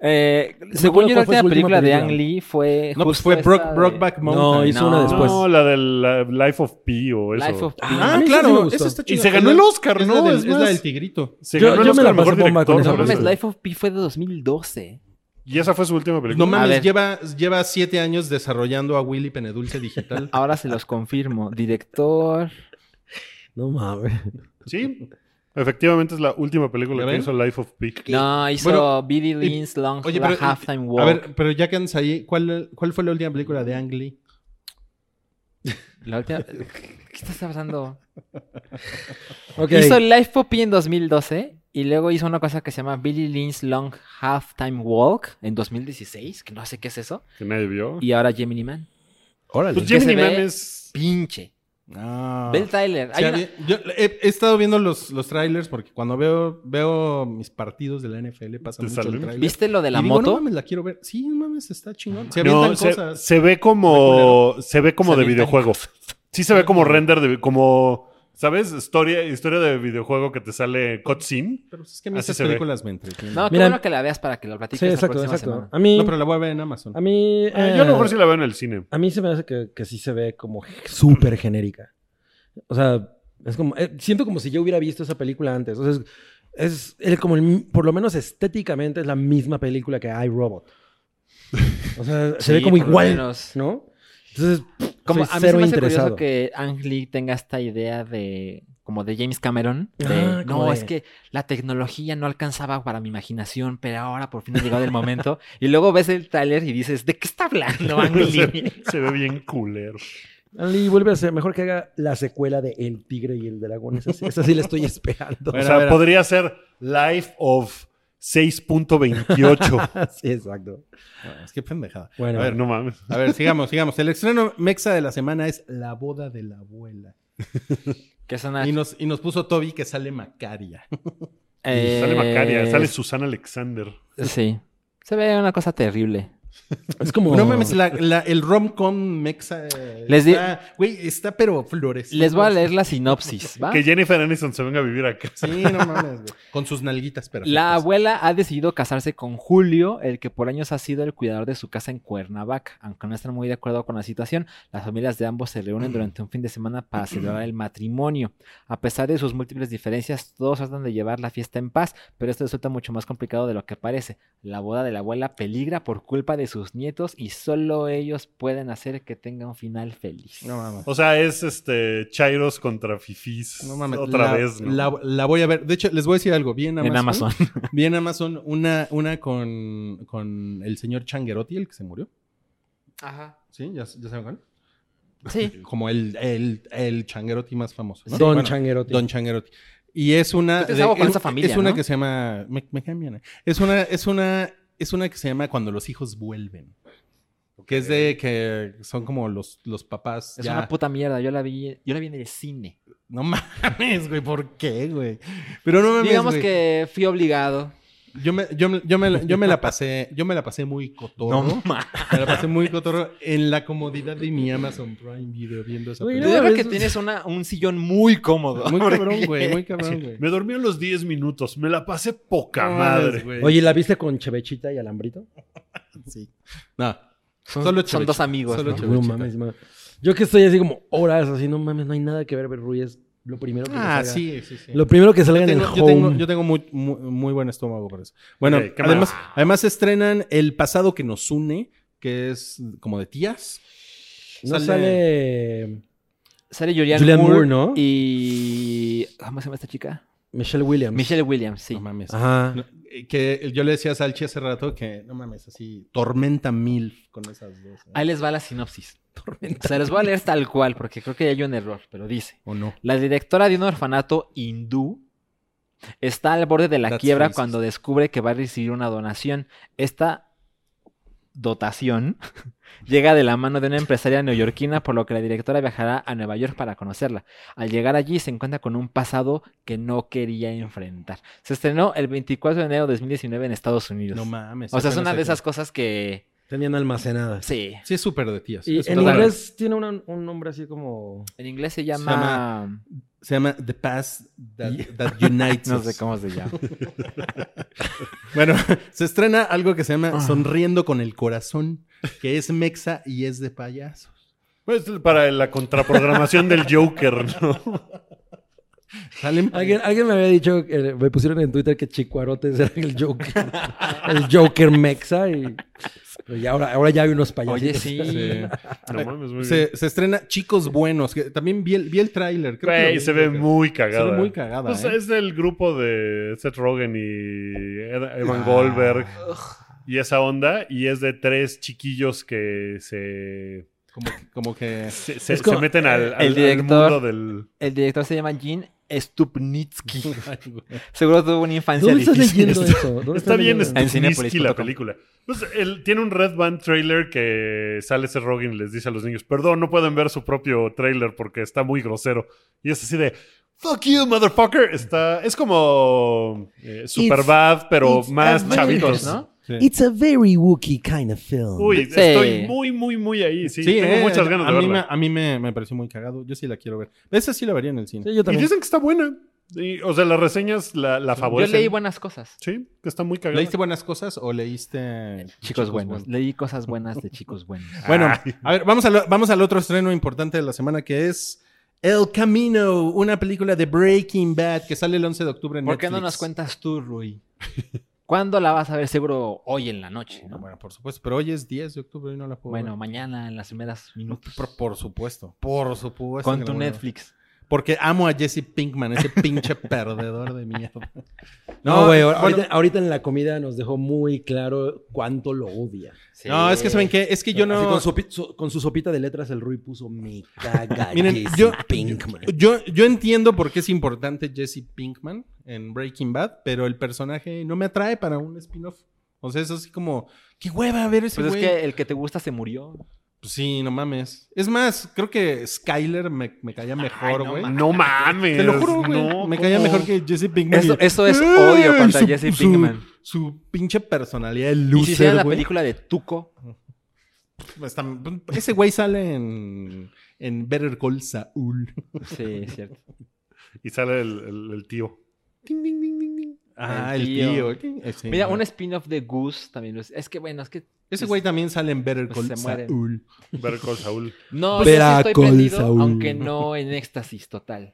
Speaker 5: Eh,
Speaker 4: acuerdo
Speaker 5: según yo, la
Speaker 4: cuál fue
Speaker 5: última
Speaker 4: su última
Speaker 5: película de
Speaker 4: película.
Speaker 5: Ang Lee fue.
Speaker 3: No, pues
Speaker 5: justo
Speaker 3: fue
Speaker 5: esta
Speaker 3: Brock-
Speaker 5: de-
Speaker 3: Brockback
Speaker 4: no,
Speaker 3: Mountain.
Speaker 4: hizo una
Speaker 5: No.
Speaker 4: después.
Speaker 2: No, la del la Life of Pi o eso.
Speaker 5: Life of Pi.
Speaker 4: A
Speaker 3: Ah,
Speaker 4: mí sí me
Speaker 3: claro,
Speaker 4: gustó.
Speaker 3: esa está
Speaker 2: Y
Speaker 3: chida.
Speaker 2: se ganó
Speaker 3: Es la-
Speaker 2: el Oscar,
Speaker 3: es
Speaker 2: ¿no?
Speaker 3: la del-
Speaker 2: Es
Speaker 3: Es la
Speaker 2: más-
Speaker 3: del tigrito.
Speaker 2: Se
Speaker 4: Yo-
Speaker 2: ganó el
Speaker 4: yo me la
Speaker 2: Oscar
Speaker 4: pasé
Speaker 2: mejor
Speaker 4: bomba con
Speaker 2: director.
Speaker 4: esa
Speaker 5: No mames,
Speaker 4: película.
Speaker 5: Life of Pi fue de 2012.
Speaker 2: Y esa fue su última película.
Speaker 3: No
Speaker 5: A
Speaker 3: mames,
Speaker 5: ver.
Speaker 3: lleva, lleva siete años desarrollando a Willy Penedulce digital.
Speaker 5: Ahora se los confirmo. Director.
Speaker 4: No mames.
Speaker 2: Sí. Efectivamente es la última película
Speaker 3: ¿Ya
Speaker 2: que
Speaker 3: ven?
Speaker 2: hizo Life of Pi.
Speaker 5: No, hizo
Speaker 3: Bueno,
Speaker 5: Billy
Speaker 3: y-
Speaker 5: Lynn's Long
Speaker 3: oye,
Speaker 5: La
Speaker 3: pero-
Speaker 5: Halftime Walk.
Speaker 3: a ver, pero ya que andas ahí, ¿cuál, ¿cuál fue la última película de Ang Lee?
Speaker 5: La
Speaker 3: eh,
Speaker 5: última- ¿Qué estás hablando?
Speaker 4: Ok.
Speaker 5: Hizo Life of Pi en 2012. Y luego hizo una cosa que se llama Billy Lynn's Long Halftime Walk en 2016. Que no sé qué es eso.
Speaker 2: Que nadie vio.
Speaker 5: Y ahora Gemini Man.
Speaker 2: Pues
Speaker 5: que
Speaker 2: Jimmy
Speaker 5: se
Speaker 2: Man
Speaker 5: ve-
Speaker 2: es...
Speaker 5: Pinche.
Speaker 3: Ah.
Speaker 5: Bill Tyler. Hay una-
Speaker 3: Yo he, he estado viendo los, los trailers porque cuando veo, veo mis partidos de la NFL pasa
Speaker 2: ¿Te
Speaker 3: mucho el
Speaker 2: salen?
Speaker 3: trailer.
Speaker 5: ¿Viste lo de la
Speaker 3: Y digo,
Speaker 5: moto?
Speaker 3: No mames, la quiero ver. Sí, no mames, está chingón. Se avientan
Speaker 2: No, se,
Speaker 3: cosas.
Speaker 2: se ve como... Se ve como
Speaker 5: Se
Speaker 2: de
Speaker 5: avientan
Speaker 2: videojuego. Sí se ve como render de... Como... ¿Sabes? Historia, historia de videojuego que te sale cutscene.
Speaker 3: Pero es que a mí
Speaker 2: Así
Speaker 3: esas
Speaker 2: se ve.
Speaker 3: películas me entretienen.
Speaker 5: No, qué
Speaker 4: Mira,
Speaker 5: bueno que la veas para que lo platiques
Speaker 4: Sí,
Speaker 5: la
Speaker 4: exacto,
Speaker 5: próxima
Speaker 4: exacto.
Speaker 5: semana.
Speaker 4: A mí,
Speaker 3: No, pero la voy a ver en Amazon.
Speaker 4: a mí,
Speaker 2: Ah,
Speaker 4: eh,
Speaker 2: yo a lo mejor sí la veo en el cine.
Speaker 4: a mí se me hace que, que sí se ve como súper genérica. O sea, es como, eh, siento como si yo hubiera visto esa película antes. O sea, es, es el- como el mi- por lo menos estéticamente es la misma película que I Robot. O sea, se ve
Speaker 5: Sí,
Speaker 4: como
Speaker 5: por lo
Speaker 4: igual,
Speaker 5: menos.
Speaker 4: ¿no? Entonces,
Speaker 5: Como,
Speaker 4: como
Speaker 5: a mí se
Speaker 4: cero
Speaker 5: me hace curioso
Speaker 4: interesado.
Speaker 5: que Ang Lee tenga esta idea de como de James Cameron. de,
Speaker 4: Ah, como
Speaker 5: no,
Speaker 4: de-
Speaker 5: es que la tecnología no alcanzaba para mi imaginación, pero ahora por fin ha llegado el momento. y luego ves el tráiler y dices, ¿de qué está hablando Ang
Speaker 2: se,
Speaker 5: Lee?
Speaker 2: se ve bien culero.
Speaker 4: Anli vuelve a ser mejor que haga la secuela de El Tigre y el Dragón. Esa, sí- esa sí la estoy esperando.
Speaker 2: o
Speaker 3: Bueno,
Speaker 2: sea,
Speaker 3: a ver.
Speaker 2: podría ser Life of 6.28.
Speaker 4: sí, exacto.
Speaker 3: Ah, Es que pendejada.
Speaker 4: Bueno,
Speaker 2: A ver, no mames.
Speaker 3: A ver, sigamos, sigamos. El estreno mexa de la semana es La boda de la abuela.
Speaker 5: Que es una...
Speaker 3: Y nos, y nos puso Toby que sale Macaria.
Speaker 5: eh,
Speaker 2: Sale Macaria, sale Susana Alexander.
Speaker 5: Sí. Se ve una cosa terrible.
Speaker 4: es como.
Speaker 3: No mames, la- la- el rom-com mexa. eh,
Speaker 5: Oh. Les di-
Speaker 3: está- Güey, está pero flores.
Speaker 5: Les voy a leer la sinopsis,
Speaker 3: ¿Ah?
Speaker 5: ¿va?
Speaker 2: Que Jennifer Aniston se venga a vivir acá.
Speaker 3: Sí, no mames, güey. Con sus nalguitas, pero.
Speaker 5: La abuela ha decidido casarse con Julio, el que por años ha sido el cuidador de su casa en Cuernavaca. Aunque no están muy de acuerdo con la situación, las familias de ambos se reúnen durante un fin de semana para celebrar el matrimonio. A pesar de sus múltiples diferencias, todos tratan de llevar la fiesta en paz, pero esto resulta mucho más complicado de lo que parece. La boda de la abuela peligra por culpa de sus nietos y solo ellos pueden hacer que tenga un final feliz.
Speaker 3: No mames.
Speaker 2: O sea, es este Chairos contra Fifis.
Speaker 3: No mames.
Speaker 2: Otra
Speaker 3: la,
Speaker 2: vez, ¿no?
Speaker 3: La, la voy a ver. De hecho, les voy a decir algo. Bien
Speaker 5: En Amazon.
Speaker 3: Vi en Amazon una, una con, con el señor Changuerotti, el que se murió.
Speaker 5: Ajá.
Speaker 3: ¿Sí? ¿Ya, ya saben cuál?
Speaker 5: Sí.
Speaker 3: Como el, el, el Changuerotti más famoso. ¿no?
Speaker 4: Don
Speaker 3: Bueno,
Speaker 4: Changuerotti.
Speaker 3: Don Changuerotti. Y es una.
Speaker 5: Tú tienes algo con
Speaker 3: es-
Speaker 5: esa familia,
Speaker 3: es una
Speaker 5: ¿no?
Speaker 3: que se llama. Me, me cae bien, ¿eh? Es una, es una. Es una que se llama Cuando los hijos vuelven. Que es de que son como los, los papás.
Speaker 5: Es
Speaker 3: ya-
Speaker 5: una puta mierda. Yo la vi, yo la vi en el cine.
Speaker 3: No mames, güey. ¿Por qué, güey? Pero no mames.
Speaker 5: Digamos
Speaker 3: güey.
Speaker 5: que fui obligado.
Speaker 3: Yo me, yo, me- yo me- yo me la pasé, yo me la pasé muy cotorro. me la pasé muy cotorro en la comodidad de mi Amazon Prime Video viendo esa
Speaker 4: Güey,
Speaker 5: Yo
Speaker 4: no,
Speaker 3: película.
Speaker 5: creo
Speaker 4: es-
Speaker 5: que tienes una, un sillón muy cómodo.
Speaker 3: Muy cabrón, güey, muy cabrón, güey.
Speaker 2: Me dormí en los 10 minutos. Me la pasé poca
Speaker 3: No mames,
Speaker 2: madre.
Speaker 3: güey.
Speaker 4: Oye, ¿la viste con Chevechita y Alambrito?
Speaker 3: Sí. No,
Speaker 5: Son,
Speaker 3: Solo
Speaker 5: son
Speaker 3: Chevechita.
Speaker 5: dos amigos.
Speaker 3: Solo
Speaker 5: ¿no?
Speaker 3: Chevechita.
Speaker 4: No mames, ma- Yo que estoy así como horas, así, no mames, no hay nada que ver, ver Rui, es lo primero que me
Speaker 3: Ah,
Speaker 4: salga.
Speaker 3: sí, sí, sí.
Speaker 4: Lo primero que salga
Speaker 3: Yo
Speaker 4: en
Speaker 3: tengo,
Speaker 4: el
Speaker 3: yo tengo-
Speaker 4: home.
Speaker 3: yo tengo muy, muy, muy buen estómago por eso. Bueno,
Speaker 2: Ok, cámara.
Speaker 3: además, además estrenan El pasado que nos une, que es como de tías.
Speaker 4: no sale
Speaker 5: Sale Julianne,
Speaker 4: Julianne
Speaker 5: Moore,
Speaker 4: Moore, ¿no?
Speaker 5: y... ¿Cómo se llama esta chica?
Speaker 4: Michelle Williams.
Speaker 5: Michelle Williams, sí.
Speaker 3: No mames.
Speaker 4: Ajá.
Speaker 3: No, eh, que yo le decía a Salchi hace rato que, no mames, así, tormenta mil con esas dos. ¿eh?
Speaker 5: Ahí les va la sinopsis. Se los voy a leer tal cual porque creo que hay un error, pero dice.
Speaker 3: ¿O no?
Speaker 5: La directora de un orfanato hindú está al borde de la
Speaker 3: That's
Speaker 5: quiebra
Speaker 3: racist.
Speaker 5: cuando descubre que va a recibir una donación. Esta dotación llega de la mano de una empresaria neoyorquina, por lo que la directora viajará a Nueva York para conocerla. Al llegar allí se encuentra con un pasado que no quería enfrentar. Se estrenó el 24 de enero de 2019 en Estados Unidos.
Speaker 3: No mames.
Speaker 5: o sea, es
Speaker 3: apenas
Speaker 5: una de
Speaker 3: acá.
Speaker 5: esas cosas que...
Speaker 4: Tenían almacenadas.
Speaker 5: Sí.
Speaker 3: Sí, es súper de tías.
Speaker 4: Y
Speaker 3: Es
Speaker 5: eh-
Speaker 4: en
Speaker 3: total-
Speaker 4: inglés tiene una- un nombre así como.
Speaker 5: En inglés se
Speaker 3: llama-
Speaker 5: llama...
Speaker 3: Se llama The Past That, that Unites.
Speaker 5: No
Speaker 3: Us.
Speaker 5: sé cómo se llama.
Speaker 3: Bueno, se estrena algo que se llama
Speaker 5: Ah.
Speaker 3: Sonriendo con el Corazón, que es mexa y es de payaso.
Speaker 2: Pues para la contraprogramación del Joker, ¿no?
Speaker 3: Salen
Speaker 4: Alguien, alguien me había dicho, eh, me pusieron en Twitter que Chicuarotes era el Joker. el Joker Mexa. Y, pero ya ahora, ahora ya hay unos
Speaker 5: Oye,
Speaker 4: payasitos.
Speaker 5: sí.
Speaker 3: Sí.
Speaker 2: No mames, muy bien.
Speaker 3: Se, se estrena Chicos Buenos, que también vi el, vi el tráiler. creo que lo
Speaker 2: Güey,
Speaker 3: vi,
Speaker 2: se ve
Speaker 3: creo que-
Speaker 2: muy
Speaker 3: Se
Speaker 2: cagada.
Speaker 3: ve muy cagada,
Speaker 2: Pues
Speaker 3: ¿eh?
Speaker 2: es del grupo de Seth Rogen y Ed- Evan Goldberg
Speaker 5: Ah,
Speaker 2: y esa onda. Y es de tres chiquillos que se,
Speaker 3: Como, que- como que...
Speaker 2: se, se-
Speaker 4: Es como-
Speaker 2: se meten al,
Speaker 5: el
Speaker 2: al- al
Speaker 5: director.
Speaker 2: mundo del...
Speaker 5: El director se llama Jean Stupnitsky. Seguro tuvo una infancia
Speaker 4: ¿Dónde estás
Speaker 5: difícil.
Speaker 4: leyendo eso? ¿Dónde
Speaker 2: Está bien,
Speaker 4: estás leyendo
Speaker 2: es
Speaker 4: eso?
Speaker 5: En Cinépolis punto
Speaker 2: la
Speaker 5: com.
Speaker 2: película. Pues, él tiene un Red Band trailer que sale ese Rogen y les dice a los niños, perdón, no pueden ver su propio trailer porque está muy grosero. Y es así de, fuck you, motherfucker. Está, es como eh, Superbad, pero
Speaker 4: it's
Speaker 2: más
Speaker 4: amazing,
Speaker 2: chavitos.
Speaker 5: ¿no?
Speaker 3: Sí.
Speaker 4: a very Wookiee kind of film.
Speaker 2: Uy,
Speaker 5: Sí.
Speaker 2: estoy muy, muy, muy ahí. Sí,
Speaker 3: Sí,
Speaker 2: tengo
Speaker 3: eh,
Speaker 2: muchas ganas
Speaker 3: a
Speaker 2: de
Speaker 3: mí, me,
Speaker 2: verla.
Speaker 3: a mí me, me pareció muy cagado. Yo sí la quiero ver. Esa sí la vería en el cine.
Speaker 4: Sí, yo
Speaker 2: Y
Speaker 4: también.
Speaker 2: dicen que está buena. Y, o sea, las reseñas la, la
Speaker 5: Yo
Speaker 2: favorecen.
Speaker 5: leí buenas cosas.
Speaker 2: Sí, que está muy cagada.
Speaker 3: ¿Leíste buenas cosas o leíste
Speaker 5: Chicos, buenos. Leí cosas buenas de chicos buenos.
Speaker 3: Bueno,
Speaker 2: Ay.
Speaker 3: a ver, vamos, al- vamos al otro estreno importante de la semana que es El Camino, una película de Breaking Bad que sale el 11 de octubre en
Speaker 5: ¿Por qué no
Speaker 3: Netflix.
Speaker 5: nos cuentas tú, Rui? ¿Cuándo la vas a ver? Seguro hoy en la noche,
Speaker 3: No,
Speaker 5: ¿no?
Speaker 3: Ah, bueno, por supuesto, pero hoy es 10 de octubre y no la puedo
Speaker 5: Bueno,
Speaker 3: ver.
Speaker 5: mañana en las primeras minutos.
Speaker 3: por, por supuesto, por supuesto.
Speaker 5: Con
Speaker 3: que
Speaker 5: tu
Speaker 3: la voy a ver.
Speaker 5: Netflix.
Speaker 3: Porque amo a Jesse Pinkman, ese pinche perdedor de mierda.
Speaker 4: No,
Speaker 3: No,
Speaker 4: güey,
Speaker 3: bueno.
Speaker 4: ahorita, ahorita en la comida nos dejó muy claro cuánto lo odia.
Speaker 3: No, es que ¿saben qué? Es que yo
Speaker 4: Así
Speaker 3: no...
Speaker 4: con, su, pi- su- con su sopita de letras, el Rui puso me caga
Speaker 3: Miren,
Speaker 4: Jesse
Speaker 3: yo-
Speaker 4: Pinkman".
Speaker 3: Yo, yo entiendo por qué es importante Jesse Pinkman en Breaking Bad, pero el personaje no me atrae para un spin-off. O sea, es así como, qué hueva ver ese
Speaker 5: Pues es
Speaker 3: güey.
Speaker 5: que el que te gusta se murió.
Speaker 3: Pues sí, no mames. Es más, creo que Skyler me, me caía mejor, güey.
Speaker 2: No mames.
Speaker 3: Te lo juro, güey.
Speaker 2: no,
Speaker 3: me caía
Speaker 2: ¿cómo?
Speaker 3: mejor que Jesse Pinkman.
Speaker 5: Eso,
Speaker 3: Y-
Speaker 5: eso es
Speaker 3: ¡Ay!
Speaker 5: odio contra
Speaker 3: Su-
Speaker 5: Jesse
Speaker 3: su-
Speaker 5: Pinkman.
Speaker 3: Su pinche personalidad de
Speaker 5: Y si
Speaker 3: loser,
Speaker 5: hicieran la
Speaker 3: güey.
Speaker 5: película de Tuco,
Speaker 3: Está- Ese güey sale en, en Better Call Saul.
Speaker 5: sí, es cierto.
Speaker 2: Y sale el, el- el tío. Ting, ting, ting, ting, ting.
Speaker 3: Ah,
Speaker 5: El
Speaker 3: el tío. Eh, sí,
Speaker 5: Mira,
Speaker 3: ajá.
Speaker 5: un spin-off de Goose también. lo Es, es que bueno, es que.
Speaker 3: Ese güey también sale en Better Call
Speaker 5: Se muere.
Speaker 3: Saul.
Speaker 2: Ver con Saúl.
Speaker 5: No,
Speaker 4: Pues-
Speaker 5: yo sí estoy
Speaker 4: Veracol,
Speaker 5: prendido,
Speaker 4: Saúl.
Speaker 5: aunque no en éxtasis total.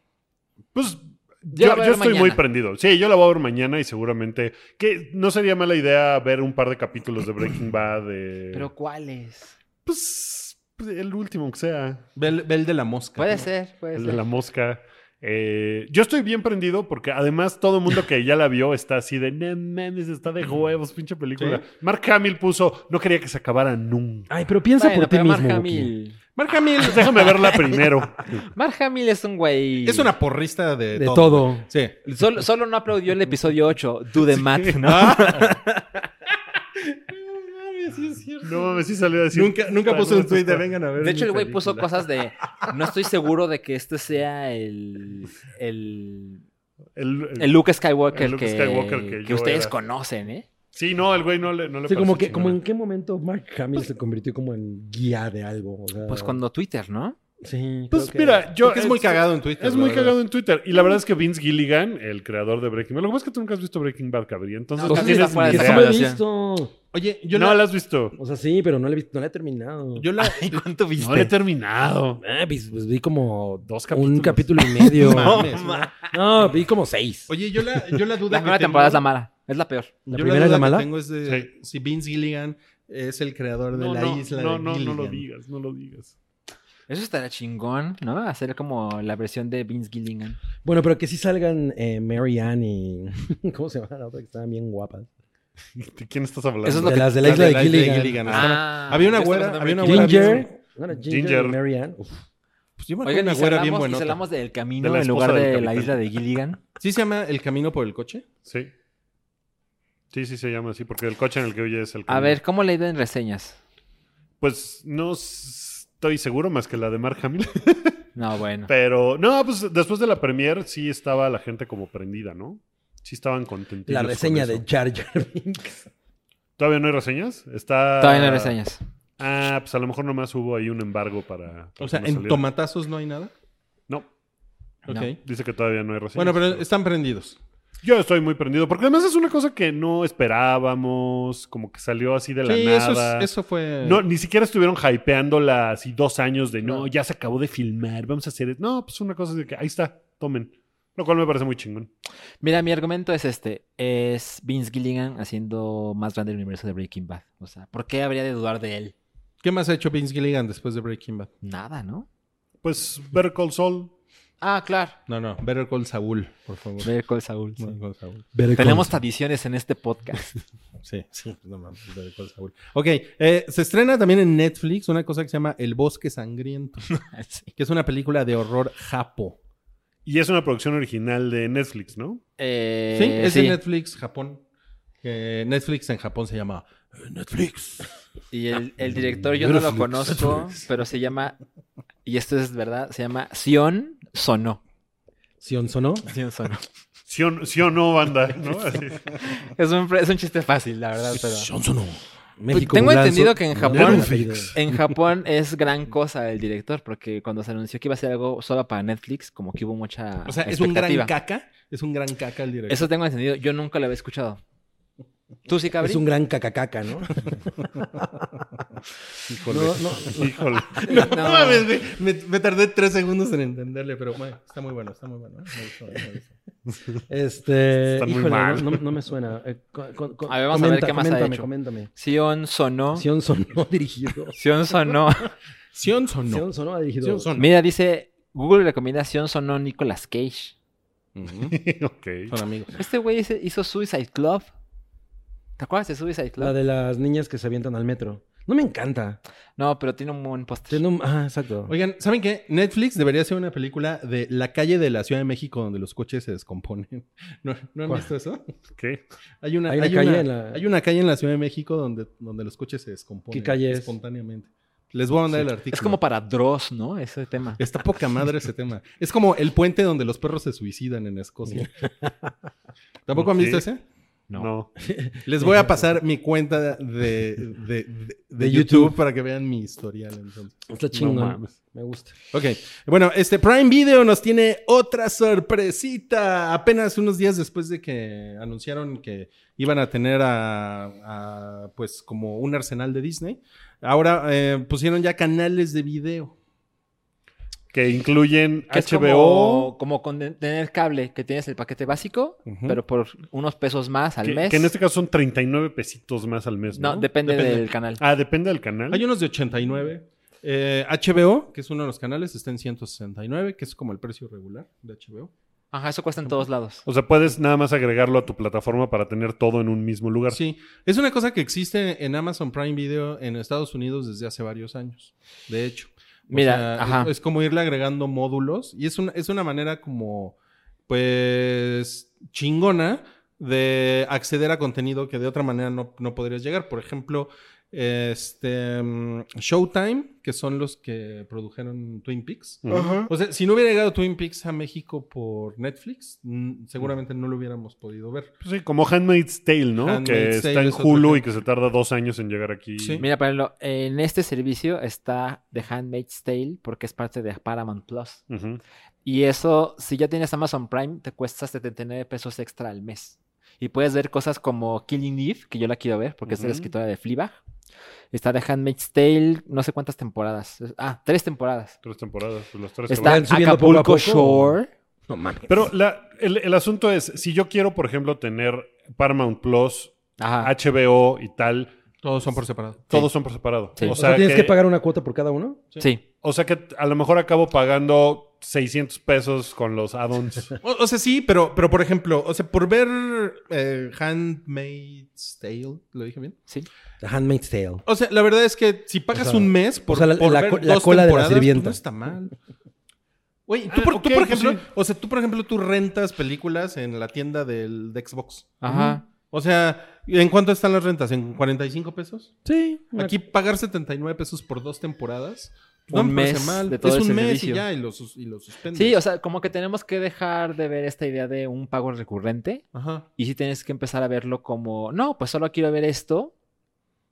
Speaker 2: Pues
Speaker 5: Yo
Speaker 2: yo,
Speaker 5: la voy a
Speaker 2: yo
Speaker 5: ver
Speaker 2: estoy muy
Speaker 5: mañana.
Speaker 2: prendido. Sí, yo la voy a ver mañana y seguramente. Que no sería mala idea ver un par de capítulos de Breaking Bad. de-
Speaker 5: Pero ¿cuál es?
Speaker 2: Pues el último que sea.
Speaker 3: Ve el- ve el de la mosca.
Speaker 5: Puede ser, puede
Speaker 2: El
Speaker 5: ser.
Speaker 2: de la mosca. Eh, yo estoy bien prendido porque además todo el mundo que ya la vio está así de no mames, está de huevos, pinche película.
Speaker 3: Sí.
Speaker 2: Mark Hamill puso, no quería que se acabara nunca. Pues
Speaker 4: Ay, pero piensa
Speaker 5: Bueno,
Speaker 4: por ti
Speaker 5: pero Mark
Speaker 4: mismo. Wookie.
Speaker 5: Hamill.
Speaker 3: Mark Hamill
Speaker 2: Déjame verla primero.
Speaker 5: Mark Hamill es un güey.
Speaker 3: es una porrista de,
Speaker 4: De
Speaker 3: todo.
Speaker 4: todo.
Speaker 3: Sí.
Speaker 5: Solo, solo no aplaudió el episodio 8, Do the Math, ¿no?
Speaker 2: No mames, sí salió a decir.
Speaker 3: Nunca, nunca
Speaker 2: "Puta,
Speaker 3: puso
Speaker 2: no,
Speaker 3: un tweet de
Speaker 2: está-
Speaker 3: vengan a ver.
Speaker 5: De hecho,
Speaker 3: mi
Speaker 5: el güey puso
Speaker 3: película".
Speaker 5: cosas de. No estoy seguro de que este sea el. El,
Speaker 2: El, el-
Speaker 5: el Luke Skywalker,
Speaker 2: El Luke
Speaker 5: que,
Speaker 2: Skywalker que
Speaker 5: que
Speaker 2: yo
Speaker 5: ustedes
Speaker 2: era.
Speaker 5: conocen, ¿eh?
Speaker 2: Sí, no, el güey no le, no le
Speaker 4: Sí,
Speaker 2: pareció
Speaker 4: como que,
Speaker 2: chingón.
Speaker 4: como en qué momento Mark Hamill se convirtió como en guía de algo. O sea,
Speaker 5: Pues cuando Twitter, ¿no?
Speaker 4: Sí,
Speaker 2: Pues
Speaker 4: creo que-
Speaker 2: mira, yo.
Speaker 3: Porque es muy cagado en Twitter.
Speaker 2: Es
Speaker 3: la
Speaker 2: muy
Speaker 3: verdad.
Speaker 2: cagado en Twitter. Y la verdad es que Vince Gilligan, el creador de Breaking Bad, lo que pasa es que tú nunca has visto Breaking Bad, cabrón. Entonces
Speaker 5: No,
Speaker 2: no,
Speaker 5: casi
Speaker 2: tienes
Speaker 5: está
Speaker 3: Ah,
Speaker 5: fuera
Speaker 2: ni
Speaker 5: de
Speaker 4: Que sí
Speaker 2: idea.
Speaker 4: lo he
Speaker 5: generación.
Speaker 4: visto.
Speaker 3: Oye, yo
Speaker 2: no
Speaker 3: la.
Speaker 2: la has visto.
Speaker 4: O sea, sí, pero no la he, visto- no la he terminado.
Speaker 3: Yo la.
Speaker 5: ¿Cuánto
Speaker 2: No la he terminado.
Speaker 4: Ah, pues, pues vi como
Speaker 2: Dos
Speaker 4: un
Speaker 2: capítulos.
Speaker 4: capítulo y medio.
Speaker 3: mames, ¿no?
Speaker 4: no, vi como seis.
Speaker 3: Oye, yo la, yo la duda. que
Speaker 5: La primera
Speaker 3: tengo-
Speaker 5: temporada es la mala. Es la peor.
Speaker 4: la
Speaker 3: yo
Speaker 4: primera es
Speaker 3: duda
Speaker 4: la
Speaker 3: que
Speaker 4: mala.
Speaker 3: tengo es de si Vince Gilligan es el creador de
Speaker 2: No,
Speaker 3: la
Speaker 2: no,
Speaker 3: isla.
Speaker 2: no,
Speaker 3: de
Speaker 2: no, no lo
Speaker 3: Gilligan.
Speaker 2: digas, no lo digas.
Speaker 5: Eso estaría chingón, ¿no? Hacer como la versión de Vince Gilligan.
Speaker 4: Bueno, pero que sí salgan eh, Mary Ann y. ¿Cómo se llama la otra que estaban bien guapas?
Speaker 2: ¿De quién estás hablando?
Speaker 5: Eso es lo
Speaker 4: de
Speaker 5: que-
Speaker 4: las de la isla de Gilligan.
Speaker 3: ajá. había una
Speaker 5: yo estoy
Speaker 3: güera-
Speaker 5: pensando en
Speaker 3: había Ah, una
Speaker 5: Breaking Bad.
Speaker 3: güera
Speaker 4: Ginger. ¿No era Ginger,
Speaker 2: Ginger.
Speaker 4: y Mary Ann? Uf.
Speaker 3: Pues yo me acuerdo
Speaker 5: Oigan,
Speaker 3: una
Speaker 5: y si
Speaker 3: güera bien
Speaker 5: hablamos, y si
Speaker 3: buenota.
Speaker 5: hablamos del
Speaker 2: De
Speaker 5: camino
Speaker 2: la
Speaker 5: en lugar
Speaker 2: esposa del
Speaker 5: de la
Speaker 2: capitán.
Speaker 5: isla de Gilligan.
Speaker 3: ¿Sí se llama El Camino por el Coche?
Speaker 2: Sí. Sí, sí se llama así, porque el coche en el que huye es el
Speaker 5: A
Speaker 2: camino.
Speaker 5: ver, ¿cómo le ha ido en reseñas?
Speaker 2: Pues no s- estoy seguro más que la de Mark Hamill.
Speaker 5: No, bueno.
Speaker 2: Pero no, pues después de la premiere sí estaba la gente como prendida, ¿no? Sí estaban contentos.
Speaker 4: La reseña de Jar Jar Binks.
Speaker 2: ¿Todavía no hay reseñas? Está...
Speaker 5: Todavía no hay reseñas.
Speaker 2: Ah, pues a lo mejor nomás hubo ahí un embargo para... para
Speaker 3: O sea,
Speaker 2: que no
Speaker 3: en
Speaker 2: saliera.
Speaker 3: tomatazos no hay nada.
Speaker 2: No,
Speaker 3: Ok.
Speaker 5: No.
Speaker 2: dice que todavía no hay reseñas.
Speaker 3: bueno, pero están prendidos.
Speaker 2: Yo estoy muy prendido, porque además es una cosa que no esperábamos, como que salió así de la
Speaker 3: sí, eso, es-
Speaker 2: nada.
Speaker 3: eso fue.
Speaker 2: No, ni siquiera estuvieron hypeándola así dos años de no,
Speaker 3: No.
Speaker 2: ya se acabó de filmar, vamos a hacer. No, pues una cosa de que ahí está, tomen. Lo cual me parece muy chingón.
Speaker 5: Mira, mi argumento es este. Es Vince Gilligan haciendo más grande el universo de Breaking Bad. O sea, ¿por qué habría de dudar de él?
Speaker 3: ¿Qué más ha hecho Vince Gilligan después de Breaking Bad?
Speaker 5: Nada, ¿no?
Speaker 2: Pues Better Call Saul.
Speaker 5: Ah, claro.
Speaker 3: No, no, Better Call Saul, por favor.
Speaker 5: Ver con Saúl. sí.
Speaker 3: Better Call Saul.
Speaker 5: Tenemos tradiciones en este podcast.
Speaker 3: Sí, sí, no mames, Better Call Saul. Ok, eh, se estrena también en Netflix una cosa que se llama El Bosque Sangriento,
Speaker 5: Ah, Sí.
Speaker 3: que es una película de horror japo.
Speaker 2: Y es una producción original de Netflix, ¿no?
Speaker 5: Eh,
Speaker 3: sí, es
Speaker 5: sí.
Speaker 3: de Netflix Japón. Que Netflix en Japón se llama eh, Netflix.
Speaker 5: Y el, el director yo no lo conozco, pero se llama, y esto es verdad, se llama Sion Sono.
Speaker 4: ¿Sion sonó?
Speaker 5: Sion Sono.
Speaker 2: Sí o, sí o no, banda. ¿no? Así.
Speaker 5: Es un, es un chiste fácil, la verdad, pero...
Speaker 4: México.
Speaker 5: Pues, tengo
Speaker 4: Mulan,
Speaker 5: entendido
Speaker 4: son-
Speaker 5: que en
Speaker 4: Mulan,
Speaker 5: Japón-
Speaker 4: apellido.
Speaker 5: En Japón es gran cosa el director, porque cuando se anunció que iba a ser algo solo para Netflix, como que hubo mucha
Speaker 3: O sea, es un gran
Speaker 5: expectativa.
Speaker 3: caca. Es un gran caca el director.
Speaker 5: Eso tengo entendido, yo nunca lo había escuchado. ¿Tú sí, Cabri?
Speaker 4: Es un gran cacacaca, ¿no?
Speaker 2: Híjole. Híjole.
Speaker 5: No,
Speaker 3: No, mames, güey, me, me tardé tres segundos en entenderle, pero bueno, está muy bueno, está muy bueno. ¿eh? Me gustó, me gustó.
Speaker 4: Este.
Speaker 2: Está muy
Speaker 4: híjole,
Speaker 2: mal.
Speaker 4: no, no- no me suena. Eh, co- co- co-
Speaker 5: A ver, vamos a ver qué más ha
Speaker 4: coméntame,
Speaker 5: hecho.
Speaker 4: Coméntame,
Speaker 5: Sion Sono.
Speaker 4: Sion sonó dirigido.
Speaker 5: Sion Sono.
Speaker 3: Sion sonó.
Speaker 4: Sion sonó ha dirigido.
Speaker 3: Sion sonó.
Speaker 5: Mira, dice Google Recomendación sonó Nicolas Cage.
Speaker 2: ok.
Speaker 3: Son amigos.
Speaker 5: Este güey hizo- hizo Suicide Club. ¿Te acuerdas de Suicide Club?
Speaker 4: La de las niñas que se avientan al metro. No me encanta.
Speaker 5: No, pero tiene un buen póster.
Speaker 4: Tiene un- Ah, exacto.
Speaker 3: Oigan, ¿saben qué? Netflix debería ser una película de la calle de la Ciudad de México donde los coches se descomponen. ¿No, ¿no han
Speaker 4: ¿Cuál?
Speaker 3: visto eso?
Speaker 2: ¿Qué?
Speaker 3: Hay una,
Speaker 4: Hay una
Speaker 3: hay
Speaker 4: calle
Speaker 3: una-
Speaker 4: en la-
Speaker 3: hay una calle en la Ciudad de México donde, donde los coches se descomponen
Speaker 4: ¿Qué calle es?
Speaker 3: espontáneamente. Les voy a mandar el artículo.
Speaker 5: Es como para Dross, ¿no? Ese tema.
Speaker 3: Está poca madre ese tema. Es como el puente donde los perros se suicidan en Escocia. ¿Tampoco han
Speaker 2: Ok.
Speaker 3: visto ese?
Speaker 5: No.
Speaker 2: No.
Speaker 3: Les voy a pasar mi cuenta de, de- de- de
Speaker 4: De
Speaker 3: YouTube.
Speaker 4: YouTube.
Speaker 3: para que vean mi historial. Entonces.
Speaker 4: Está
Speaker 2: No
Speaker 4: chingón.
Speaker 2: mames.
Speaker 4: me gusta.
Speaker 3: Ok, bueno, este Prime Video nos tiene otra sorpresita. Apenas unos días después de que anunciaron que iban a tener a, a, pues como un arsenal de Disney, ahora eh, pusieron ya canales de video.
Speaker 2: Que incluyen
Speaker 5: Que es
Speaker 2: HBO.
Speaker 5: Como, como con de- tener cable, que tienes el paquete básico,
Speaker 3: Ujú.
Speaker 5: pero por unos pesos más al
Speaker 2: Que,
Speaker 5: mes.
Speaker 2: que en este caso son 39 pesitos más al mes, ¿no?
Speaker 5: no, depende,
Speaker 3: Depende.
Speaker 5: del canal.
Speaker 2: ah, depende del canal.
Speaker 3: Hay unos de 89. Eh, HBO, que es uno de los canales, está en 169, que es como el precio regular de HBO.
Speaker 5: Ajá, eso cuesta en todos lados.
Speaker 2: O sea, puedes nada más agregarlo a tu plataforma para tener todo en un mismo lugar.
Speaker 3: Sí, es una cosa que existe en Amazon Prime Video en Estados Unidos desde hace varios años, de hecho. O
Speaker 5: Mira,
Speaker 3: sea,
Speaker 5: ajá.
Speaker 3: Es, es como irle agregando módulos y es una, es una manera como, pues, chingona de acceder a contenido que de otra manera no, no podrías llegar. Por ejemplo, este mm, Showtime, que son los que produjeron Twin Peaks.
Speaker 2: Ujú.
Speaker 3: O sea, si no hubiera llegado Twin Peaks a México por Netflix, mm, seguramente no lo hubiéramos podido ver.
Speaker 2: Pues sí, como Handmaid's Tale, ¿no?
Speaker 3: Handmaid's
Speaker 2: que
Speaker 3: Tale
Speaker 2: está en
Speaker 3: es otro
Speaker 2: Hulu
Speaker 3: ejemplo.
Speaker 2: y que se tarda dos años en llegar aquí.
Speaker 3: Sí.
Speaker 5: Mira, por ejemplo, en este servicio está The Handmaid's Tale porque es parte de Paramount Plus.
Speaker 2: Ujú.
Speaker 5: Y eso, si ya tienes Amazon Prime, te cuesta 79 pesos extra al mes. Y puedes ver cosas como Killing Eve, que yo la quiero ver porque es de la
Speaker 2: Ujú.
Speaker 5: escritora de Fleabag. Está The Handmaid's Tale, no sé cuántas temporadas. Ah, tres temporadas.
Speaker 2: Tres temporadas, pues las tres que
Speaker 5: Está
Speaker 4: van subiendo
Speaker 5: Acapulco
Speaker 4: poco a poco.
Speaker 5: Shore.
Speaker 4: No mames.
Speaker 2: Pero la- el, el asunto es, si yo quiero, por ejemplo, tener Paramount Plus,
Speaker 4: Ah,
Speaker 5: Ajá.
Speaker 2: HBO y tal,
Speaker 3: Todos son por separado.
Speaker 2: todos son por separado.
Speaker 5: Ah. Sí.
Speaker 2: O,
Speaker 5: O
Speaker 4: O
Speaker 2: sea
Speaker 4: sea, tienes
Speaker 2: que,
Speaker 4: que pagar una cuota por cada uno.
Speaker 5: Sí.
Speaker 2: o sea que a lo mejor acabo pagando 600 pesos con los add-ons.
Speaker 3: O, o sea, sí, pero, pero por ejemplo, o sea, por ver eh, Handmaid's Tale, ¿lo dije bien?
Speaker 5: Sí.
Speaker 4: The Handmaid's Tale.
Speaker 3: O sea, la verdad es que si pagas
Speaker 4: O sea,
Speaker 3: un mes por,
Speaker 4: o sea, la-
Speaker 3: por
Speaker 4: la
Speaker 3: ver
Speaker 4: co- la
Speaker 3: dos
Speaker 4: cola de la
Speaker 3: temporadas,
Speaker 4: sirvienta.
Speaker 3: pues no está mal. Oye, tú,
Speaker 2: Ah,
Speaker 3: por, tú
Speaker 2: ok,
Speaker 3: por
Speaker 2: pues
Speaker 3: ejemplo,
Speaker 2: sí.
Speaker 3: o sea, tú por ejemplo, tú rentas películas en la tienda del de Xbox.
Speaker 4: Ah,
Speaker 5: Ajá.
Speaker 3: O sea, ¿en cuánto están las rentas? ¿En 45 pesos?
Speaker 4: Sí.
Speaker 3: Aquí pagar 79 pesos por dos temporadas.
Speaker 5: Un
Speaker 3: me parece
Speaker 5: mes de todo
Speaker 3: es
Speaker 5: ese
Speaker 3: un mes
Speaker 5: servicio.
Speaker 3: y ya, y lo, sus- y lo suspendes.
Speaker 5: Sí, o sea, como que tenemos que dejar de ver esta idea de un pago recurrente.
Speaker 3: Ajá.
Speaker 5: Y si tienes que empezar a verlo como, no, pues solo quiero ver esto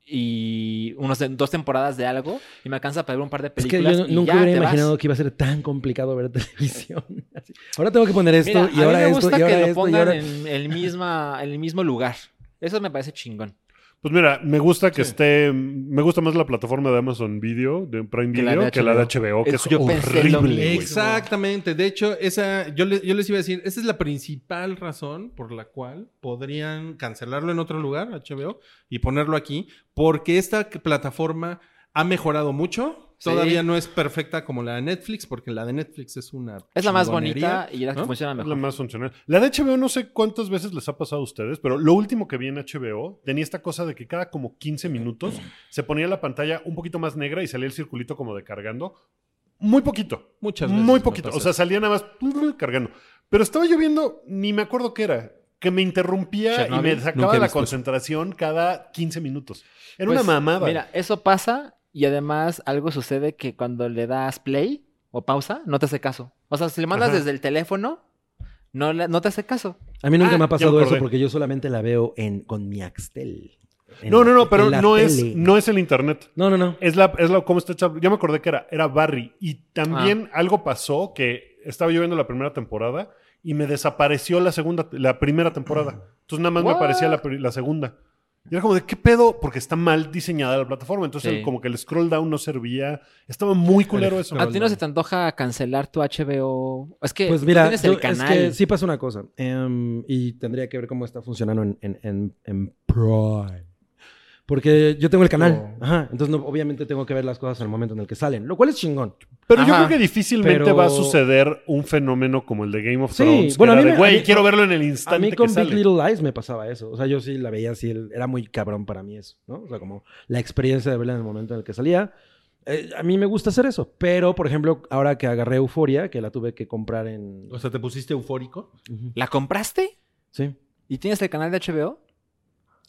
Speaker 5: y unas de- dos temporadas de algo y me alcanza para ver un par de
Speaker 4: Es que yo
Speaker 5: películas.
Speaker 4: no-
Speaker 5: y
Speaker 4: nunca
Speaker 5: ya
Speaker 4: hubiera
Speaker 5: te vas.
Speaker 4: imaginado que iba a ser tan complicado ver televisión. Así. Ahora tengo que poner esto
Speaker 5: Mira,
Speaker 4: y
Speaker 5: a mí
Speaker 4: ahora
Speaker 5: me
Speaker 4: esto
Speaker 5: gusta
Speaker 4: y ahora
Speaker 5: que lo
Speaker 4: esto y
Speaker 5: pongan
Speaker 4: ahora.
Speaker 5: en, el misma, en el mismo lugar. Eso me parece chingón.
Speaker 2: Pues mira, me gusta que
Speaker 3: Sí.
Speaker 2: esté, me gusta más la plataforma de Amazon Video, de Prime
Speaker 5: Que la de
Speaker 2: Video, que la de HBO, que,
Speaker 5: HBO,
Speaker 2: es,
Speaker 5: es- yo pensé lo
Speaker 2: horrible.
Speaker 5: mismo.
Speaker 2: güey.
Speaker 3: Exactamente. De hecho, esa, yo, le- yo les iba a decir, esa es la principal razón por la cual podrían cancelarlo en otro lugar, HBO, y ponerlo aquí, porque esta c- plataforma ha mejorado mucho.
Speaker 5: Sí.
Speaker 3: Todavía no es perfecta como la de Netflix, porque la de Netflix es una.
Speaker 5: Es la más
Speaker 3: chingonería.
Speaker 5: bonita y la que
Speaker 3: ¿no?
Speaker 5: funciona
Speaker 2: Es la
Speaker 5: mejor.
Speaker 2: más funcional. La de HBO no sé cuántas veces les ha pasado a ustedes, pero lo último que vi en HBO tenía esta cosa de que cada como 15 minutos se ponía la pantalla un poquito más negra y salía el circulito como de cargando. Muy poquito.
Speaker 3: Muchas veces.
Speaker 2: Muy
Speaker 3: me
Speaker 2: poquito.
Speaker 3: pasa
Speaker 2: O sea,
Speaker 3: eso.
Speaker 2: salía nada más plur, cargando. Pero estaba yo viendo, ni me acuerdo qué era, que me interrumpía
Speaker 3: Chernobyl.
Speaker 2: y me sacaba
Speaker 3: Nunca he
Speaker 2: la
Speaker 3: visto eso.
Speaker 2: concentración cada 15 minutos. Era
Speaker 5: Pues,
Speaker 2: una mamada.
Speaker 5: Mira, eso pasa y además algo sucede que cuando le das play o pausa, no te hace caso. O sea, si le mandas
Speaker 2: Ajá.
Speaker 5: desde el teléfono, no, le- no te hace caso.
Speaker 4: A mí nunca
Speaker 2: Ah,
Speaker 4: me ha
Speaker 2: ya
Speaker 4: pasado
Speaker 2: me
Speaker 4: eso
Speaker 2: acordé.
Speaker 4: porque yo solamente la veo en con mi Axtel. En
Speaker 2: no,
Speaker 4: la-
Speaker 2: no, no, pero
Speaker 4: en la
Speaker 2: no es,
Speaker 4: tele.
Speaker 2: no es el internet.
Speaker 4: No, no, no.
Speaker 2: Es la, es la, ¿cómo está hecha? Ya me acordé que era, era Barry. Y también
Speaker 4: Ah.
Speaker 2: algo pasó que estaba yo viendo la primera temporada y me desapareció la segunda, la primera temporada. Entonces nada más me
Speaker 5: What?
Speaker 2: aparecía la, pri- la segunda. Y era como de, ¿qué pedo? Porque está mal diseñada la plataforma. Entonces
Speaker 5: Sí.
Speaker 2: el- como que el scroll down no servía. Estaba muy culero eso.
Speaker 5: ¿A ti no se te antoja cancelar tu HBO? Es que
Speaker 4: Pues
Speaker 5: tú
Speaker 4: mira,
Speaker 5: tienes
Speaker 4: yo-
Speaker 5: el canal.
Speaker 4: es que sí pasa una cosa. em, y tendría que ver cómo está funcionando en, en, en- en Prime. Porque yo tengo el canal.
Speaker 2: Oh.
Speaker 4: Ajá. Entonces, no, obviamente tengo que ver las cosas en el momento en el que salen. Lo cual es chingón.
Speaker 2: Pero yo
Speaker 5: Ajá.
Speaker 2: creo que difícilmente
Speaker 4: Pero-
Speaker 2: va a suceder un fenómeno como el de Game of
Speaker 4: Sí,
Speaker 2: Thrones. que
Speaker 4: bueno, a
Speaker 2: era
Speaker 4: mí
Speaker 2: de,
Speaker 4: me- a
Speaker 2: güey,
Speaker 4: mí-
Speaker 2: quiero verlo en el
Speaker 4: A
Speaker 2: instante
Speaker 4: mí con
Speaker 2: que
Speaker 4: Big
Speaker 2: sale.
Speaker 4: Little Lies me pasaba eso. O sea, yo sí la veía así. el- Era muy cabrón para mí eso, ¿no? O sea, como la experiencia de verla en el momento en el que salía. Eh, a mí me gusta hacer eso. Pero, por ejemplo, ahora que agarré Euforia, que la tuve que comprar en...
Speaker 3: O sea, ¿te pusiste eufórico?
Speaker 4: Ujú.
Speaker 5: ¿La compraste?
Speaker 4: Sí.
Speaker 5: ¿Y tienes el canal de HBO?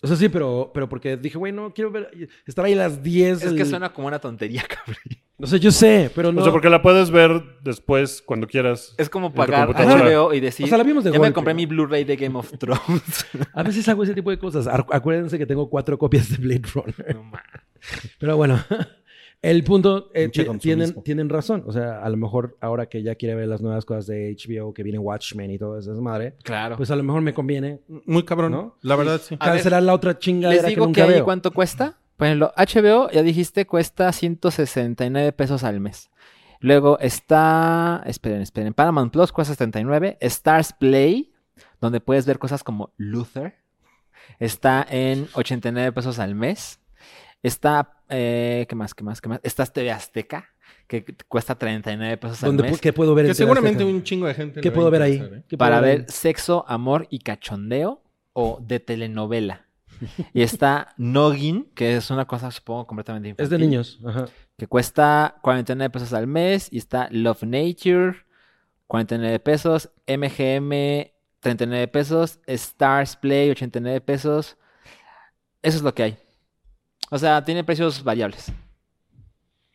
Speaker 4: O sea, sí, pero, pero porque dije, güey, no quiero ver... Estar ahí a las 10...
Speaker 5: Es,
Speaker 4: el-
Speaker 5: que suena como una tontería, cabrón.
Speaker 4: O sea, yo sé, pero no...
Speaker 2: O sea, porque la puedes ver después cuando quieras.
Speaker 5: Es como
Speaker 2: tu
Speaker 5: pagar
Speaker 2: computadora.
Speaker 5: HBO y decir,
Speaker 4: O sea, la vimos de
Speaker 5: ya me
Speaker 4: golpe.
Speaker 5: compré mi Blu-ray de Game of Thrones.
Speaker 4: A veces hago ese tipo de cosas. Ar- Acuérdense que tengo cuatro copias de Blade Runner.
Speaker 5: No mames.
Speaker 4: Pero bueno, el punto, eh,
Speaker 3: Pinche
Speaker 4: ti-
Speaker 3: consumismo.
Speaker 4: tienen, tienen razón. O sea, a lo mejor ahora que ya quiere ver las nuevas cosas de HBO, que viene Watchmen y todo eso, es madre,
Speaker 5: Claro.
Speaker 4: pues a lo mejor me conviene
Speaker 3: Muy cabrón,
Speaker 4: ¿No?
Speaker 3: La verdad, sí.
Speaker 5: A ver,
Speaker 4: cancelar la otra
Speaker 5: Les
Speaker 4: chingadera que
Speaker 5: digo que,
Speaker 4: nunca
Speaker 5: ahí
Speaker 4: veo.
Speaker 5: cuánto cuesta. Por ejemplo, HBO, ya dijiste, cuesta 169 pesos al mes. Luego está, esperen, esperen, Paramount Plus cuesta 79. Stars Play, donde puedes ver cosas como Luther, está en 89 pesos al mes. Está, eh, ¿qué más, qué más, qué más? Está TV Azteca, que cuesta 39 pesos al
Speaker 4: Donde pu-
Speaker 5: mes.
Speaker 4: que puedo ver
Speaker 3: Que
Speaker 4: en TV
Speaker 3: seguramente
Speaker 4: Azteca.
Speaker 3: un chingo de gente. le
Speaker 4: ¿Qué
Speaker 3: va a
Speaker 4: puedo ver ahí?
Speaker 3: interesar, ¿eh?
Speaker 4: ¿Qué puedo
Speaker 5: para
Speaker 4: ahí?
Speaker 5: ver sexo, amor y cachondeo o de telenovela. Y está Noggin, que es una cosa supongo completamente
Speaker 4: Es
Speaker 5: infantil,
Speaker 4: de niños. Ajá.
Speaker 5: Que cuesta 49 pesos al mes y está Love Nature 49 pesos, MGM 39 pesos, Stars Play 89 pesos. Eso es lo que hay. O sea, tiene precios variables.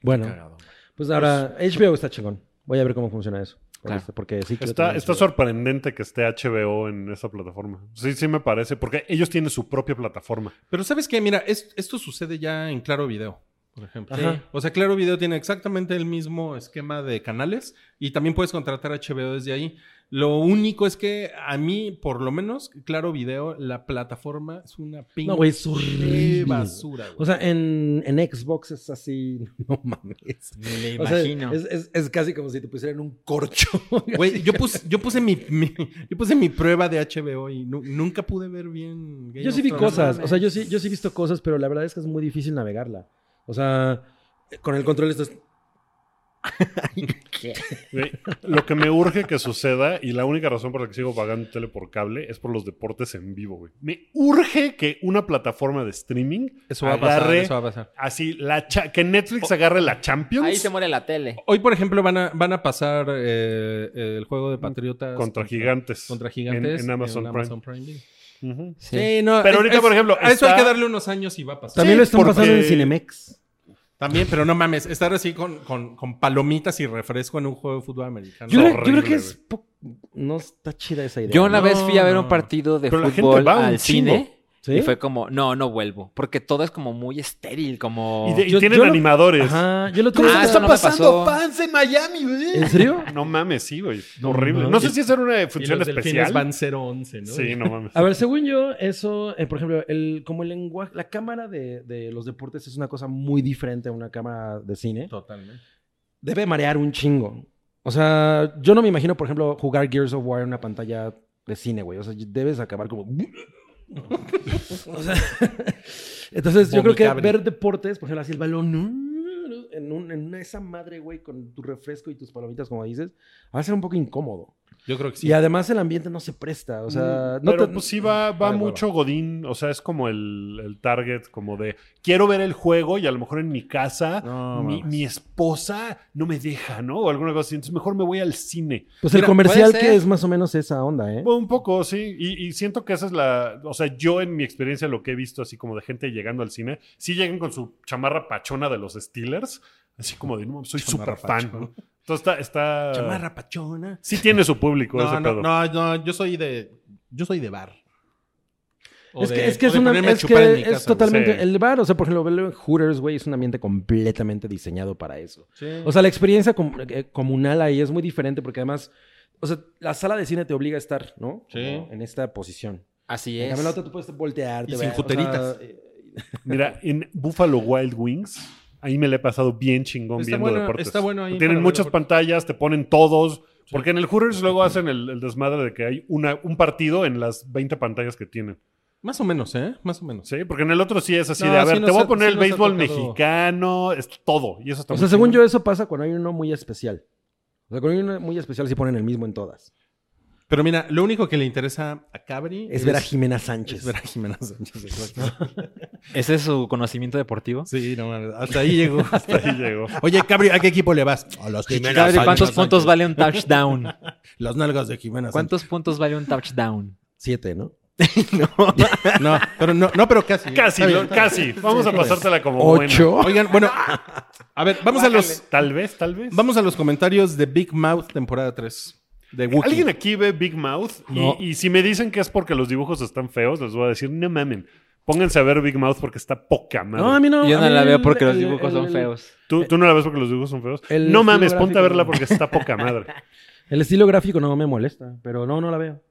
Speaker 4: Bueno,
Speaker 2: Cagado.
Speaker 4: pues ahora HBO está chingón. Voy a ver cómo funciona eso.
Speaker 5: Claro.
Speaker 4: Porque- Porque sí quiero
Speaker 2: Está,
Speaker 4: tener
Speaker 2: está
Speaker 4: HBO.
Speaker 2: sorprendente que esté HBO en esa plataforma. Sí, sí me parece, porque ellos tienen su propia plataforma.
Speaker 3: Pero ¿sabes qué? Mira, es- esto sucede ya en Claro Video, por ejemplo.
Speaker 4: Ajá.
Speaker 3: Sí. O sea, Claro Video tiene exactamente el mismo esquema de canales y también puedes contratar HBO desde ahí. Lo único es que a mí, por lo menos, Claro Video, la plataforma es una pinche
Speaker 4: No, güey, es horrible.
Speaker 3: basura. güey.
Speaker 4: O sea, en, en Xbox es así, no mames.
Speaker 5: Me
Speaker 4: O sea, es, es- es casi como si te pusieran un corcho.
Speaker 3: Güey, yo puse, yo puse mi, mi- yo puse mi prueba de HBO y nu- nunca pude ver bien. Game
Speaker 4: yo sí
Speaker 3: of
Speaker 4: vi
Speaker 3: Thrones.
Speaker 4: cosas, o sea, yo sí, yo sí he visto cosas, pero la verdad es que es muy difícil navegarla. O sea, eh, con el control estás...
Speaker 2: Güey, Lo que me urge que suceda, y la única razón por la que sigo pagando tele por cable, es por los deportes en vivo, güey. Me urge que una plataforma de streaming
Speaker 3: Eso va a pasar,
Speaker 2: agarre
Speaker 3: eso va a pasar.
Speaker 2: así, la cha- que Netflix agarre la Champions.
Speaker 5: Ahí se muere la tele.
Speaker 3: Hoy, por ejemplo, van a, van a pasar eh, eh, el juego de Patriotas
Speaker 2: Contra Gigantes.
Speaker 3: Contra Gigantes.
Speaker 2: En- en Amazon
Speaker 3: Prime League.
Speaker 2: Ujú.
Speaker 5: Sí.
Speaker 3: Sí, no,
Speaker 2: Pero
Speaker 3: es-
Speaker 2: ahorita,
Speaker 3: es-
Speaker 2: por ejemplo,
Speaker 3: A eso hay
Speaker 2: está-
Speaker 3: que darle unos años y va a pasar.
Speaker 4: También lo están
Speaker 2: porque-
Speaker 4: pasando en Cinemex.
Speaker 3: También, pero no mames, estar así con, con, con palomitas y refresco en un juego de fútbol americano.
Speaker 4: Yo,
Speaker 2: No,
Speaker 4: creo- yo creo
Speaker 2: horrible,
Speaker 4: que es... po- No está chida esa idea.
Speaker 5: Yo una
Speaker 3: No,
Speaker 5: vez fui a ver un
Speaker 3: no.
Speaker 5: partido de
Speaker 2: Pero la gente
Speaker 5: fútbol
Speaker 2: va un
Speaker 5: al
Speaker 2: chingo.
Speaker 5: cine.
Speaker 4: ¿Sí?
Speaker 5: Y fue como, no, no vuelvo. Porque todo es como muy estéril, como...
Speaker 2: Y, de- y
Speaker 4: Yo-
Speaker 2: tienen
Speaker 4: yo lo-
Speaker 2: animadores.
Speaker 4: Ajá, Ah, yo lo
Speaker 5: ¿Cómo
Speaker 4: tuve...
Speaker 2: Ah,
Speaker 5: se te está pasando,
Speaker 3: fans en Miami, güey?
Speaker 4: ¿En serio?
Speaker 2: No mames, sí, güey.
Speaker 4: No
Speaker 2: Horrible. No
Speaker 4: mames.
Speaker 2: sé si esa era una
Speaker 3: Y
Speaker 2: función
Speaker 3: los delfines
Speaker 2: especial.
Speaker 3: van 0-11, ¿no?
Speaker 2: Sí, no mames.
Speaker 4: A ver, según yo, eso, eh, por ejemplo, el, como el lenguaje, la cámara de, de los deportes es una cosa muy diferente a una cámara de cine.
Speaker 3: Totalmente.
Speaker 4: Debe marear un chingo. O sea, yo no me imagino, por ejemplo, jugar Gears of War en una pantalla de cine, güey. O sea, debes acabar como... O sea, entonces, yo creo que
Speaker 3: Vomitable.
Speaker 4: ver deportes, por ejemplo, así el balón... En, un- en una- esa madre, güey, con tu refresco y tus palomitas, como dices, va a ser un poco incómodo.
Speaker 3: Yo creo que sí.
Speaker 4: Y además el ambiente no se presta, o sea...
Speaker 2: Mm,
Speaker 4: no
Speaker 2: pero
Speaker 4: te-
Speaker 2: pues sí va, va
Speaker 3: Vale,
Speaker 2: mucho Godín, o sea, es como el, el target, como de quiero ver el juego y a lo mejor en mi casa
Speaker 4: No,
Speaker 2: mi,
Speaker 4: mames.
Speaker 2: mi esposa no me deja, ¿no? O alguna cosa así, entonces mejor me voy al cine.
Speaker 4: Pues el
Speaker 5: Mira,
Speaker 4: comercial
Speaker 5: puede
Speaker 4: que
Speaker 5: ser.
Speaker 4: es más o menos esa onda, ¿eh?
Speaker 2: Bueno, un poco, sí, y, y siento que esa es la, o sea, yo en mi experiencia lo que he visto así como de gente llegando al cine, sí llegan con su chamarra pachona de los Steelers, así como de, no, soy
Speaker 3: Chamarra
Speaker 2: súper fan,
Speaker 3: pachona.
Speaker 2: ¿no? Entonces está, está-
Speaker 3: Chamarra pachona.
Speaker 2: sí tiene su público ese
Speaker 3: No,
Speaker 2: pedo.
Speaker 3: no, no, no, yo soy de. Yo soy de bar. O
Speaker 4: Es
Speaker 3: de-
Speaker 4: que es,
Speaker 3: o
Speaker 4: que es,
Speaker 3: de
Speaker 4: una,
Speaker 3: ponerme a
Speaker 4: es,
Speaker 3: chupar en mi
Speaker 4: que
Speaker 3: casa,
Speaker 4: es totalmente...
Speaker 2: Sí.
Speaker 4: El bar, o sea, por ejemplo, verlo en Hooters, güey, es un ambiente completamente diseñado para eso.
Speaker 3: güey. Sí.
Speaker 4: O sea, la experiencia com- eh, comunal ahí es muy diferente porque además... O sea, la sala de cine te obliga a estar, ¿no?
Speaker 3: Sí.
Speaker 4: Como en esta posición.
Speaker 5: Así
Speaker 4: En
Speaker 5: es.
Speaker 4: cambio, la otra tú puedes voltear.
Speaker 3: Y sin juteritas.
Speaker 4: eh,
Speaker 2: Mira, en Buffalo Wild Wings, ahí me le he pasado bien chingón
Speaker 3: Está
Speaker 2: viendo
Speaker 3: bueno-
Speaker 2: deportes.
Speaker 3: está bueno ahí para
Speaker 2: Tienen
Speaker 3: ver
Speaker 2: muchas
Speaker 3: deportes.
Speaker 2: pantallas, te ponen todos. Porque en el Hooters luego hacen el, el desmadre de que hay una, un partido en las 20 pantallas que tienen.
Speaker 3: Más o menos, ¿eh? Más o menos.
Speaker 2: Sí, porque en el otro sí es así
Speaker 3: No,
Speaker 2: de, a
Speaker 3: sí
Speaker 2: ver,
Speaker 3: nos
Speaker 2: te voy
Speaker 3: ha-
Speaker 2: a poner
Speaker 3: sí
Speaker 2: el
Speaker 3: nos ha
Speaker 2: béisbol
Speaker 3: tocado.
Speaker 2: mexicano, es todo. Y eso está
Speaker 4: O
Speaker 2: muy
Speaker 4: sea, según yo,
Speaker 2: chingón.
Speaker 4: eso pasa cuando hay uno muy especial. O sea, cuando hay uno muy especial, sí ponen el mismo en todas.
Speaker 3: Pero mira, lo único que le interesa a Cabri
Speaker 4: Es ver a Jimena Sánchez.
Speaker 3: Es ver a Jimena Sánchez, exacto.
Speaker 5: ¿Ese es su conocimiento deportivo?
Speaker 3: Sí, no mames. Hasta ahí llegó.
Speaker 2: Hasta ahí llegó.
Speaker 3: Oye, Cabri, ¿a qué equipo le vas? A los Jimena
Speaker 5: Cabri, ¿cuántos
Speaker 3: Sánchez.
Speaker 5: puntos vale un touchdown?
Speaker 3: Las nalgas de Jimena Sánchez.
Speaker 5: ¿Cuántos puntos vale un touchdown?
Speaker 4: Siete, ¿no?
Speaker 3: No, pero no, no, pero casi. ¿eh?
Speaker 2: Casi,
Speaker 3: Está
Speaker 2: lo-
Speaker 3: bien, está bien.
Speaker 2: casi. Vamos a pasártela como
Speaker 4: Ocho.
Speaker 3: Oigan, bueno, a ver, vamos a los
Speaker 2: buena. Tal vez, tal vez.
Speaker 3: vamos a los comentarios de Big Mouth temporada 3 de Wookiee.
Speaker 2: ¿Alguien aquí ve Big Mouth? Y-
Speaker 3: No.
Speaker 2: Y, si me dicen que es porque los dibujos están feos, les voy a decir, no mamen. Pónganse a ver Big Mouth porque está poca madre.
Speaker 4: No, a mí no.
Speaker 5: Yo
Speaker 4: a
Speaker 5: no
Speaker 4: mí
Speaker 5: la
Speaker 4: el-
Speaker 5: veo porque los
Speaker 4: el-
Speaker 5: dibujos
Speaker 4: el-
Speaker 5: son
Speaker 4: el-
Speaker 5: feos.
Speaker 2: ¿Tú, tú no la ves porque los dibujos son feos?
Speaker 4: el
Speaker 2: No mames,
Speaker 4: estilo
Speaker 2: ponte a
Speaker 4: gráfico
Speaker 2: verla
Speaker 4: no.
Speaker 2: porque está poca madre.
Speaker 4: El estilo gráfico no me molesta, pero no, no la veo.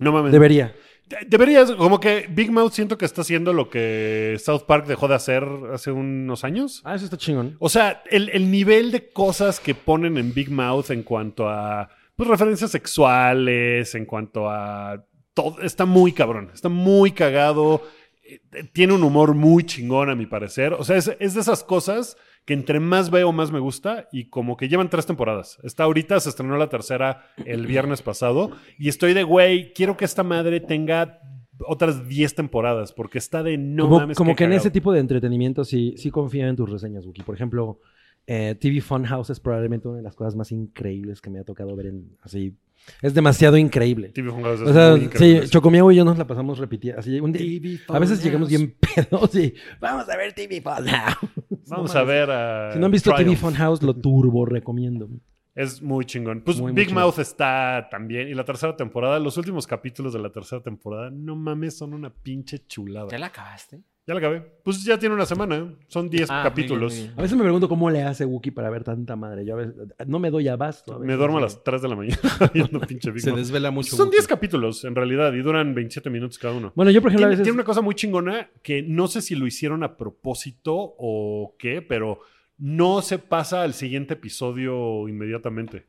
Speaker 2: No mames.
Speaker 4: Debería.
Speaker 2: De- Deberías, como que Big Mouth siento que está haciendo lo que South Park dejó de hacer hace unos años.
Speaker 4: Ah, eso está chingón.
Speaker 2: O sea, el, el nivel de cosas que ponen en Big Mouth en cuanto a pues, referencias sexuales, en cuanto a todo, está muy cabrón, está muy cagado, eh, tiene un humor muy chingón a mi parecer. O sea, es, es de esas cosas que entre más veo más me gusta y como que llevan tres temporadas. Está ahorita, se estrenó la tercera el viernes pasado y estoy de, güey, quiero que esta madre tenga otras 10 temporadas porque está de no
Speaker 4: como
Speaker 2: mames.
Speaker 4: como
Speaker 2: qué
Speaker 4: que en
Speaker 2: cagado.
Speaker 4: ese tipo de entretenimiento sí, sí confía en tus reseñas, Wookie. Por ejemplo, eh, TV Funhouse es probablemente una de las cosas más increíbles que me ha tocado ver en así. Es demasiado increíble.
Speaker 2: TV Funhouse es
Speaker 4: O sea,
Speaker 2: muy increíble.
Speaker 4: sí, Chocomiego y yo nos la pasamos repitiendo. Así, un día- a veces llegamos bien pedos y vamos a ver TV Funhouse.
Speaker 2: Vamos a ver a.
Speaker 4: Si no han visto TV
Speaker 2: Eh, Triumph.
Speaker 4: Funhouse, lo turbo recomiendo.
Speaker 2: Es muy chingón. Pues
Speaker 4: Muy, muy
Speaker 2: Big
Speaker 4: chingón.
Speaker 2: Mouth está también. Y la tercera temporada, los últimos capítulos de la tercera temporada, no mames, son una pinche chulada.
Speaker 5: ¿Ya
Speaker 2: Ya la,
Speaker 5: la acabaste?
Speaker 2: acabé. Pues ya tiene una semana. Son 10
Speaker 5: Ah,
Speaker 2: capítulos.
Speaker 5: muy bien, muy
Speaker 4: A veces me pregunto cómo le hace Wookie para ver tanta madre. Yo a veces no me doy abasto.
Speaker 2: Me duermo a las 3 de la mañana viendo pinche Big
Speaker 3: se
Speaker 2: Mouth.
Speaker 3: desvela mucho.
Speaker 2: Son
Speaker 3: Wookiee.
Speaker 2: 10 capítulos, en realidad, y duran 27 minutos cada uno.
Speaker 4: Bueno, yo por ejemplo a
Speaker 2: Tiene,
Speaker 4: veces...
Speaker 2: tiene una cosa muy chingona que no sé si lo hicieron a propósito o qué, pero no se pasa al siguiente episodio inmediatamente.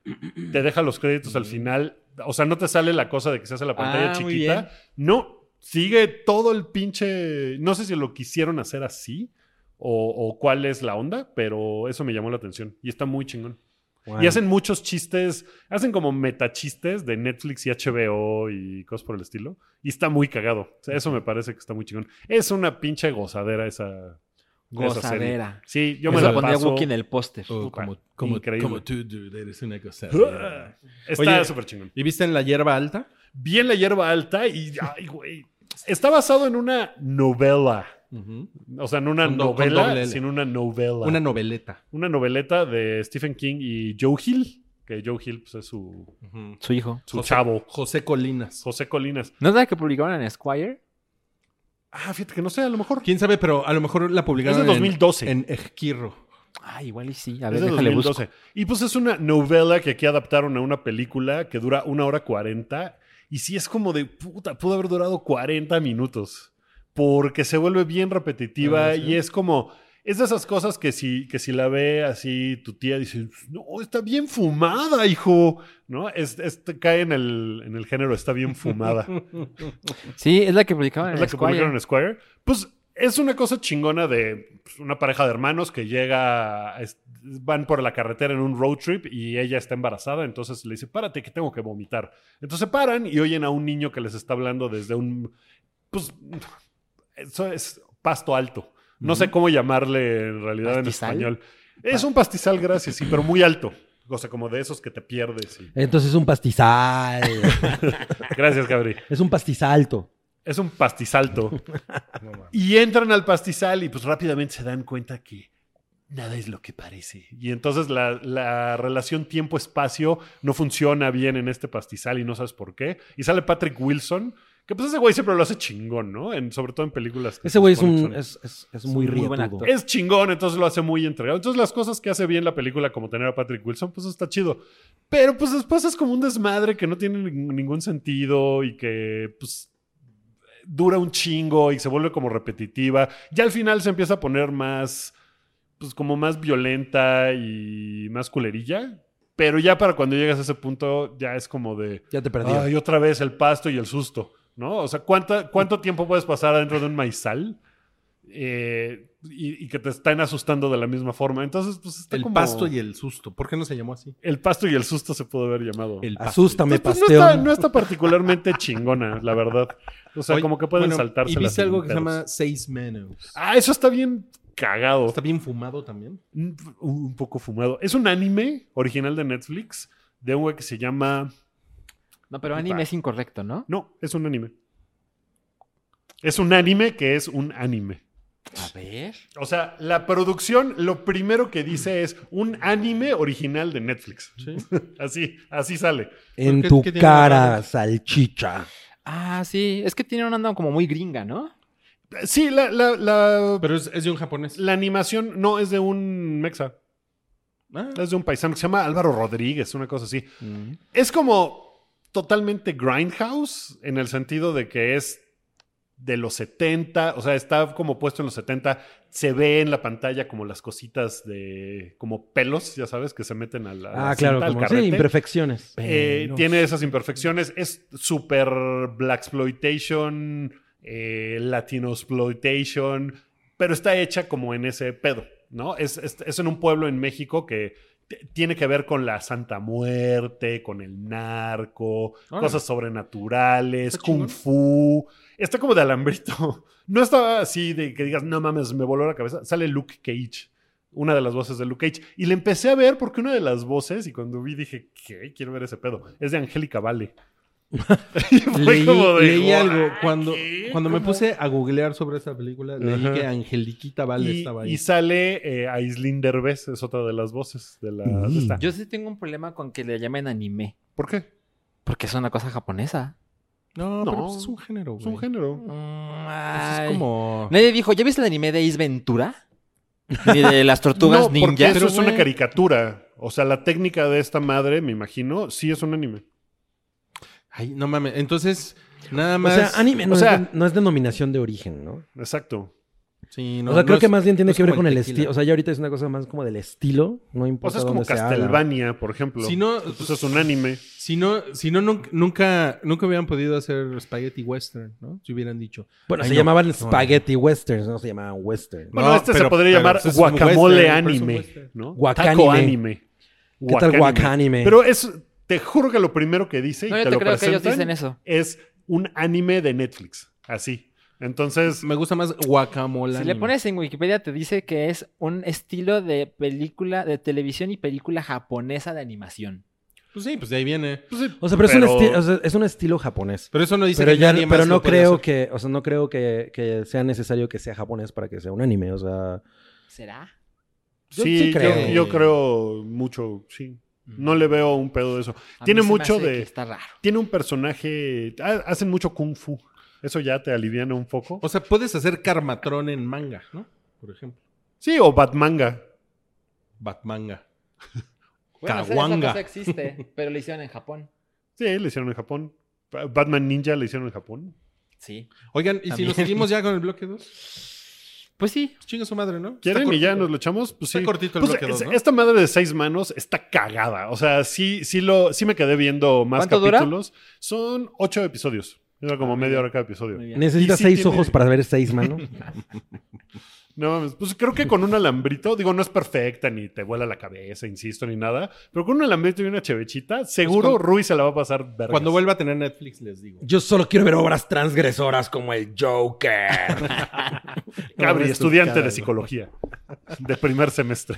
Speaker 2: Te deja los créditos
Speaker 4: Mm.
Speaker 2: al final. O sea, no te sale la cosa de que se hace la pantalla
Speaker 5: Ah, muy bien.
Speaker 2: chiquita. No, sigue todo el pinche. No sé si lo quisieron hacer así o, o cuál es la onda, pero eso me llamó la atención y está muy chingón. Y hacen muchos chistes, hacen como metachistes de Netflix y HBO y cosas por el estilo. Y está muy cagado. O sea, eso me parece que está muy chingón. Es una pinche gozadera esa.
Speaker 5: bien.
Speaker 2: esa serie.
Speaker 5: Gozadera.
Speaker 2: Sí, yo
Speaker 5: Yo
Speaker 2: me
Speaker 5: me
Speaker 2: la
Speaker 5: pondría
Speaker 2: paso.
Speaker 5: Wookiee en el póster.
Speaker 3: Oh,
Speaker 2: Puta,
Speaker 3: como, como,
Speaker 2: increíble.
Speaker 3: como tú, dude, eres una cosa.
Speaker 2: Ah, Está
Speaker 3: Oye.
Speaker 2: súper chingón.
Speaker 3: ¿Y viste en la hierba alta?
Speaker 2: Bien la hierba alta y. Ay, güey. Está basado en una novela. O sea, en una
Speaker 3: Con do- con doble
Speaker 2: novela,
Speaker 3: L.
Speaker 2: sino una novela.
Speaker 3: Una noveleta.
Speaker 2: Una noveleta de Stephen King y Joe Hill. Que Joe Hill pues, es su,
Speaker 5: Su hijo.
Speaker 2: su
Speaker 3: José-
Speaker 2: chavo.
Speaker 3: José Colinas.
Speaker 2: José Colinas.
Speaker 5: ¿No es la que publicaron en Esquire?
Speaker 2: Ah, fíjate que no sé, a lo mejor.
Speaker 3: Quién sabe, pero a lo mejor la publicaron
Speaker 2: Es de
Speaker 3: en-
Speaker 2: 2012.
Speaker 3: en Esquirro.
Speaker 5: Ah, igual y sí. A
Speaker 2: Es
Speaker 5: ver,
Speaker 2: de
Speaker 5: déjale busco.
Speaker 2: 2012. Y pues es una novela que aquí adaptaron a una película que dura una hora cuarenta. Y sí es como de puta, pudo haber durado 40 minutos. Porque se vuelve bien repetitiva
Speaker 3: Ah, sí.
Speaker 2: y es como. Es de esas cosas que si, que si la ve así, tu tía dice, no, está bien fumada, hijo. ¿No? Es, es- te cae en el, en el género, está bien fumada.
Speaker 5: Sí, es la que publicaron
Speaker 2: Es
Speaker 5: en
Speaker 2: la que publicaron
Speaker 5: Ah, Esquire.
Speaker 2: en Squire. Pues es una cosa chingona de pues, una pareja de hermanos que llega, a- es- van por la carretera en un road trip y ella está embarazada, entonces le dice, párate que tengo que vomitar. Entonces se paran y oyen a un niño que les está hablando desde un, pues, eso es pasto alto. No sé cómo llamarle en realidad
Speaker 5: ¿Pastizal?
Speaker 2: en español. Es un pastizal, gracias, sí, pero muy alto. O sea, como de esos que te pierdes. y-
Speaker 4: Entonces es un pastizal.
Speaker 2: Gracias, Gabriel.
Speaker 4: es un pastizalto.
Speaker 2: Es un pastizalto. y entran al pastizal y pues rápidamente se dan cuenta que nada es lo que parece. Y entonces la, la relación tiempo-espacio no funciona bien en este pastizal y no sabes por qué. Y sale Patrick Wilson, que pues ese güey siempre lo hace chingón, ¿no? En- sobre todo en películas. que
Speaker 4: Ese
Speaker 2: se
Speaker 4: güey es
Speaker 2: supone que
Speaker 4: un
Speaker 2: son-
Speaker 4: es, es- es muy
Speaker 5: un muy buen
Speaker 4: riatudo.
Speaker 5: actor.
Speaker 2: es chingón, entonces lo hace muy entregado. Entonces las cosas que hace bien la película, como tener a Patrick Wilson, pues está chido. Pero pues después es como un desmadre que no tiene ning- ningún sentido y que pues dura un chingo y se vuelve como repetitiva. Ya al final se empieza a poner más, pues como más violenta y más culerilla. Pero ya para cuando llegas a ese punto ya es como de...
Speaker 4: Ya te perdí.
Speaker 2: Ay, otra vez el pasto y el susto. ¿no? O sea, ¿cuánto, cuánto tiempo puedes pasar adentro de un maizal eh, y, y que te están asustando de la misma forma? Entonces, pues está
Speaker 3: El
Speaker 2: como-
Speaker 3: pasto y el susto. ¿Por qué no se llamó así?
Speaker 2: el pasto y el susto se pudo haber llamado.
Speaker 3: El pasto.
Speaker 4: Asústame,
Speaker 2: Entonces, pues,
Speaker 4: pasteo.
Speaker 2: no, está, no está particularmente chingona, la verdad. O sea,
Speaker 3: Oye,
Speaker 2: como que pueden
Speaker 3: bueno,
Speaker 2: saltarse
Speaker 3: Y viste
Speaker 2: las
Speaker 3: algo que se
Speaker 2: fronteras.
Speaker 3: llama Seis Manos.
Speaker 2: Ah, eso está bien cagado.
Speaker 3: Está bien fumado también.
Speaker 2: un, un poco fumado. Es un anime original de Netflix de un güey que se llama.
Speaker 5: No, pero anime
Speaker 2: Va.
Speaker 5: es incorrecto, ¿no?
Speaker 2: No, es un anime. Es un anime que es un anime.
Speaker 5: A ver.
Speaker 2: O sea, la producción lo primero que dice es un anime original de Netflix. Así, así sale.
Speaker 4: En
Speaker 3: ¿Qué-
Speaker 4: tu
Speaker 3: qué tiene de
Speaker 4: cara,
Speaker 3: raro?
Speaker 4: salchicha.
Speaker 5: Ah, sí. Es que tiene una onda como muy gringa, ¿no?
Speaker 2: Sí, la, la, la,
Speaker 3: Pero es, es de un japonés.
Speaker 2: la animación no es de un mexa,
Speaker 3: Ah,
Speaker 2: es de un paisano que se llama Álvaro Rodríguez, una cosa así.
Speaker 5: Mm.
Speaker 2: Es como totalmente Grindhouse en el sentido de que es de los 70, o sea, está como puesto en los 70, se ve en la pantalla como las cositas de, como pelos, ya sabes, que se meten a la... a la
Speaker 4: Ah, claro,
Speaker 2: cinta, al
Speaker 4: como, sí,
Speaker 2: carrete.
Speaker 4: imperfecciones.
Speaker 2: Eh,
Speaker 3: Pelos.
Speaker 2: tiene esas imperfecciones, es súper black exploitation, latino exploitation, eh, pero está hecha como en ese pedo, ¿no? Es, es- es en un pueblo en México que t- tiene que ver con la Santa Muerte, con el narco,
Speaker 3: Órale.
Speaker 2: cosas sobrenaturales,
Speaker 3: Está
Speaker 2: kung
Speaker 3: chingón.
Speaker 2: fu. Está como de alambrito. No está así de que digas, no mames, me voló la cabeza. Sale Luke Cage, una de las voces de Luke Cage. Y le empecé a ver porque una de las voces, y cuando vi dije, ¿qué? Quiero ver ese pedo. Es de Angélica Vale. Y fue
Speaker 3: leí
Speaker 2: como de,
Speaker 3: leí
Speaker 2: "Guau,
Speaker 3: algo. Cuando,
Speaker 2: ¿qué?
Speaker 3: cuando me
Speaker 2: ¿Cómo?".
Speaker 3: puse a googlear sobre esa película, leí
Speaker 2: Ajá.
Speaker 3: que Angeliquita Vale
Speaker 2: y,
Speaker 3: estaba
Speaker 2: y
Speaker 3: ahí.
Speaker 2: sale eh, Aislinn Derbez, es otra de las voces de la... de
Speaker 4: Mm.
Speaker 2: esta.
Speaker 5: Yo sí tengo un problema con que le llamen anime.
Speaker 2: ¿Por qué?
Speaker 5: Porque es una cosa japonesa.
Speaker 3: No,
Speaker 2: No.
Speaker 3: pero pues es un género, güey.
Speaker 2: Es un género.
Speaker 3: Pues
Speaker 5: Mm, Ay.
Speaker 3: es como...
Speaker 5: Nadie dijo, ¿ya viste el anime de Ace Ventura? Ni de las tortugas
Speaker 2: no, porque
Speaker 5: ninja.
Speaker 2: eso es una
Speaker 3: güey.
Speaker 2: caricatura. O sea, la técnica de esta madre, me imagino, sí es un anime.
Speaker 3: Ay, no mames. Entonces, nada
Speaker 4: O
Speaker 3: más...
Speaker 4: sea, anime no,
Speaker 2: o sea-
Speaker 4: es, de- no es denominación de origen, ¿no?
Speaker 2: Exacto.
Speaker 3: Sí, no,
Speaker 4: o sea,
Speaker 3: no
Speaker 4: creo que
Speaker 3: es-
Speaker 4: más bien tiene
Speaker 3: no es
Speaker 4: que ver
Speaker 3: como
Speaker 4: con el
Speaker 3: tequila.
Speaker 4: estilo. O sea, ya ahorita es una cosa más como del estilo, no
Speaker 2: O
Speaker 4: importa.
Speaker 2: sea, es como
Speaker 4: dónde se haga.
Speaker 2: Castlevania, por ejemplo.
Speaker 3: Si no,
Speaker 2: Pues es un anime.
Speaker 3: si no, si no nun- nunca, nunca hubieran podido hacer Spaghetti Western, ¿no? Si hubieran dicho.
Speaker 4: Bueno,
Speaker 3: Ay,
Speaker 4: se
Speaker 3: no.
Speaker 4: llamaban
Speaker 3: No, no.
Speaker 4: Spaghetti Westerns, no se llamaban Western.
Speaker 2: Bueno,
Speaker 3: No,
Speaker 2: este se
Speaker 3: pero-
Speaker 2: podría
Speaker 3: pero
Speaker 2: llamar
Speaker 3: pues es un
Speaker 2: guacamole
Speaker 3: western, pero es un
Speaker 2: anime,
Speaker 3: western.
Speaker 2: ¿no?
Speaker 4: Guacanime.
Speaker 2: Taco anime.
Speaker 4: ¿Qué tal guacánime?
Speaker 2: Pero es, te juro que lo primero que dice y
Speaker 5: No,
Speaker 2: te
Speaker 5: yo te
Speaker 2: lo
Speaker 5: creo que ellos
Speaker 2: presentan
Speaker 5: dicen eso.
Speaker 2: es un anime de Netflix, así. Entonces,
Speaker 3: Me gusta más guacamole.
Speaker 5: Si le
Speaker 3: anime.
Speaker 5: pones en Wikipedia te dice que es un estilo de película, de televisión y película japonesa de animación.
Speaker 3: Pues sí, pues de ahí viene.
Speaker 2: pues sí,
Speaker 4: o sea, pero, Es,
Speaker 2: pero-
Speaker 4: un estilo, o sea, es un estilo japonés.
Speaker 3: Pero eso no dice
Speaker 4: Pero,
Speaker 3: que
Speaker 4: ya,
Speaker 3: nadie más
Speaker 4: pero
Speaker 3: lo
Speaker 4: no
Speaker 3: puede
Speaker 4: creo
Speaker 3: hacer.
Speaker 4: que, o sea, no creo que, que sea necesario que sea japonés para que sea un anime. O sea,
Speaker 5: ¿Será?
Speaker 4: yo
Speaker 2: sí,
Speaker 4: sí
Speaker 2: yo,
Speaker 4: creo.
Speaker 2: yo creo mucho, sí. No le veo un pedo de eso.
Speaker 5: A mí
Speaker 2: Tiene
Speaker 5: Mm. se me
Speaker 2: mucho
Speaker 5: hace que
Speaker 2: de-
Speaker 5: Está raro.
Speaker 2: Tiene un personaje, ha- hacen mucho kung fu. Eso ya te aliviana un poco.
Speaker 3: O sea, puedes hacer Karmatron en manga, ¿no? Por ejemplo.
Speaker 2: Sí, o Batmanga.
Speaker 3: Batmanga.
Speaker 5: Bueno, esa-
Speaker 3: Kawanga.
Speaker 5: Esa cosa existe, pero lo hicieron en Japón.
Speaker 2: Sí, le hicieron en Japón. Ba- Batman Ninja le hicieron en Japón.
Speaker 5: Sí.
Speaker 3: Oigan, y si
Speaker 5: También.
Speaker 3: nos seguimos ya con el bloque 2,
Speaker 5: Pues sí.
Speaker 3: chinga su madre, ¿no?
Speaker 2: ¿Quieren
Speaker 3: Está
Speaker 2: y ya
Speaker 3: cortito.
Speaker 2: nos lo echamos? Pues
Speaker 3: Está
Speaker 2: sí.
Speaker 3: cortito el
Speaker 2: Pues,
Speaker 3: bloque
Speaker 2: es-
Speaker 3: 2, ¿no?
Speaker 2: Esta madre de seis manos está cagada. O sea, sí, sí, lo, sí me quedé viendo más
Speaker 5: ¿Cuánto dura?
Speaker 2: capítulos. Son ocho episodios. Era como
Speaker 5: Ah, muy
Speaker 2: media
Speaker 5: bien.
Speaker 2: hora cada episodio.
Speaker 5: Muy bien.
Speaker 4: necesitas
Speaker 2: Y sí
Speaker 4: seis
Speaker 2: tiene-
Speaker 4: ojos para ver seis manos.
Speaker 2: No mames, pues creo que con un alambrito, digo, no es perfecta ni te vuela la cabeza, insisto, ni nada, pero con un alambrito y una chevechita, seguro
Speaker 3: cuando-
Speaker 2: Rui se la va a pasar vergas.
Speaker 3: Cuando vuelva a tener Netflix, les digo.
Speaker 4: Yo solo quiero ver obras transgresoras como el Joker.
Speaker 2: Cabri, estudiante
Speaker 3: No, estúpida,
Speaker 2: de psicología de primer semestre.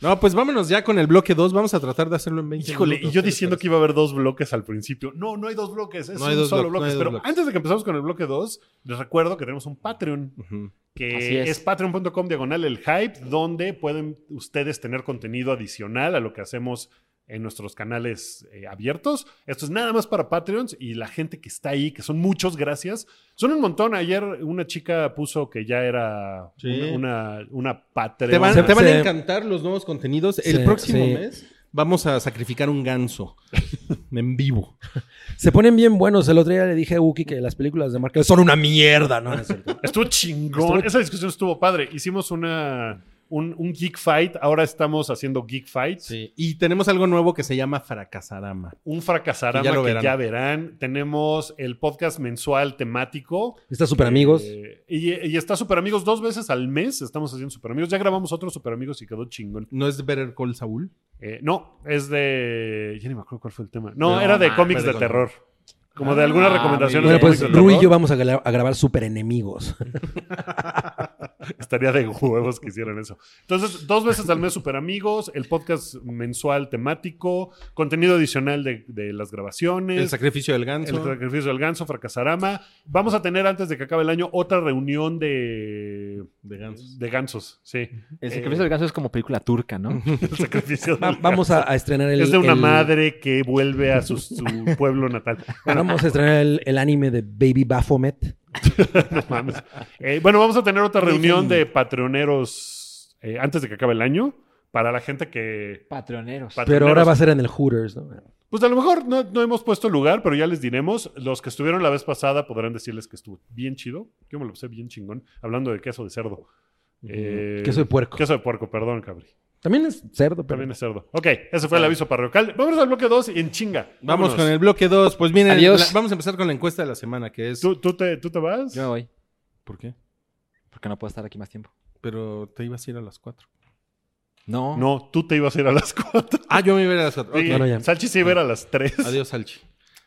Speaker 3: No, pues vámonos ya con el bloque 2. Vamos a tratar de hacerlo en 20
Speaker 2: Híjole, y
Speaker 3: minutos.
Speaker 2: yo
Speaker 3: ¿Qué les
Speaker 2: diciendo que
Speaker 3: parece?
Speaker 2: iba a haber dos bloques al principio. No, no hay dos bloques, es
Speaker 3: No hay
Speaker 2: un
Speaker 3: dos
Speaker 2: solo
Speaker 3: blo- no
Speaker 2: bloque.
Speaker 3: hay dos
Speaker 2: pero
Speaker 3: bloques.
Speaker 2: antes de que empezamos con el bloque 2, les recuerdo que tenemos un Patreon.
Speaker 3: Ujú.
Speaker 5: Así
Speaker 2: que es,
Speaker 5: es.
Speaker 2: patreon.com diagonal el hype, donde pueden ustedes tener contenido adicional a lo que hacemos en nuestros canales eh, abiertos. Esto es nada más para Patreons y la gente que está ahí, que son muchos, gracias. Son un montón. Ayer una chica puso que ya era
Speaker 3: Sí.
Speaker 2: una, una, una Patreon.
Speaker 3: Te van,
Speaker 4: Se-
Speaker 3: te van
Speaker 4: se-
Speaker 3: a encantar los nuevos contenidos. El
Speaker 4: se-
Speaker 3: próximo
Speaker 4: sí.
Speaker 3: mes vamos a sacrificar un ganso en vivo.
Speaker 4: Se ponen bien buenos. El otro día le dije a Uki que las películas de Marvel son una mierda, ¿no? No es cierto.
Speaker 2: Estuvo chingón. Esa discusión estuvo padre. Hicimos una, un, un Geek Fight. Ahora estamos haciendo Geek Fight.
Speaker 3: Sí. Y tenemos algo nuevo que se llama Fracasarama.
Speaker 2: Un fracasarama
Speaker 3: Que ya lo
Speaker 2: que
Speaker 3: verán.
Speaker 2: ya verán. Tenemos el podcast mensual temático.
Speaker 4: Está super amigos.
Speaker 2: Eh, y, y está Super Amigos dos veces al mes. Estamos haciendo Super Amigos. Ya grabamos otro Super Amigos y quedó chingón.
Speaker 3: ¿No es Better Call Saul?
Speaker 2: Eh, no, es de. Ya ni me acuerdo cuál fue el tema. No,
Speaker 3: No,
Speaker 2: era de
Speaker 3: ma,
Speaker 2: cómics
Speaker 3: fue
Speaker 2: de
Speaker 3: de
Speaker 2: terror. Como de
Speaker 3: Ah,
Speaker 2: algunas
Speaker 3: muy
Speaker 2: recomendaciones.
Speaker 3: bien.
Speaker 2: de
Speaker 4: Bueno, pues
Speaker 2: cómics de
Speaker 4: Rui y
Speaker 2: terror.
Speaker 4: yo vamos a, gra- a grabar super enemigos.
Speaker 2: Estaría de huevos que hicieran eso. Entonces, dos veces al mes Super Amigos, el podcast mensual temático, contenido adicional de, de las
Speaker 3: El
Speaker 2: grabaciones.
Speaker 3: sacrificio del ganso.
Speaker 2: El sacrificio del ganso, fracasarama. Vamos a tener antes de que acabe el año otra reunión de,
Speaker 3: de gansos.
Speaker 2: de gansos. Sí,
Speaker 5: El
Speaker 2: Eh,
Speaker 5: sacrificio del ganso es como película turca, ¿no?
Speaker 2: el sacrificio del
Speaker 4: Va- vamos a, a estrenar el.
Speaker 2: es de una
Speaker 4: el-
Speaker 2: madre que vuelve a su, su pueblo natal.
Speaker 4: Vamos a estrenar el, el anime de Baby Baphomet.
Speaker 2: No mames. Eh, bueno, vamos a tener otra reunión de patroneros eh, antes de que acabe el año para la gente que...
Speaker 5: Patroneros.
Speaker 4: Pero ahora
Speaker 2: patroneros-
Speaker 4: va a ser en el Hooters, ¿no?
Speaker 2: Pues a lo mejor no, no hemos puesto lugar, pero ya les diremos. Los que estuvieron la vez pasada podrán decirles que estuvo bien chido. Yo me lo puse bien chingón. Hablando de queso de cerdo. Eh,
Speaker 4: Queso de puerco.
Speaker 2: Queso de puerco, perdón, cabri.
Speaker 4: También es cerdo, pero.
Speaker 2: También es cerdo. Ok, ese fue el aviso parroquial. Vamos al bloque 2 en chinga.
Speaker 3: Vamos
Speaker 2: Vámonos.
Speaker 3: con el bloque 2. Pues miren,
Speaker 5: Adiós.
Speaker 3: la- vamos a empezar con la encuesta de la semana, que es...
Speaker 2: ¿Tú, tú te, ¿Tú te vas?
Speaker 5: Yo me voy,
Speaker 3: ¿Por qué?
Speaker 5: porque no puedo estar aquí más tiempo.
Speaker 3: Pero te ibas a ir a las 4.
Speaker 5: No.
Speaker 2: No, tú te ibas a ir a las 4.
Speaker 3: Ah, yo me iba a ir a las 4.
Speaker 2: Sí,
Speaker 4: Oh. Bueno, ya.
Speaker 2: Salchi se iba a ir a las 3.
Speaker 3: Adiós, Salchi.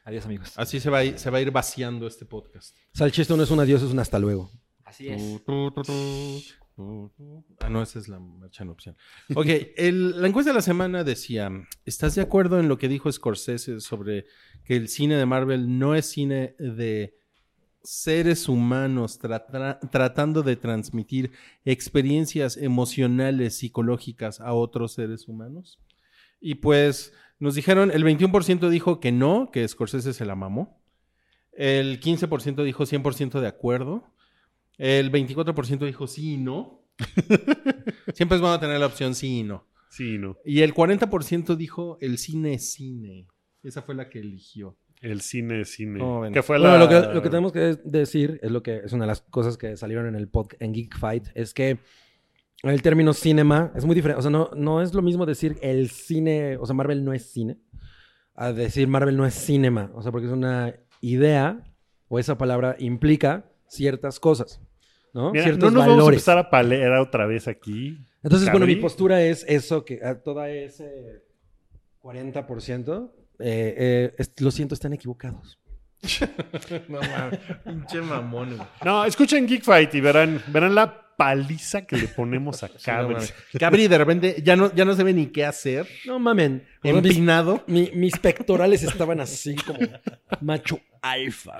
Speaker 5: Adiós, amigos.
Speaker 3: Así se va, a ir, se va a ir vaciando este podcast.
Speaker 4: Salchisto no es un adiós, es un hasta luego.
Speaker 5: Así es.
Speaker 3: Tu, tu, tu, tu, tu, tu. Ah, no, esa es la marcha nupcial. Ok, el- la encuesta de la semana decía, ¿estás de acuerdo en lo que dijo Scorsese sobre que el cine de Marvel no es cine de seres humanos tra- tra- tratando de transmitir experiencias emocionales, psicológicas a otros seres humanos? Y pues nos dijeron, el 21% dijo que no, que Scorsese se la mamó. El 15% dijo 100% de acuerdo. El 24% dijo sí y no. Siempre es bueno tener la opción sí y no.
Speaker 2: Sí, no.
Speaker 3: Y el 40% dijo el cine es cine. Esa fue la que eligió.
Speaker 2: El cine, cine.
Speaker 3: ¿Cómo ven?
Speaker 2: Que fue
Speaker 4: Bueno,
Speaker 2: la...
Speaker 4: lo que, lo que tenemos que de- decir es lo que es una de las cosas que salieron en el podcast en Geek Fight, es que el término cinema es muy diferente. O sea, no, no es lo mismo decir el cine, o sea, Marvel no es cine, a decir Marvel no es cinema. O sea, porque es una idea o esa palabra implica ciertas cosas, ¿no?
Speaker 2: Mira,
Speaker 4: ciertos
Speaker 2: no nos vamos a
Speaker 4: valores.
Speaker 2: empezar a palear otra vez aquí.
Speaker 4: Entonces, bueno, mi
Speaker 2: Cabri.
Speaker 4: postura es eso, que a toda ese 40%, eh, eh, es- lo siento, están equivocados.
Speaker 3: No mames, pinche mamón. güey.
Speaker 2: No, escuchen Geek Fight y verán, verán la paliza que le ponemos a
Speaker 3: Sí, no
Speaker 2: Cabri.
Speaker 3: mames. Cabri de repente ya no, ya no sabe ni qué hacer.
Speaker 4: No mamen. O sea, mis-
Speaker 3: Empinado.
Speaker 4: mi- mis pectorales estaban así como macho alfa.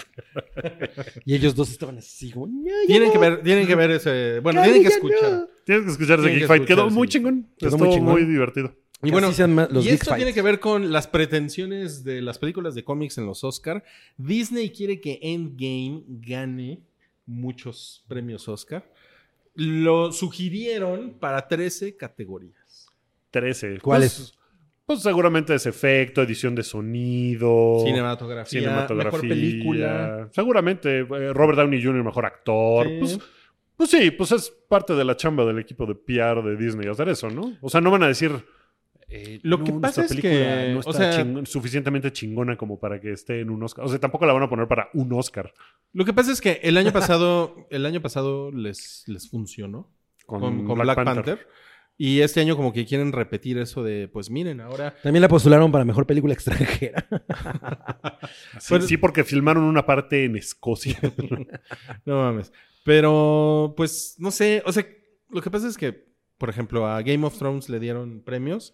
Speaker 4: Y ellos dos estaban así como... "No, ya
Speaker 3: Tienen
Speaker 4: no".
Speaker 3: que ver, tienen que ver ese. Bueno,
Speaker 4: Cabri,
Speaker 3: tienen que
Speaker 4: ya
Speaker 3: escuchar.
Speaker 4: no.
Speaker 2: Tienes que escuchar ese
Speaker 3: Tienen que
Speaker 2: Geek Fight. Quedó
Speaker 3: escuchar,
Speaker 2: muy
Speaker 3: sí.
Speaker 2: chingón.
Speaker 4: Quedó
Speaker 2: Estuvo
Speaker 4: muy
Speaker 2: muy,
Speaker 4: chingón.
Speaker 2: divertido.
Speaker 4: Que
Speaker 3: Y bueno,
Speaker 4: así sean ma- los
Speaker 3: y
Speaker 4: Geek
Speaker 3: esto tiene
Speaker 4: Fights.
Speaker 3: que ver con las pretensiones de las películas de cómics en los Oscar. Disney quiere que Endgame gane muchos premios Oscar. Lo sugirieron para 13 categorías.
Speaker 2: 13.
Speaker 4: ¿Cuál
Speaker 2: Pues-
Speaker 4: es?
Speaker 2: Pues seguramente es efecto, edición de sonido.
Speaker 3: Oh, Cinematografía,
Speaker 2: cinematografía.
Speaker 3: mejor película.
Speaker 2: Seguramente eh, Robert Downey Jr., mejor actor.
Speaker 3: Sí.
Speaker 2: Pues, pues sí, pues es parte de la chamba del equipo de PR de Disney hacer eso, ¿no? O sea, no van a decir. eh,
Speaker 3: Lo
Speaker 2: no,
Speaker 3: que pasa
Speaker 2: nuestra
Speaker 3: es
Speaker 2: película
Speaker 3: que,
Speaker 2: no
Speaker 3: o
Speaker 2: está
Speaker 3: sea-
Speaker 2: chingón- suficientemente chingona como para que esté en un Oscar. O sea, tampoco la van a poner para un Oscar.
Speaker 3: Lo que pasa es que el año pasado, el año pasado les, les funcionó
Speaker 2: Con,
Speaker 3: con, con Black, Panther. Y este año como que quieren repetir eso de, pues miren, ahora...
Speaker 4: También la postularon para mejor película extranjera.
Speaker 2: Sí,
Speaker 3: Pero-
Speaker 2: sí, porque filmaron una parte en Escocia.
Speaker 3: No mames. Pero, pues, no sé. O sea, lo que pasa es que, por ejemplo, a Game of Thrones le dieron premios.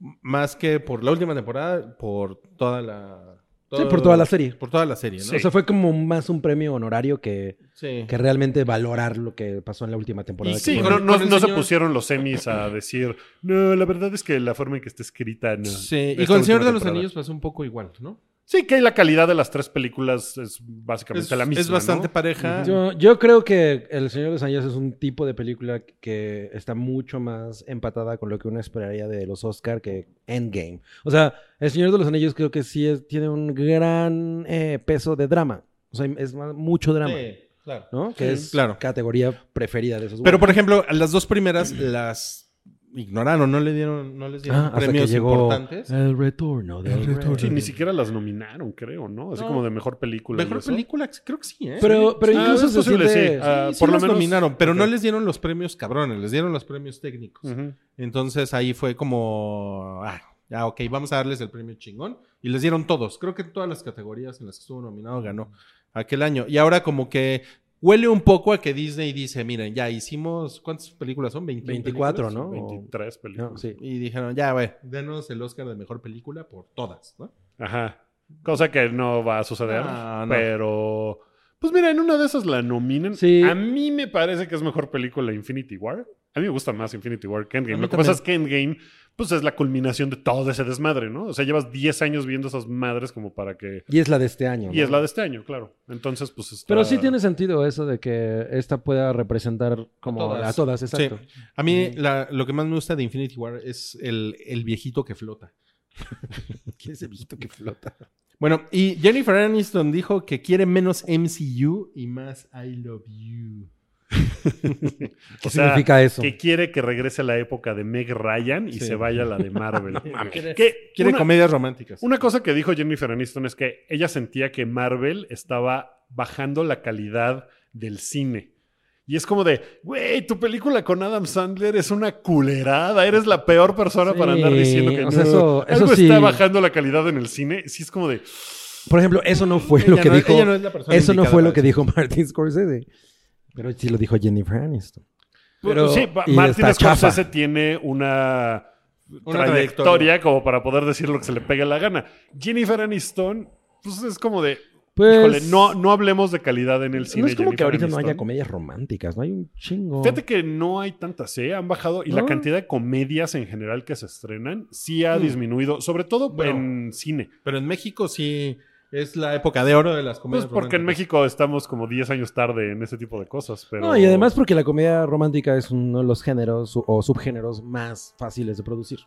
Speaker 3: m- Más que por la última temporada, por toda la.
Speaker 4: Sí,
Speaker 3: todo-
Speaker 4: por toda la serie.
Speaker 3: Por toda la serie, ¿no?
Speaker 2: Sí.
Speaker 4: O sea, fue como más un premio honorario que,
Speaker 3: Sí.
Speaker 4: que realmente valorar lo que pasó en la última temporada.
Speaker 3: Y
Speaker 4: que
Speaker 2: Sí,
Speaker 4: fue-
Speaker 3: con-
Speaker 2: no, no-
Speaker 3: con el
Speaker 2: no se
Speaker 3: señor-
Speaker 2: pusieron los semis a decir, no, la verdad es que la forma en que está escrita. no".
Speaker 3: Sí, Y
Speaker 2: Esta
Speaker 3: con El Señor
Speaker 2: última
Speaker 3: de los
Speaker 2: temporada.
Speaker 3: Anillos pasó un poco igual, ¿no?
Speaker 2: Sí, que la calidad de las tres películas es básicamente
Speaker 3: Es,
Speaker 2: la misma.
Speaker 3: es bastante
Speaker 2: ¿no?
Speaker 3: pareja.
Speaker 4: Yo, yo creo que El Señor de los Anillos es un tipo de película que está mucho más empatada con lo que uno esperaría de los Oscar que Endgame. O sea, El Señor de los Anillos creo que sí es- tiene un gran eh, peso de drama. O sea, es más- mucho drama.
Speaker 3: Sí. O Claro.
Speaker 4: ¿no? pues, Que
Speaker 3: Sí,
Speaker 4: es
Speaker 3: claro.
Speaker 4: categoría preferida de esos
Speaker 3: Pero,
Speaker 4: güeyes.
Speaker 3: por ejemplo, a las dos primeras las ignoraron, no le dieron, no les dieron
Speaker 4: Ah, hasta
Speaker 3: premios
Speaker 4: que llegó
Speaker 3: importantes.
Speaker 4: el retorno del rey.
Speaker 2: Sí, ni siquiera las nominaron, creo, ¿no? Así
Speaker 3: No.
Speaker 2: como de mejor película. y
Speaker 3: Mejor
Speaker 2: eso.
Speaker 3: película, creo que sí, ¿eh?
Speaker 4: Pero, pero
Speaker 2: Ah,
Speaker 4: incluso
Speaker 2: es
Speaker 4: se
Speaker 2: posible,
Speaker 4: siente-
Speaker 2: sí. Ah,
Speaker 3: Sí,
Speaker 2: por lo
Speaker 3: las
Speaker 2: menos-
Speaker 3: nominaron, pero no
Speaker 2: Ok.
Speaker 3: les dieron los premios cabrones, les dieron los premios técnicos.
Speaker 2: Ujú.
Speaker 3: Entonces ahí fue como, ah, ya, ok, vamos a darles el premio chingón. Y les dieron todos. Creo que todas las categorías en las que estuvo nominado ganó aquel año. Y ahora como que huele un poco a que Disney dice, miren, ya hicimos, ¿cuántas películas son? 21
Speaker 4: 24,
Speaker 3: películas.
Speaker 4: ¿no?
Speaker 2: 23 películas.
Speaker 4: No, sí.
Speaker 3: Y dijeron, ya, güey, denos el Oscar de mejor película por todas, ¿no?
Speaker 2: Ajá. Cosa que no va a suceder.
Speaker 3: Ah, no.
Speaker 2: Pero. Pues mira, en una de esas la nominan.
Speaker 4: Sí.
Speaker 2: A mí me parece que es mejor película Infinity War. A mí me gusta más Infinity War que
Speaker 3: A
Speaker 2: Endgame.
Speaker 3: mí
Speaker 2: Lo que pasa es que Endgame, pues es la culminación de todo ese desmadre, ¿no? O sea, llevas 10 años viendo esas madres como para que.
Speaker 4: Y es la de este año.
Speaker 2: Y
Speaker 4: ¿no?
Speaker 2: es la de este año, claro. Entonces, pues está-
Speaker 4: Pero sí tiene sentido eso de que esta pueda representar como a
Speaker 3: Todas.
Speaker 4: todas, exacto.
Speaker 3: A mí la- lo que más me gusta de Infinity War es el, el viejito que flota.
Speaker 4: ¿Quién es el viejito que flota?
Speaker 3: Bueno, y Jennifer Aniston dijo que quiere menos MCU y más I Love You.
Speaker 4: ¿Qué
Speaker 2: O sea,
Speaker 4: significa eso?
Speaker 2: Que quiere que regrese la época de Meg Ryan y
Speaker 3: Sí.
Speaker 2: se vaya la de Marvel. Mames.
Speaker 3: Quiere-
Speaker 2: Que
Speaker 3: Quiere
Speaker 2: una-
Speaker 3: comedias románticas.
Speaker 2: Una cosa que dijo Jennifer Aniston es que ella sentía que Marvel estaba bajando la calidad del cine. Y es como de, güey, tu película con Adam Sandler es una culerada. Eres la peor persona
Speaker 4: Sí,
Speaker 2: para andar diciendo que
Speaker 4: o sea,
Speaker 2: no,
Speaker 4: eso- eso
Speaker 2: algo
Speaker 4: sí.
Speaker 2: está bajando la calidad en el cine. Sí es como de,
Speaker 4: Por ejemplo, eso no fue lo
Speaker 3: Ella
Speaker 4: que
Speaker 3: no-
Speaker 4: dijo.
Speaker 3: ella no es la persona
Speaker 4: eso no
Speaker 3: indicada
Speaker 4: fue lo
Speaker 3: para
Speaker 4: que
Speaker 3: eso.
Speaker 4: dijo Martin Scorsese. Pero sí lo dijo Jennifer Aniston.
Speaker 2: Pero,
Speaker 4: Pero-
Speaker 2: sí,
Speaker 4: y
Speaker 2: Martin
Speaker 4: está chafa.
Speaker 2: Scorsese tiene una,
Speaker 3: Una
Speaker 2: trayectoria,
Speaker 3: trayectoria.
Speaker 2: como para poder decir lo que se le pegue la gana. Jennifer Aniston, pues es como de,
Speaker 4: Pues,
Speaker 2: híjole, no, no hablemos de calidad en el cine.
Speaker 4: no es como que
Speaker 2: Jennifer
Speaker 4: ahorita no haya
Speaker 2: Aniston.
Speaker 4: comedias románticas, no hay un chingo.
Speaker 2: Fíjate que no hay tantas, ¿eh? Han bajado y la
Speaker 4: No.
Speaker 2: cantidad de comedias en general que se estrenan sí ha
Speaker 3: Mm.
Speaker 2: disminuido, sobre todo
Speaker 3: Bueno.
Speaker 2: en cine.
Speaker 3: Pero en México sí es la época de oro de las
Speaker 2: Pues
Speaker 3: comedias
Speaker 2: porque en México estamos como 10 años tarde en ese tipo de cosas. Pero...
Speaker 4: No, y además porque la comedia romántica es uno de los géneros su- o subgéneros más fáciles de producir.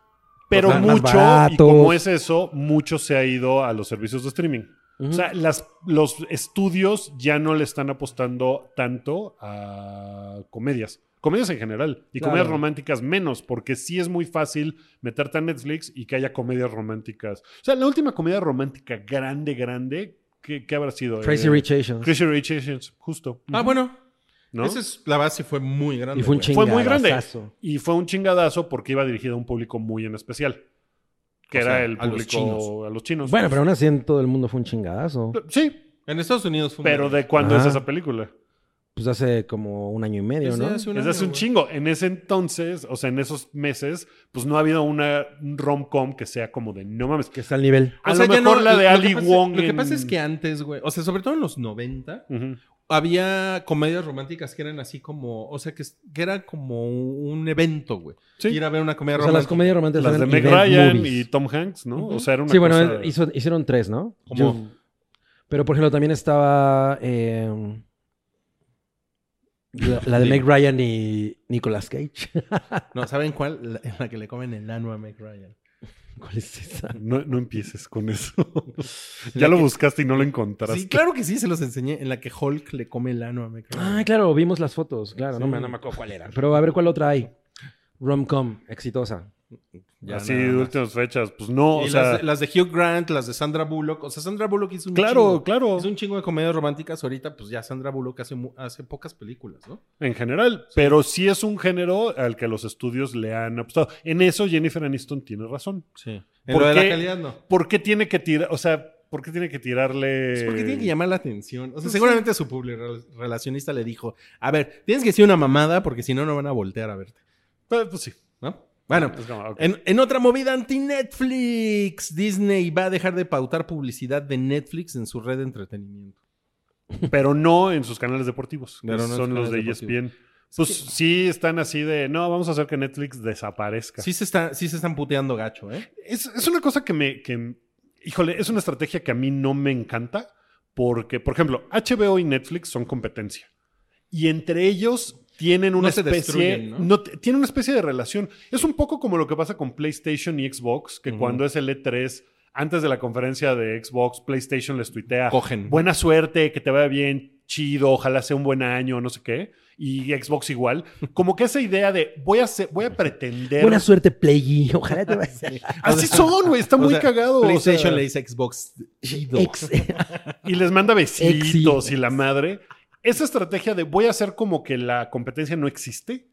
Speaker 2: Pero
Speaker 4: pues, Más
Speaker 2: mucho, y
Speaker 4: baratos.
Speaker 2: como es eso, mucho se ha ido a los servicios de streaming.
Speaker 4: Ujú.
Speaker 2: O sea, las, los estudios ya no le están apostando tanto a comedias. Comedias en general. Y
Speaker 4: Claro.
Speaker 2: comedias románticas menos, porque sí es muy fácil meterte a Netflix y que haya comedias románticas. O sea, la última comedia romántica grande, grande, ¿qué, qué habrá sido?
Speaker 4: Crazy
Speaker 2: Eh,
Speaker 4: Rich Asians.
Speaker 2: Crazy Rich Asians, justo.
Speaker 3: Ah,
Speaker 2: Ujú.
Speaker 3: bueno.
Speaker 2: ¿No?
Speaker 3: Esa es la base fue muy grande. pues.
Speaker 4: Y fue un
Speaker 3: güey.
Speaker 2: Fue muy grande.
Speaker 4: chingadazazo.
Speaker 2: Y fue un chingadazo porque iba dirigido a un público muy en especial. Que
Speaker 3: O
Speaker 2: era
Speaker 3: sea,
Speaker 2: el
Speaker 3: a los
Speaker 2: público-
Speaker 3: chinos.
Speaker 2: a los chinos.
Speaker 4: Bueno, pero aún así en todo el mundo fue un chingadazo.
Speaker 2: Sí,
Speaker 3: En Estados Unidos fue un
Speaker 2: pero ¿de cuándo
Speaker 4: Pues, Ajá.
Speaker 2: es esa película?
Speaker 4: Pues hace como un año y medio,
Speaker 3: Desde
Speaker 4: ¿no?
Speaker 3: hace Pues, un
Speaker 2: Desde
Speaker 3: año,
Speaker 2: hace un
Speaker 3: güey.
Speaker 2: chingo. En ese entonces, o sea, en esos meses, pues no ha habido una rom-com que sea como de no mames.
Speaker 4: Que está al nivel.
Speaker 2: A
Speaker 3: O
Speaker 2: lo
Speaker 3: sea, ya
Speaker 2: mejor
Speaker 3: no-
Speaker 2: la de
Speaker 3: lo
Speaker 2: Ali
Speaker 3: que pasa-
Speaker 2: Wong.
Speaker 3: Lo que
Speaker 2: en-
Speaker 3: pasa es que antes, güey, o sea, sobre todo en los 90,
Speaker 2: Ujú.
Speaker 3: había comedias románticas que eran así como, o sea, que, es- que era como un evento, güey.
Speaker 2: Sí.
Speaker 3: Ir a ver una comedia
Speaker 4: O sea, las
Speaker 3: romántica.
Speaker 4: comedias románticas
Speaker 2: Las de
Speaker 4: Pues eran
Speaker 2: Meg
Speaker 4: event
Speaker 2: Ryan
Speaker 4: movies.
Speaker 2: y Tom Hanks, ¿no?
Speaker 3: Ujú.
Speaker 2: O sea, era una
Speaker 4: Sí, bueno,
Speaker 2: cosa-
Speaker 4: él hizo- hicieron tres, ¿no?
Speaker 3: Como-
Speaker 4: Yo- pero, por ejemplo, también estaba eh, la, la de Meg Ryan y Nicolas Cage.
Speaker 3: No, ¿saben cuál? La, en la que le comen el ano a Meg Ryan.
Speaker 4: ¿Cuál es esa?
Speaker 2: No, no empieces con eso. ya lo buscaste y no lo encontraste.
Speaker 3: Sí, claro que sí, se los enseñé. En la que Hulk le come el ano a Meg Ryan.
Speaker 4: Ah, claro, vimos las fotos. Claro, no,
Speaker 3: Sí.
Speaker 4: me, no me acuerdo cuál era. Pero a ver cuál otra hay. Rom-com, exitosa.
Speaker 3: Ya
Speaker 2: Así,
Speaker 3: nada
Speaker 2: de
Speaker 3: más.
Speaker 2: últimas fechas. Pues no, o
Speaker 3: Y las,
Speaker 2: sea.
Speaker 3: de- las de Hugh Grant, las de Sandra Bullock. O sea, Sandra Bullock hizo un
Speaker 2: Claro,
Speaker 3: chingo.
Speaker 2: claro.
Speaker 3: Hizo un chingo de comedias románticas. Ahorita, pues ya Sandra Bullock hace, mu- hace pocas películas, ¿no?
Speaker 2: En general. Pero sí es un género al que los estudios le han apostado. En eso Jennifer Aniston tiene razón.
Speaker 3: Sí. En
Speaker 2: ¿Por
Speaker 3: lo de
Speaker 2: qué?
Speaker 3: la calidad, no.
Speaker 2: ¿Por qué tiene que tirar? O sea, ¿por qué tiene que tirarle.
Speaker 3: Es Pues porque tiene que llamar la atención. O sea,
Speaker 2: Eh, Pues
Speaker 3: seguramente su public relacionista le dijo, a ver, tienes que decir una mamada porque si no, no van a voltear a verte,
Speaker 2: Eh, Pues sí.
Speaker 3: ¿no? Bueno,
Speaker 2: Es como, ok.
Speaker 3: en, en otra movida anti-Netflix, Disney va a dejar de pautar publicidad de Netflix en su red de entretenimiento.
Speaker 2: pero no en sus canales deportivos, que
Speaker 3: Pero no en
Speaker 2: son
Speaker 3: sus
Speaker 2: los de
Speaker 3: canales
Speaker 2: ESPN. Pues sí están así de, no, vamos a hacer que Netflix desaparezca.
Speaker 3: Sí se, está, sí se están puteando gacho, ¿eh?
Speaker 2: Es, es una cosa que me, que, híjole, es una estrategia que a mí no me encanta porque, por ejemplo, HBO y Netflix son competencia. Y entre ellos tienen una
Speaker 3: se
Speaker 2: especie,
Speaker 3: destruyen, ¿no?
Speaker 2: t- tienen una especie de relación. Es un poco como lo que pasa con PlayStation y Xbox, que
Speaker 3: Ujú.
Speaker 2: cuando es el E E3, antes de la conferencia de Xbox, PlayStation les tuitea,
Speaker 3: Cogen.
Speaker 2: buena suerte, que te vaya bien, chido, ojalá sea un buen año, no sé qué, y Xbox igual, como que esa idea de voy a, hacer- voy a pretender...
Speaker 4: Buena suerte, Playi. Ojalá te vayas.
Speaker 2: Así son, güey, está
Speaker 3: O
Speaker 2: muy
Speaker 3: sea,
Speaker 2: cagado. o
Speaker 3: PlayStation
Speaker 2: sea,
Speaker 3: le dice Xbox chido.
Speaker 4: Ex-
Speaker 2: y les manda besitos
Speaker 4: Exhi-
Speaker 2: y la madre. Esa estrategia de voy a hacer como que la competencia no existe,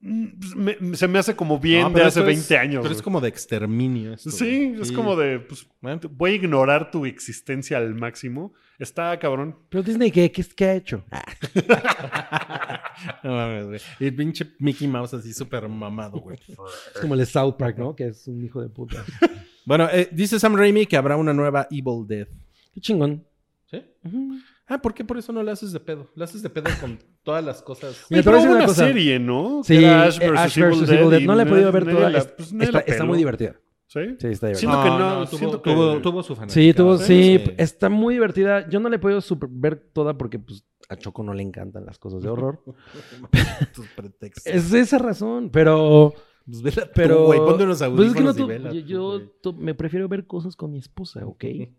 Speaker 2: mm, pues, me- se me hace como bien
Speaker 3: No,
Speaker 2: de
Speaker 3: pero
Speaker 2: hace
Speaker 3: esto
Speaker 2: 20
Speaker 3: es-
Speaker 2: años.
Speaker 3: Pero es
Speaker 2: güey.
Speaker 3: como de exterminio. esto,
Speaker 2: Sí,
Speaker 3: güey.
Speaker 2: es como de, pues,
Speaker 3: Bueno.
Speaker 2: voy a ignorar tu existencia al máximo. Está cabrón.
Speaker 4: Pero Disney, ¿qué, qué, qué ha hecho?
Speaker 3: No mames, güey. Y el pinche Mickey Mouse así súper mamado, güey.
Speaker 4: Es como el de South Park, ¿no? Que es un hijo de puta.
Speaker 3: bueno, eh, dice Sam Raimi que habrá una nueva Evil Dead.
Speaker 4: Qué chingón.
Speaker 3: ¿Sí?
Speaker 4: Ujú.
Speaker 3: Ah, ¿por qué por eso no la haces de pedo? La haces de pedo con todas las cosas.
Speaker 2: Pero
Speaker 4: Mira, te voy a decir
Speaker 2: hubo
Speaker 4: una
Speaker 2: una
Speaker 4: cosa.
Speaker 2: serie, ¿no?
Speaker 4: Sí,
Speaker 2: Que era Ash
Speaker 4: eh,
Speaker 2: versus
Speaker 4: Ash
Speaker 2: Evil
Speaker 4: versus
Speaker 2: Dead
Speaker 4: Evil Dead.
Speaker 2: y
Speaker 4: No la he podido ver
Speaker 2: nadie
Speaker 4: toda.
Speaker 2: la-
Speaker 4: Es-
Speaker 2: pues nadie
Speaker 4: está,
Speaker 2: la
Speaker 4: está
Speaker 2: peló.
Speaker 4: muy divertida.
Speaker 2: ¿Sí?
Speaker 4: Sí, está divertida.
Speaker 2: Siento que no,
Speaker 3: tuvo,
Speaker 2: siento que-
Speaker 3: tuvo, tuvo su fanática.
Speaker 4: Sí, tuvo, sí,
Speaker 3: Sí. pues,
Speaker 4: está muy divertida. Yo no le he podido super- ver toda porque pues, a Choco no le encantan las cosas de horror.
Speaker 3: Tus pretextos.
Speaker 4: es de esa razón, pero...
Speaker 3: Pues vela tú,
Speaker 4: pero
Speaker 3: güey, ponte unos
Speaker 4: Pues es que no
Speaker 3: audífonos y
Speaker 4: tu-
Speaker 3: vela
Speaker 4: yo
Speaker 3: tú,
Speaker 4: yo
Speaker 3: güey.
Speaker 4: tu- me prefiero ver cosas con mi esposa, ¿ok?
Speaker 3: Ay,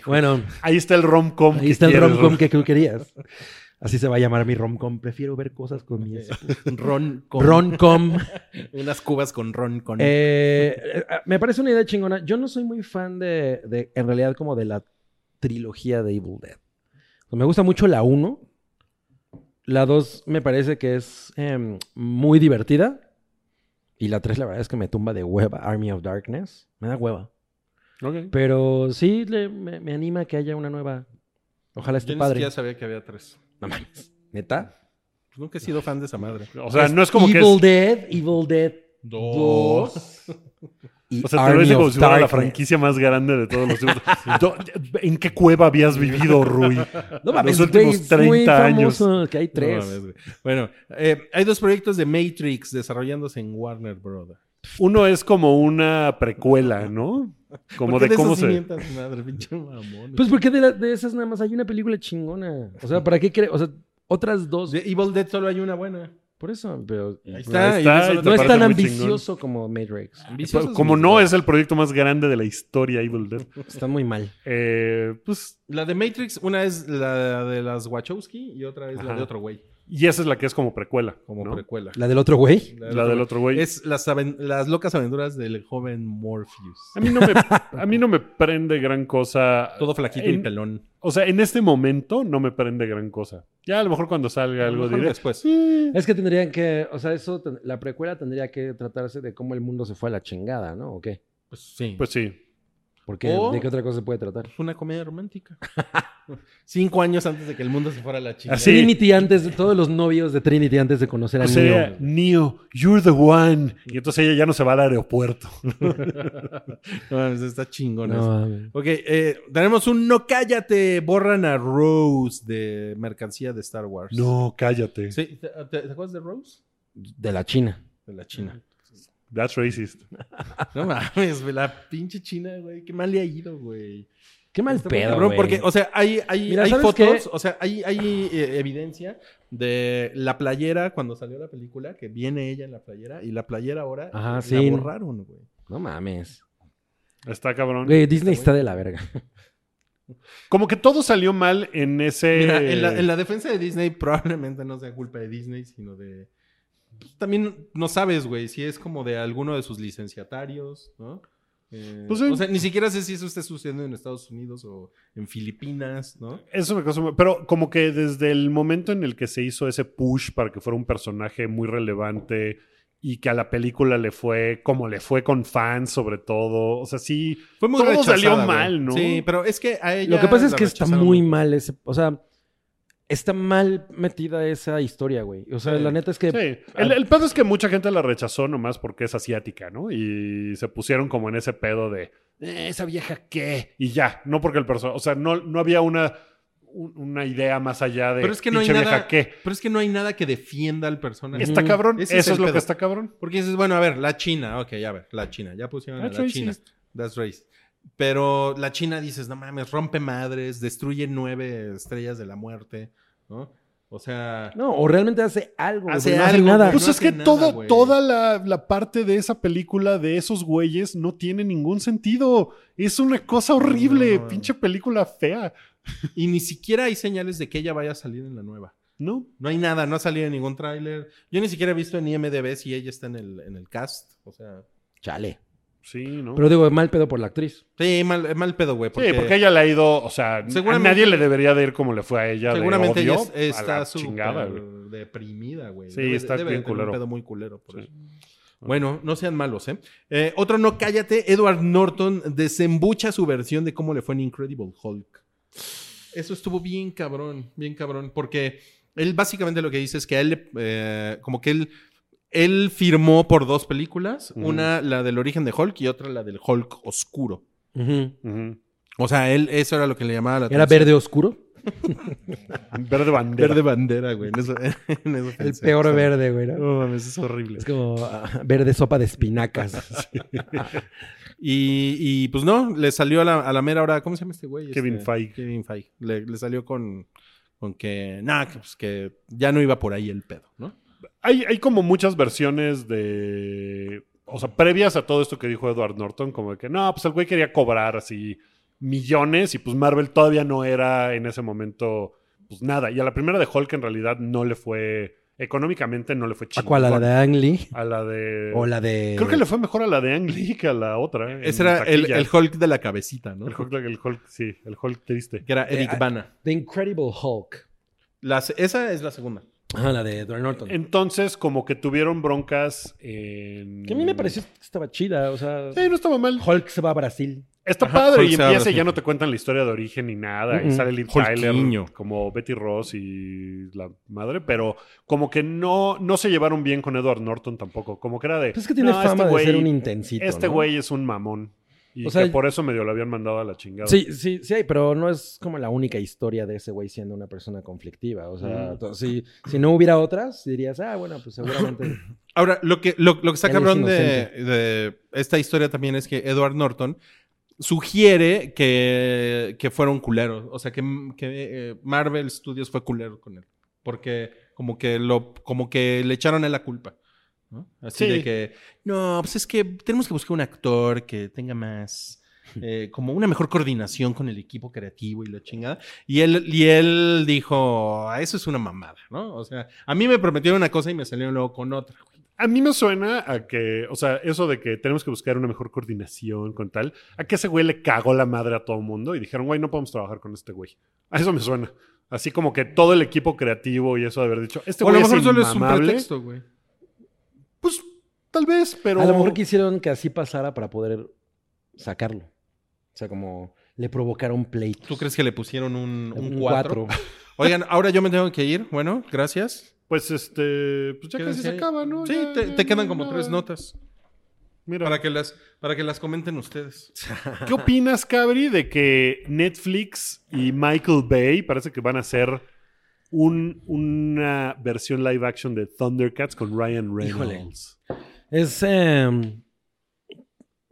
Speaker 3: joder.
Speaker 4: Bueno,
Speaker 2: Ahí está el rom-com.
Speaker 4: ahí
Speaker 2: que
Speaker 4: está el
Speaker 2: quieres,
Speaker 4: rom-com
Speaker 2: ¿no?
Speaker 4: que tú querías. Así se va a llamar mi rom-com. Prefiero ver cosas con mi esposa.
Speaker 3: Ron con
Speaker 4: Ron-com.
Speaker 3: unas cubas con ron con.
Speaker 4: Eh, eh, me parece una idea chingona. Yo no soy muy fan de, de- en realidad, como de la trilogía de Evil Dead. O sea, me gusta mucho la 1. La 2 me parece que es em, muy divertida. Y la 3, la verdad es que me tumba de hueva. Army of Darkness. Me da hueva.
Speaker 2: Ok.
Speaker 4: Pero sí le- me, me anima que haya una nueva. Ojalá esté
Speaker 3: Yo ni
Speaker 4: padre.
Speaker 3: siquiera sabía que había tres.
Speaker 4: No mames. ¿Neta?
Speaker 3: Pues Nunca he sido fan de esa madre.
Speaker 2: O sea, no es como que
Speaker 4: Evil
Speaker 2: es-
Speaker 4: Dead, Evil Dead.
Speaker 3: Dos.
Speaker 4: Y
Speaker 2: O sea, te lo
Speaker 4: Army
Speaker 2: dice
Speaker 4: of
Speaker 2: como si fuera la
Speaker 4: Darkness.
Speaker 2: franquicia más grande de todos los tiempos. Do- ¿En qué cueva habías vivido, Rui?
Speaker 4: No
Speaker 2: Los
Speaker 4: mames,
Speaker 2: últimos
Speaker 4: güey, es muy
Speaker 2: 30 años.
Speaker 4: famoso que hay
Speaker 3: No
Speaker 4: tres.
Speaker 3: mames, güey. bueno, eh, hay dos proyectos de Matrix desarrollándose en Warner Brothers.
Speaker 2: Uno es como una precuela, ¿no? Como
Speaker 3: ¿Por qué
Speaker 2: de cómo
Speaker 3: esos sí
Speaker 2: se...
Speaker 3: mientas, madre, pinche mamón?
Speaker 4: Pues porque de, la- de esas nada más hay una película chingona. O sea, ¿para qué crees? O sea, otras dos.
Speaker 3: de Evil Dead solo hay una buena.
Speaker 4: Por eso, pero
Speaker 3: Ahí
Speaker 4: no es-
Speaker 3: está.
Speaker 2: Ahí
Speaker 3: y
Speaker 2: está,
Speaker 3: de eso
Speaker 2: y
Speaker 3: no
Speaker 2: te
Speaker 4: no es
Speaker 2: parece
Speaker 4: tan
Speaker 2: muy chingón.
Speaker 4: ambicioso como Matrix.
Speaker 3: Ambiciosos
Speaker 2: Como
Speaker 3: mis
Speaker 2: no
Speaker 3: huevos.
Speaker 2: es el proyecto más grande de la historia, Evil Dead.
Speaker 4: Está muy mal.
Speaker 2: Eh, pues,
Speaker 3: La de Matrix, una es la de las Wachowski y otra es la
Speaker 2: Ajá.
Speaker 3: de otro güey,
Speaker 2: y esa es la que es como precuela,
Speaker 3: como
Speaker 2: ¿no?
Speaker 3: precuela.
Speaker 4: ¿La del otro güey?
Speaker 2: La del otro güey.
Speaker 3: Es las, aven- las locas aventuras del joven Morpheus.
Speaker 2: A mí, no me, a mí no me prende gran cosa.
Speaker 3: Todo flaquito y
Speaker 2: En-
Speaker 3: pelón.
Speaker 2: O sea, en este momento no me prende gran cosa. Ya a lo mejor cuando salga algo
Speaker 3: Mejor
Speaker 2: diré.
Speaker 3: después.
Speaker 4: Es que tendrían que, o sea, eso, ten- la precuela tendría que tratarse de cómo el mundo se fue a la chingada, ¿no? ¿O qué?
Speaker 3: Pues sí.
Speaker 2: Pues sí.
Speaker 4: Porque
Speaker 3: O-
Speaker 4: de qué otra cosa se puede tratar.
Speaker 3: Pues una comedia romántica. Cinco años antes de que el mundo se fuera a la chingada.
Speaker 2: Así. Sí.
Speaker 4: Trinity antes, de, todos los novios de Trinity antes de conocer a Neo.
Speaker 2: Sería Pues Neo, you're the one. Y entonces ella ya no se va al aeropuerto.
Speaker 3: No, mames, está chingón
Speaker 4: No,
Speaker 3: eso.
Speaker 4: mames.
Speaker 3: Ok, eh, tenemos un No Cállate, borran a Rose de mercancía de Star Wars.
Speaker 2: No, cállate.
Speaker 3: Sí, ¿te, te- te acuerdas de Rose?
Speaker 4: de la China.
Speaker 3: De la China.
Speaker 2: That's racist.
Speaker 3: No mames, güey, la pinche China, güey. Qué mal le ha ido, güey.
Speaker 4: Qué mal
Speaker 3: Está muy
Speaker 4: pedo,
Speaker 3: cabrón,
Speaker 4: güey.
Speaker 3: porque, o sea, hay, hay,
Speaker 4: Mira,
Speaker 3: hay
Speaker 4: ¿sabes
Speaker 3: fotos,
Speaker 4: qué?
Speaker 3: o sea, hay, hay eh, evidencia de la playera cuando salió la película, que viene ella en la playera, y la playera ahora
Speaker 4: Ajá,
Speaker 3: la
Speaker 4: sí.
Speaker 3: borraron, güey.
Speaker 4: No mames.
Speaker 2: Está cabrón.
Speaker 4: Güey, Disney está de la verga.
Speaker 2: Como que todo salió mal en ese.
Speaker 3: Mira, en,
Speaker 4: Eh.
Speaker 3: la, en la defensa de Disney probablemente no sea culpa de Disney, sino de... pues, también no sabes, güey, si es como de alguno de sus licenciatarios, ¿no? Eh,
Speaker 2: Pues sí.
Speaker 3: O sea, ni siquiera sé si eso está sucediendo en Estados Unidos o en Filipinas, ¿no?
Speaker 2: Eso me causó- Pero como que desde el momento en el que se hizo ese push para que fuera un personaje muy relevante y que a la película le fue como le fue con fans, sobre todo. O sea, sí.
Speaker 3: Fue muy
Speaker 2: Todo
Speaker 3: rechazada,
Speaker 2: salió
Speaker 3: güey.
Speaker 2: mal, ¿no?
Speaker 3: Sí, pero es que a ella
Speaker 4: Lo que pasa es
Speaker 3: la
Speaker 4: que está
Speaker 3: rechazaron
Speaker 4: muy
Speaker 3: mucho.
Speaker 4: mal ese, o sea, está mal metida esa historia, güey. O sea,
Speaker 3: Sí.
Speaker 4: la neta es que
Speaker 2: sí. El, el pedo es que mucha gente la rechazó nomás porque es asiática, ¿no? Y se pusieron como en ese pedo de. "Eh, ¿Esa vieja qué? Y ya. No porque el personaje. O sea, no, no había una. un- Una idea más allá de
Speaker 3: Pero es que no hay
Speaker 2: "Pinche
Speaker 3: nada.
Speaker 2: vieja qué.
Speaker 3: Pero es que no hay nada que defienda al personaje.
Speaker 2: Está cabrón.
Speaker 3: Ese es
Speaker 2: Eso
Speaker 3: el
Speaker 2: es lo
Speaker 3: pedo.
Speaker 2: que está cabrón.
Speaker 3: Porque dices, bueno, a ver, la China, ok, ya ver, la China, ya pusieron
Speaker 2: That's
Speaker 3: a la China.
Speaker 2: racist.
Speaker 3: That's race. Pero la China dices, no mames, rompe madres, destruye nueve estrellas de la muerte, ¿no? O sea,
Speaker 4: No, o realmente hace algo. güey,
Speaker 3: Hace
Speaker 4: no hace
Speaker 3: algo,
Speaker 4: nada.
Speaker 3: güey.
Speaker 2: Pues
Speaker 3: no
Speaker 2: es que
Speaker 3: hace nada,
Speaker 2: toda,
Speaker 3: güey.
Speaker 2: toda la, la parte de esa película de esos güeyes no tiene ningún sentido. Es una cosa horrible,
Speaker 3: No, no, no.
Speaker 2: pinche película fea.
Speaker 3: y ni siquiera hay señales de que ella vaya a salir en la nueva.
Speaker 2: ¿No?
Speaker 3: No hay nada, no ha salido en ningún tráiler. Yo ni siquiera he visto en IMDB si ella está en el, en el cast. O sea,
Speaker 4: Chale.
Speaker 2: Sí, ¿no?
Speaker 4: Pero digo, mal pedo por la actriz.
Speaker 3: sí, mal, mal pedo, güey.
Speaker 2: sí, porque ella le ha ido, o sea, a
Speaker 3: Seguramente-
Speaker 2: nadie le debería de ir como le fue a ella. Seguramente
Speaker 3: Seguramente
Speaker 2: de odio,
Speaker 3: ella es-
Speaker 2: a
Speaker 3: está
Speaker 2: la chingada,
Speaker 3: súper
Speaker 2: güey.
Speaker 3: deprimida, güey.
Speaker 2: Sí,
Speaker 3: Debe-
Speaker 2: está
Speaker 3: debe de
Speaker 2: bien
Speaker 3: tener
Speaker 2: culero.
Speaker 3: Un pedo muy culero, por
Speaker 2: Sí.
Speaker 3: eso. Bueno, no sean malos, ¿eh? Eh, Otro no cállate, Edward Norton desembucha su versión de cómo le fue en Incredible Hulk. Eso estuvo bien cabrón, bien cabrón, porque él básicamente lo que dice es que a él, le- eh, como que él, él firmó por dos películas,
Speaker 2: Ujú.
Speaker 3: una la del origen de Hulk y otra la del Hulk oscuro.
Speaker 2: Ujú.
Speaker 3: O sea, él, eso era lo que le llamaba la
Speaker 4: Era
Speaker 3: atención.
Speaker 4: verde oscuro.
Speaker 2: Verde bandera.
Speaker 3: Verde bandera, güey. en eso- en eso
Speaker 4: El
Speaker 3: pensé,
Speaker 4: peor
Speaker 3: o sea.
Speaker 4: verde, güey. ¿no?
Speaker 2: No mames, es horrible.
Speaker 4: Es como ah, verde sopa de espinacas.
Speaker 3: Y, y, pues no, le salió a la, a la mera hora, ¿cómo se llama este güey?
Speaker 2: Kevin
Speaker 3: Este,
Speaker 2: Feige.
Speaker 3: Kevin Feige. Le, le salió con, con que, nada, que, pues, que ya no iba por ahí el pedo, ¿no?
Speaker 2: Hay, hay como muchas versiones de. O sea, previas a todo esto que dijo Edward Norton, como de que no, pues el güey quería cobrar así millones y pues Marvel todavía no era en ese momento pues nada. Y a la primera de Hulk en realidad no le fue. Económicamente no le fue
Speaker 4: ¿A
Speaker 2: chingón.
Speaker 4: cuál? ¿A la de Ang Lee?
Speaker 2: A la de-
Speaker 4: ¿O la de.?
Speaker 2: Creo que le fue mejor a la de Ang Lee que a la otra. en
Speaker 3: Ese era el,
Speaker 2: taquilla.
Speaker 3: el Hulk de la cabecita, ¿no?
Speaker 2: El Hulk, el Hulk, sí, el Hulk triste.
Speaker 3: Que era
Speaker 4: Eh,
Speaker 3: Eric Bana.
Speaker 4: The Incredible Hulk.
Speaker 3: La se- esa es la segunda.
Speaker 4: Ajá, la de Edward Norton.
Speaker 2: Entonces, como que tuvieron broncas en.
Speaker 4: Que a mí me pareció que estaba chida, o sea.
Speaker 2: Sí, no estaba mal.
Speaker 4: Hulk se va a Brasil.
Speaker 2: Está
Speaker 3: Ajá,
Speaker 2: padre y
Speaker 3: Hulk se abre,
Speaker 2: empieza y
Speaker 3: sí.
Speaker 2: ya no te cuentan la historia de origen ni nada. Y
Speaker 4: Mm-mm.
Speaker 2: sale Liv Tyler
Speaker 3: Hulkiño.
Speaker 2: como Betty Ross y la madre, pero como que no, no se llevaron bien con Edward Norton tampoco. Como que era de.
Speaker 4: Pues es que tiene
Speaker 2: "No, este
Speaker 4: fama de
Speaker 2: güey-
Speaker 4: ser un intensito.
Speaker 2: Este
Speaker 4: ¿no?
Speaker 2: güey es un mamón. Y
Speaker 4: O sea,
Speaker 2: que por eso medio lo habían mandado a la chingada.
Speaker 4: Sí, sí, sí hay, pero no es como la única historia de ese güey siendo una persona conflictiva. O sea,
Speaker 2: Mm.
Speaker 4: to- si, si no hubiera otras, dirías, ah, bueno, pues seguramente.
Speaker 3: Ahora, lo que, lo, lo que está
Speaker 4: Él es
Speaker 3: cabrón de,
Speaker 4: inocente.
Speaker 3: de esta historia también es que Edward Norton sugiere que, que fueron culeros. O sea, que, que, eh, Marvel Studios fue culero con él. Porque como que, lo, como que le echaron a él la culpa. ¿no? Así
Speaker 2: Sí.
Speaker 3: de que, no, pues es que tenemos que buscar un actor que tenga más... eh, como una mejor coordinación con el equipo creativo y la chingada. Y él, y él dijo, "Ah, eso es una mamada, ¿no? O sea, a mí me prometieron una cosa y me salieron luego con otra.
Speaker 2: A mí me suena a que, o sea, eso de que tenemos que buscar una mejor coordinación con tal, a que ese güey le cagó la madre a todo el mundo y dijeron, güey, no podemos trabajar con este güey. A eso me suena. Así como que todo el equipo creativo y eso de haber dicho, este
Speaker 3: o a
Speaker 2: güey
Speaker 3: lo
Speaker 2: es
Speaker 3: mejor solo es un
Speaker 2: inmamable.
Speaker 3: pretexto, güey.
Speaker 2: Pues tal vez, pero.
Speaker 4: A lo mejor quisieron que así pasara para poder sacarlo. O sea, como le provocaron pleito.
Speaker 3: ¿Tú crees que le pusieron un,
Speaker 4: Un
Speaker 3: 4?
Speaker 4: cuatro.
Speaker 3: Oigan, ahora yo me tengo que ir. Bueno, gracias.
Speaker 2: Pues este. Pues ya casi
Speaker 3: Quédense
Speaker 2: se
Speaker 3: ahí.
Speaker 2: acaba, ¿no?
Speaker 3: Sí,
Speaker 2: Ya-
Speaker 3: te,
Speaker 2: ya
Speaker 3: te
Speaker 2: no
Speaker 3: quedan
Speaker 2: hay
Speaker 3: como
Speaker 2: nada.
Speaker 3: tres notas
Speaker 2: Mira.
Speaker 3: para que las, para que las comenten ustedes.
Speaker 2: ¿Qué opinas, Cabri, de que Netflix y Michael Bay parece que van a hacer un- una versión live action de Thundercats con Ryan Reynolds?
Speaker 4: Es. em,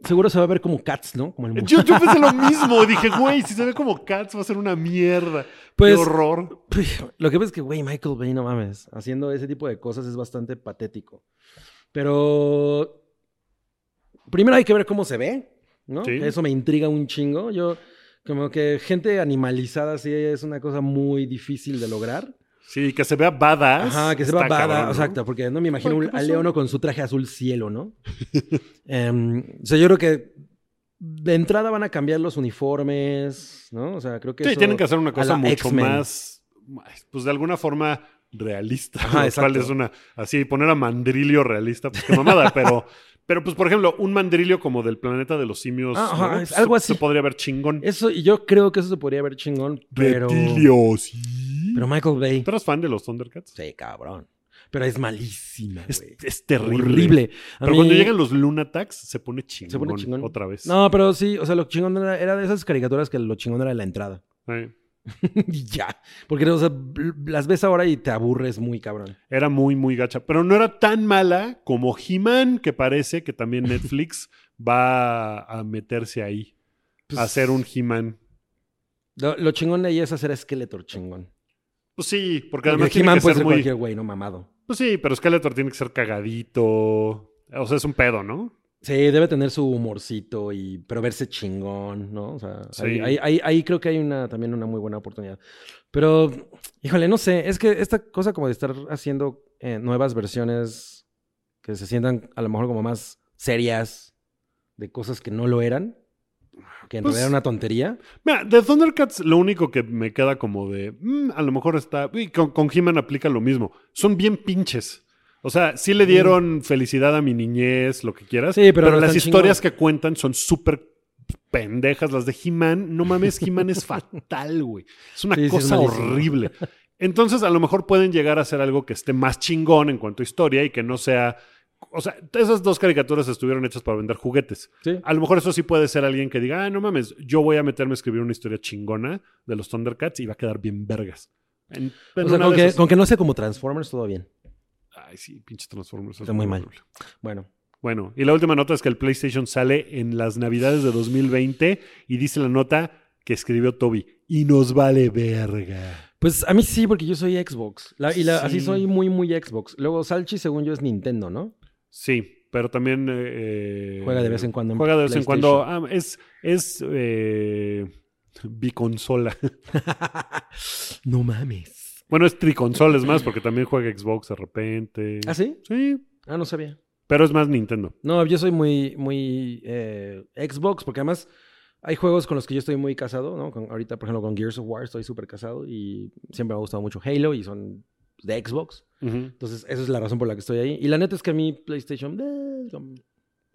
Speaker 4: seguro se va a ver como Cats, ¿no? Como el mu-
Speaker 2: Yo, yo pensé lo mismo. Dije, güey, si se ve como Cats va a ser una mierda.
Speaker 4: Pues-
Speaker 2: Qué horror.
Speaker 4: Lo que pasa es que, güey, Michael Bay, no mames. Haciendo ese tipo de cosas es bastante patético. Pero. Primero hay que ver cómo se ve, ¿no?
Speaker 2: Sí.
Speaker 4: Eso me intriga un chingo. Yo, como que gente animalizada así es una cosa muy difícil de lograr.
Speaker 2: Sí, que se vea badass.
Speaker 4: Ajá, que se va
Speaker 2: Ah, está
Speaker 4: bada,
Speaker 2: cabrón, ¿no?
Speaker 4: exacto, porque no me imagino
Speaker 2: Ay, ¿qué
Speaker 4: un- a
Speaker 2: pasó?
Speaker 4: Leono con su traje azul cielo, ¿no? Em, o sea, yo creo que de entrada van a cambiar los uniformes, ¿no? O sea, creo que
Speaker 2: Sí,
Speaker 4: eso-
Speaker 2: tienen que hacer una
Speaker 4: a
Speaker 2: cosa
Speaker 4: la
Speaker 2: mucho
Speaker 4: X-Men.
Speaker 2: más, pues de alguna forma realista,
Speaker 4: Ajá,
Speaker 2: lo cual
Speaker 4: exacto.
Speaker 2: es una, así poner a mandrilio realista, pues qué mamada, pero, pero pues por ejemplo, un mandrilio como del planeta de los simios,
Speaker 4: Ah, ajá,
Speaker 2: ¿no?
Speaker 4: es
Speaker 2: Pues,
Speaker 4: algo
Speaker 2: se-
Speaker 4: así.
Speaker 2: Se podría ver chingón.
Speaker 4: Eso, y yo creo que eso se podría ver chingón, pero...
Speaker 2: Reptilio, sí.
Speaker 4: Pero Michael Bay...
Speaker 2: ¿Tú eras fan de los Thundercats?
Speaker 4: Sí, cabrón. Pero es malísima,
Speaker 2: Es,
Speaker 4: güey.
Speaker 2: es terrible.
Speaker 4: Horrible. A
Speaker 2: Pero
Speaker 4: mí-
Speaker 2: cuando llegan los Lunatax, se pone chingón,
Speaker 4: pone chingón.
Speaker 2: otra vez.
Speaker 4: No, pero sí, o sea, lo chingón era, era de esas caricaturas que lo chingón era la entrada.
Speaker 2: Sí.
Speaker 4: y ya. Porque, o sea, las ves ahora y te aburres muy, cabrón.
Speaker 2: Era muy, muy gacha. Pero no era tan mala como He-Man, que parece que también Netflix va a meterse ahí.
Speaker 4: Pues-
Speaker 2: a hacer un He-Man.
Speaker 4: Lo, lo chingón de ahí es hacer esqueleto chingón.
Speaker 2: Pues sí, porque además
Speaker 4: Porque
Speaker 2: tiene que
Speaker 4: He-Man puede
Speaker 2: ser
Speaker 4: ser
Speaker 2: muy...
Speaker 4: cualquier güey, no mamado.
Speaker 2: Pues sí, pero Skeletor tiene que ser cagadito. O sea, es un pedo, ¿no?
Speaker 4: Sí, debe tener su humorcito y pero verse chingón, ¿no? O sea,
Speaker 2: Sí.
Speaker 4: ahí, ahí- ahí- ahí creo que hay una también una muy buena oportunidad. Pero, híjole, no sé, es que esta cosa como de estar haciendo eh, nuevas versiones que se sientan a lo mejor como más serias de cosas que no lo eran, que en
Speaker 2: Pues-
Speaker 4: realidad era una tontería.
Speaker 2: Mira, de Thundercats lo único que me queda como de, mm, a lo mejor está, y con, con He-Man aplica lo mismo, son bien pinches. O sea, sí le dieron felicidad a mi niñez, lo que quieras,
Speaker 4: Mm. Sí, pero
Speaker 2: pero,
Speaker 4: no
Speaker 2: las
Speaker 4: están
Speaker 2: historias
Speaker 4: chingón.
Speaker 2: que cuentan son súper pendejas. Las de He-Man, no mames, He-Man es fatal, güey. Es una
Speaker 4: Sí, sí, es
Speaker 2: cosa
Speaker 4: malísimo.
Speaker 2: horrible. Entonces, a lo mejor pueden llegar a hacer algo que esté más chingón en cuanto a historia y que no sea... O sea, esas dos caricaturas estuvieron hechas para vender juguetes.
Speaker 4: Sí.
Speaker 2: A lo mejor eso sí puede ser alguien que diga, ah, no mames, yo voy a meterme a escribir una historia chingona de los Thundercats y va a quedar bien vergas. En- en
Speaker 4: O sea,
Speaker 2: una
Speaker 4: con
Speaker 2: de
Speaker 4: que,
Speaker 2: esas-
Speaker 4: con que no sea como Transformers, todo bien.
Speaker 2: Ay, sí, pinche Transformers. es
Speaker 4: Está muy mal.
Speaker 2: horrible.
Speaker 4: Bueno,
Speaker 2: Bueno, y la última nota es que el PlayStation sale en las navidades de 2020 y dice la nota que escribió Toby. Y nos vale verga.
Speaker 4: pues a mí sí, porque yo soy Xbox. La- y la- así
Speaker 2: Sí.
Speaker 4: soy muy, muy Xbox. Luego Salchi, según yo, es Nintendo, ¿no?
Speaker 2: Sí, pero también... eh,
Speaker 4: Juega de vez en cuando en
Speaker 2: Juega de vez en cuando.
Speaker 4: PlayStation.
Speaker 2: Ah, es... es eh, biconsola.
Speaker 4: No mames.
Speaker 2: Bueno, es triconsola, es más, porque también juega Xbox de repente.
Speaker 4: ¿Ah, sí?
Speaker 2: Sí,
Speaker 4: Ah, no sabía.
Speaker 2: pero es más Nintendo.
Speaker 4: No, yo soy muy, muy eh, Xbox, porque además hay juegos con los que yo estoy muy casado, ¿no? Con- ahorita, por ejemplo, con Gears of War estoy súper casado y siempre me ha gustado mucho Halo y son de Xbox. Entonces, esa es la razón por la que estoy ahí. Y la neta es que a mí PlayStation eh,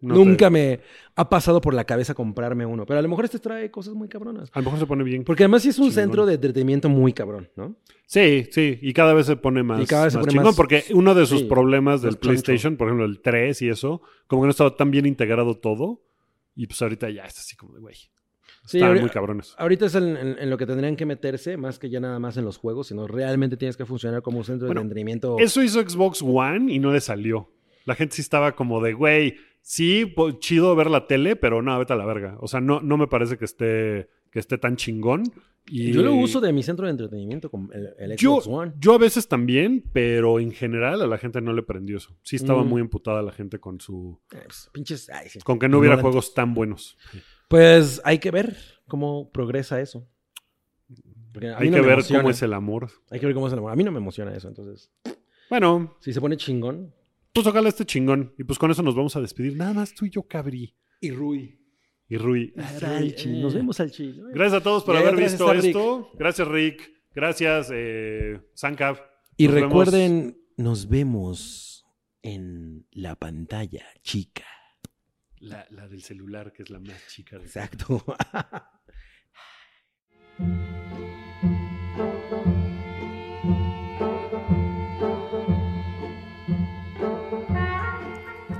Speaker 2: No
Speaker 4: nunca me ha pasado por la cabeza comprarme uno. Pero a lo mejor este trae cosas muy cabronas.
Speaker 2: sé. A lo mejor se pone bien.
Speaker 4: Porque además sí es un
Speaker 2: Chingón.
Speaker 4: centro de entretenimiento muy cabrón, ¿no?
Speaker 2: Sí, sí, y cada vez se pone más.
Speaker 4: Y cada vez se
Speaker 2: más
Speaker 4: pone
Speaker 2: chingón,
Speaker 4: más-
Speaker 2: Porque uno de sus
Speaker 4: sí,
Speaker 2: problemas del
Speaker 4: más choncho.
Speaker 2: PlayStation, por ejemplo, el 3 y eso, como que no estaba tan bien integrado todo. Y pues ahorita ya es así como de güey.
Speaker 4: Sí,
Speaker 2: Estaban
Speaker 4: ahori-
Speaker 2: muy cabrones.
Speaker 4: ahorita es en, en- en lo que tendrían que meterse, más que ya nada más en los juegos, sino realmente tienes que funcionar como un centro
Speaker 2: Bueno,
Speaker 4: de entretenimiento.
Speaker 2: Eso hizo Xbox One y no le salió. La gente sí estaba como de güey. Sí, po- chido ver la tele, pero no, vete a la verga. O sea, no, no me parece que esté, que esté tan chingón. Y,
Speaker 4: Yo lo uso de mi centro de entretenimiento con el, el
Speaker 2: Yo,
Speaker 4: Xbox One.
Speaker 2: yo a veces también, pero en general a la gente no le prendió eso. Sí estaba
Speaker 4: Mm.
Speaker 2: muy emputada la gente con su...
Speaker 4: Eh, pues, pinches. ay, sí.
Speaker 2: Con que no hubiera
Speaker 4: Ignorante.
Speaker 2: juegos tan buenos.
Speaker 4: Pues hay que ver cómo progresa eso. Porque a mí
Speaker 2: Hay
Speaker 4: no
Speaker 2: que
Speaker 4: me
Speaker 2: ver
Speaker 4: emociona.
Speaker 2: cómo es el amor.
Speaker 4: Hay que ver cómo es el amor. A mí no me emociona eso, entonces.
Speaker 2: Bueno,
Speaker 4: Si se pone chingón.
Speaker 2: pues ojalá este chingón. Y pues con eso nos vamos a despedir. Nada más tú y yo, Cabri.
Speaker 6: Y Rui.
Speaker 2: Y Rui. eh,
Speaker 4: Salchi, Nos vemos al chino.
Speaker 2: Gracias a todos por
Speaker 4: Y ahí
Speaker 2: haber
Speaker 4: atrás
Speaker 2: visto
Speaker 4: está Rick.
Speaker 2: esto. Gracias, Rick. Gracias, eh, Sankab.
Speaker 4: Y
Speaker 2: Nos vemos.
Speaker 4: recuerden, nos vemos en la pantalla chica.
Speaker 2: La, la del celular, que es la más chica. de-
Speaker 4: Exacto.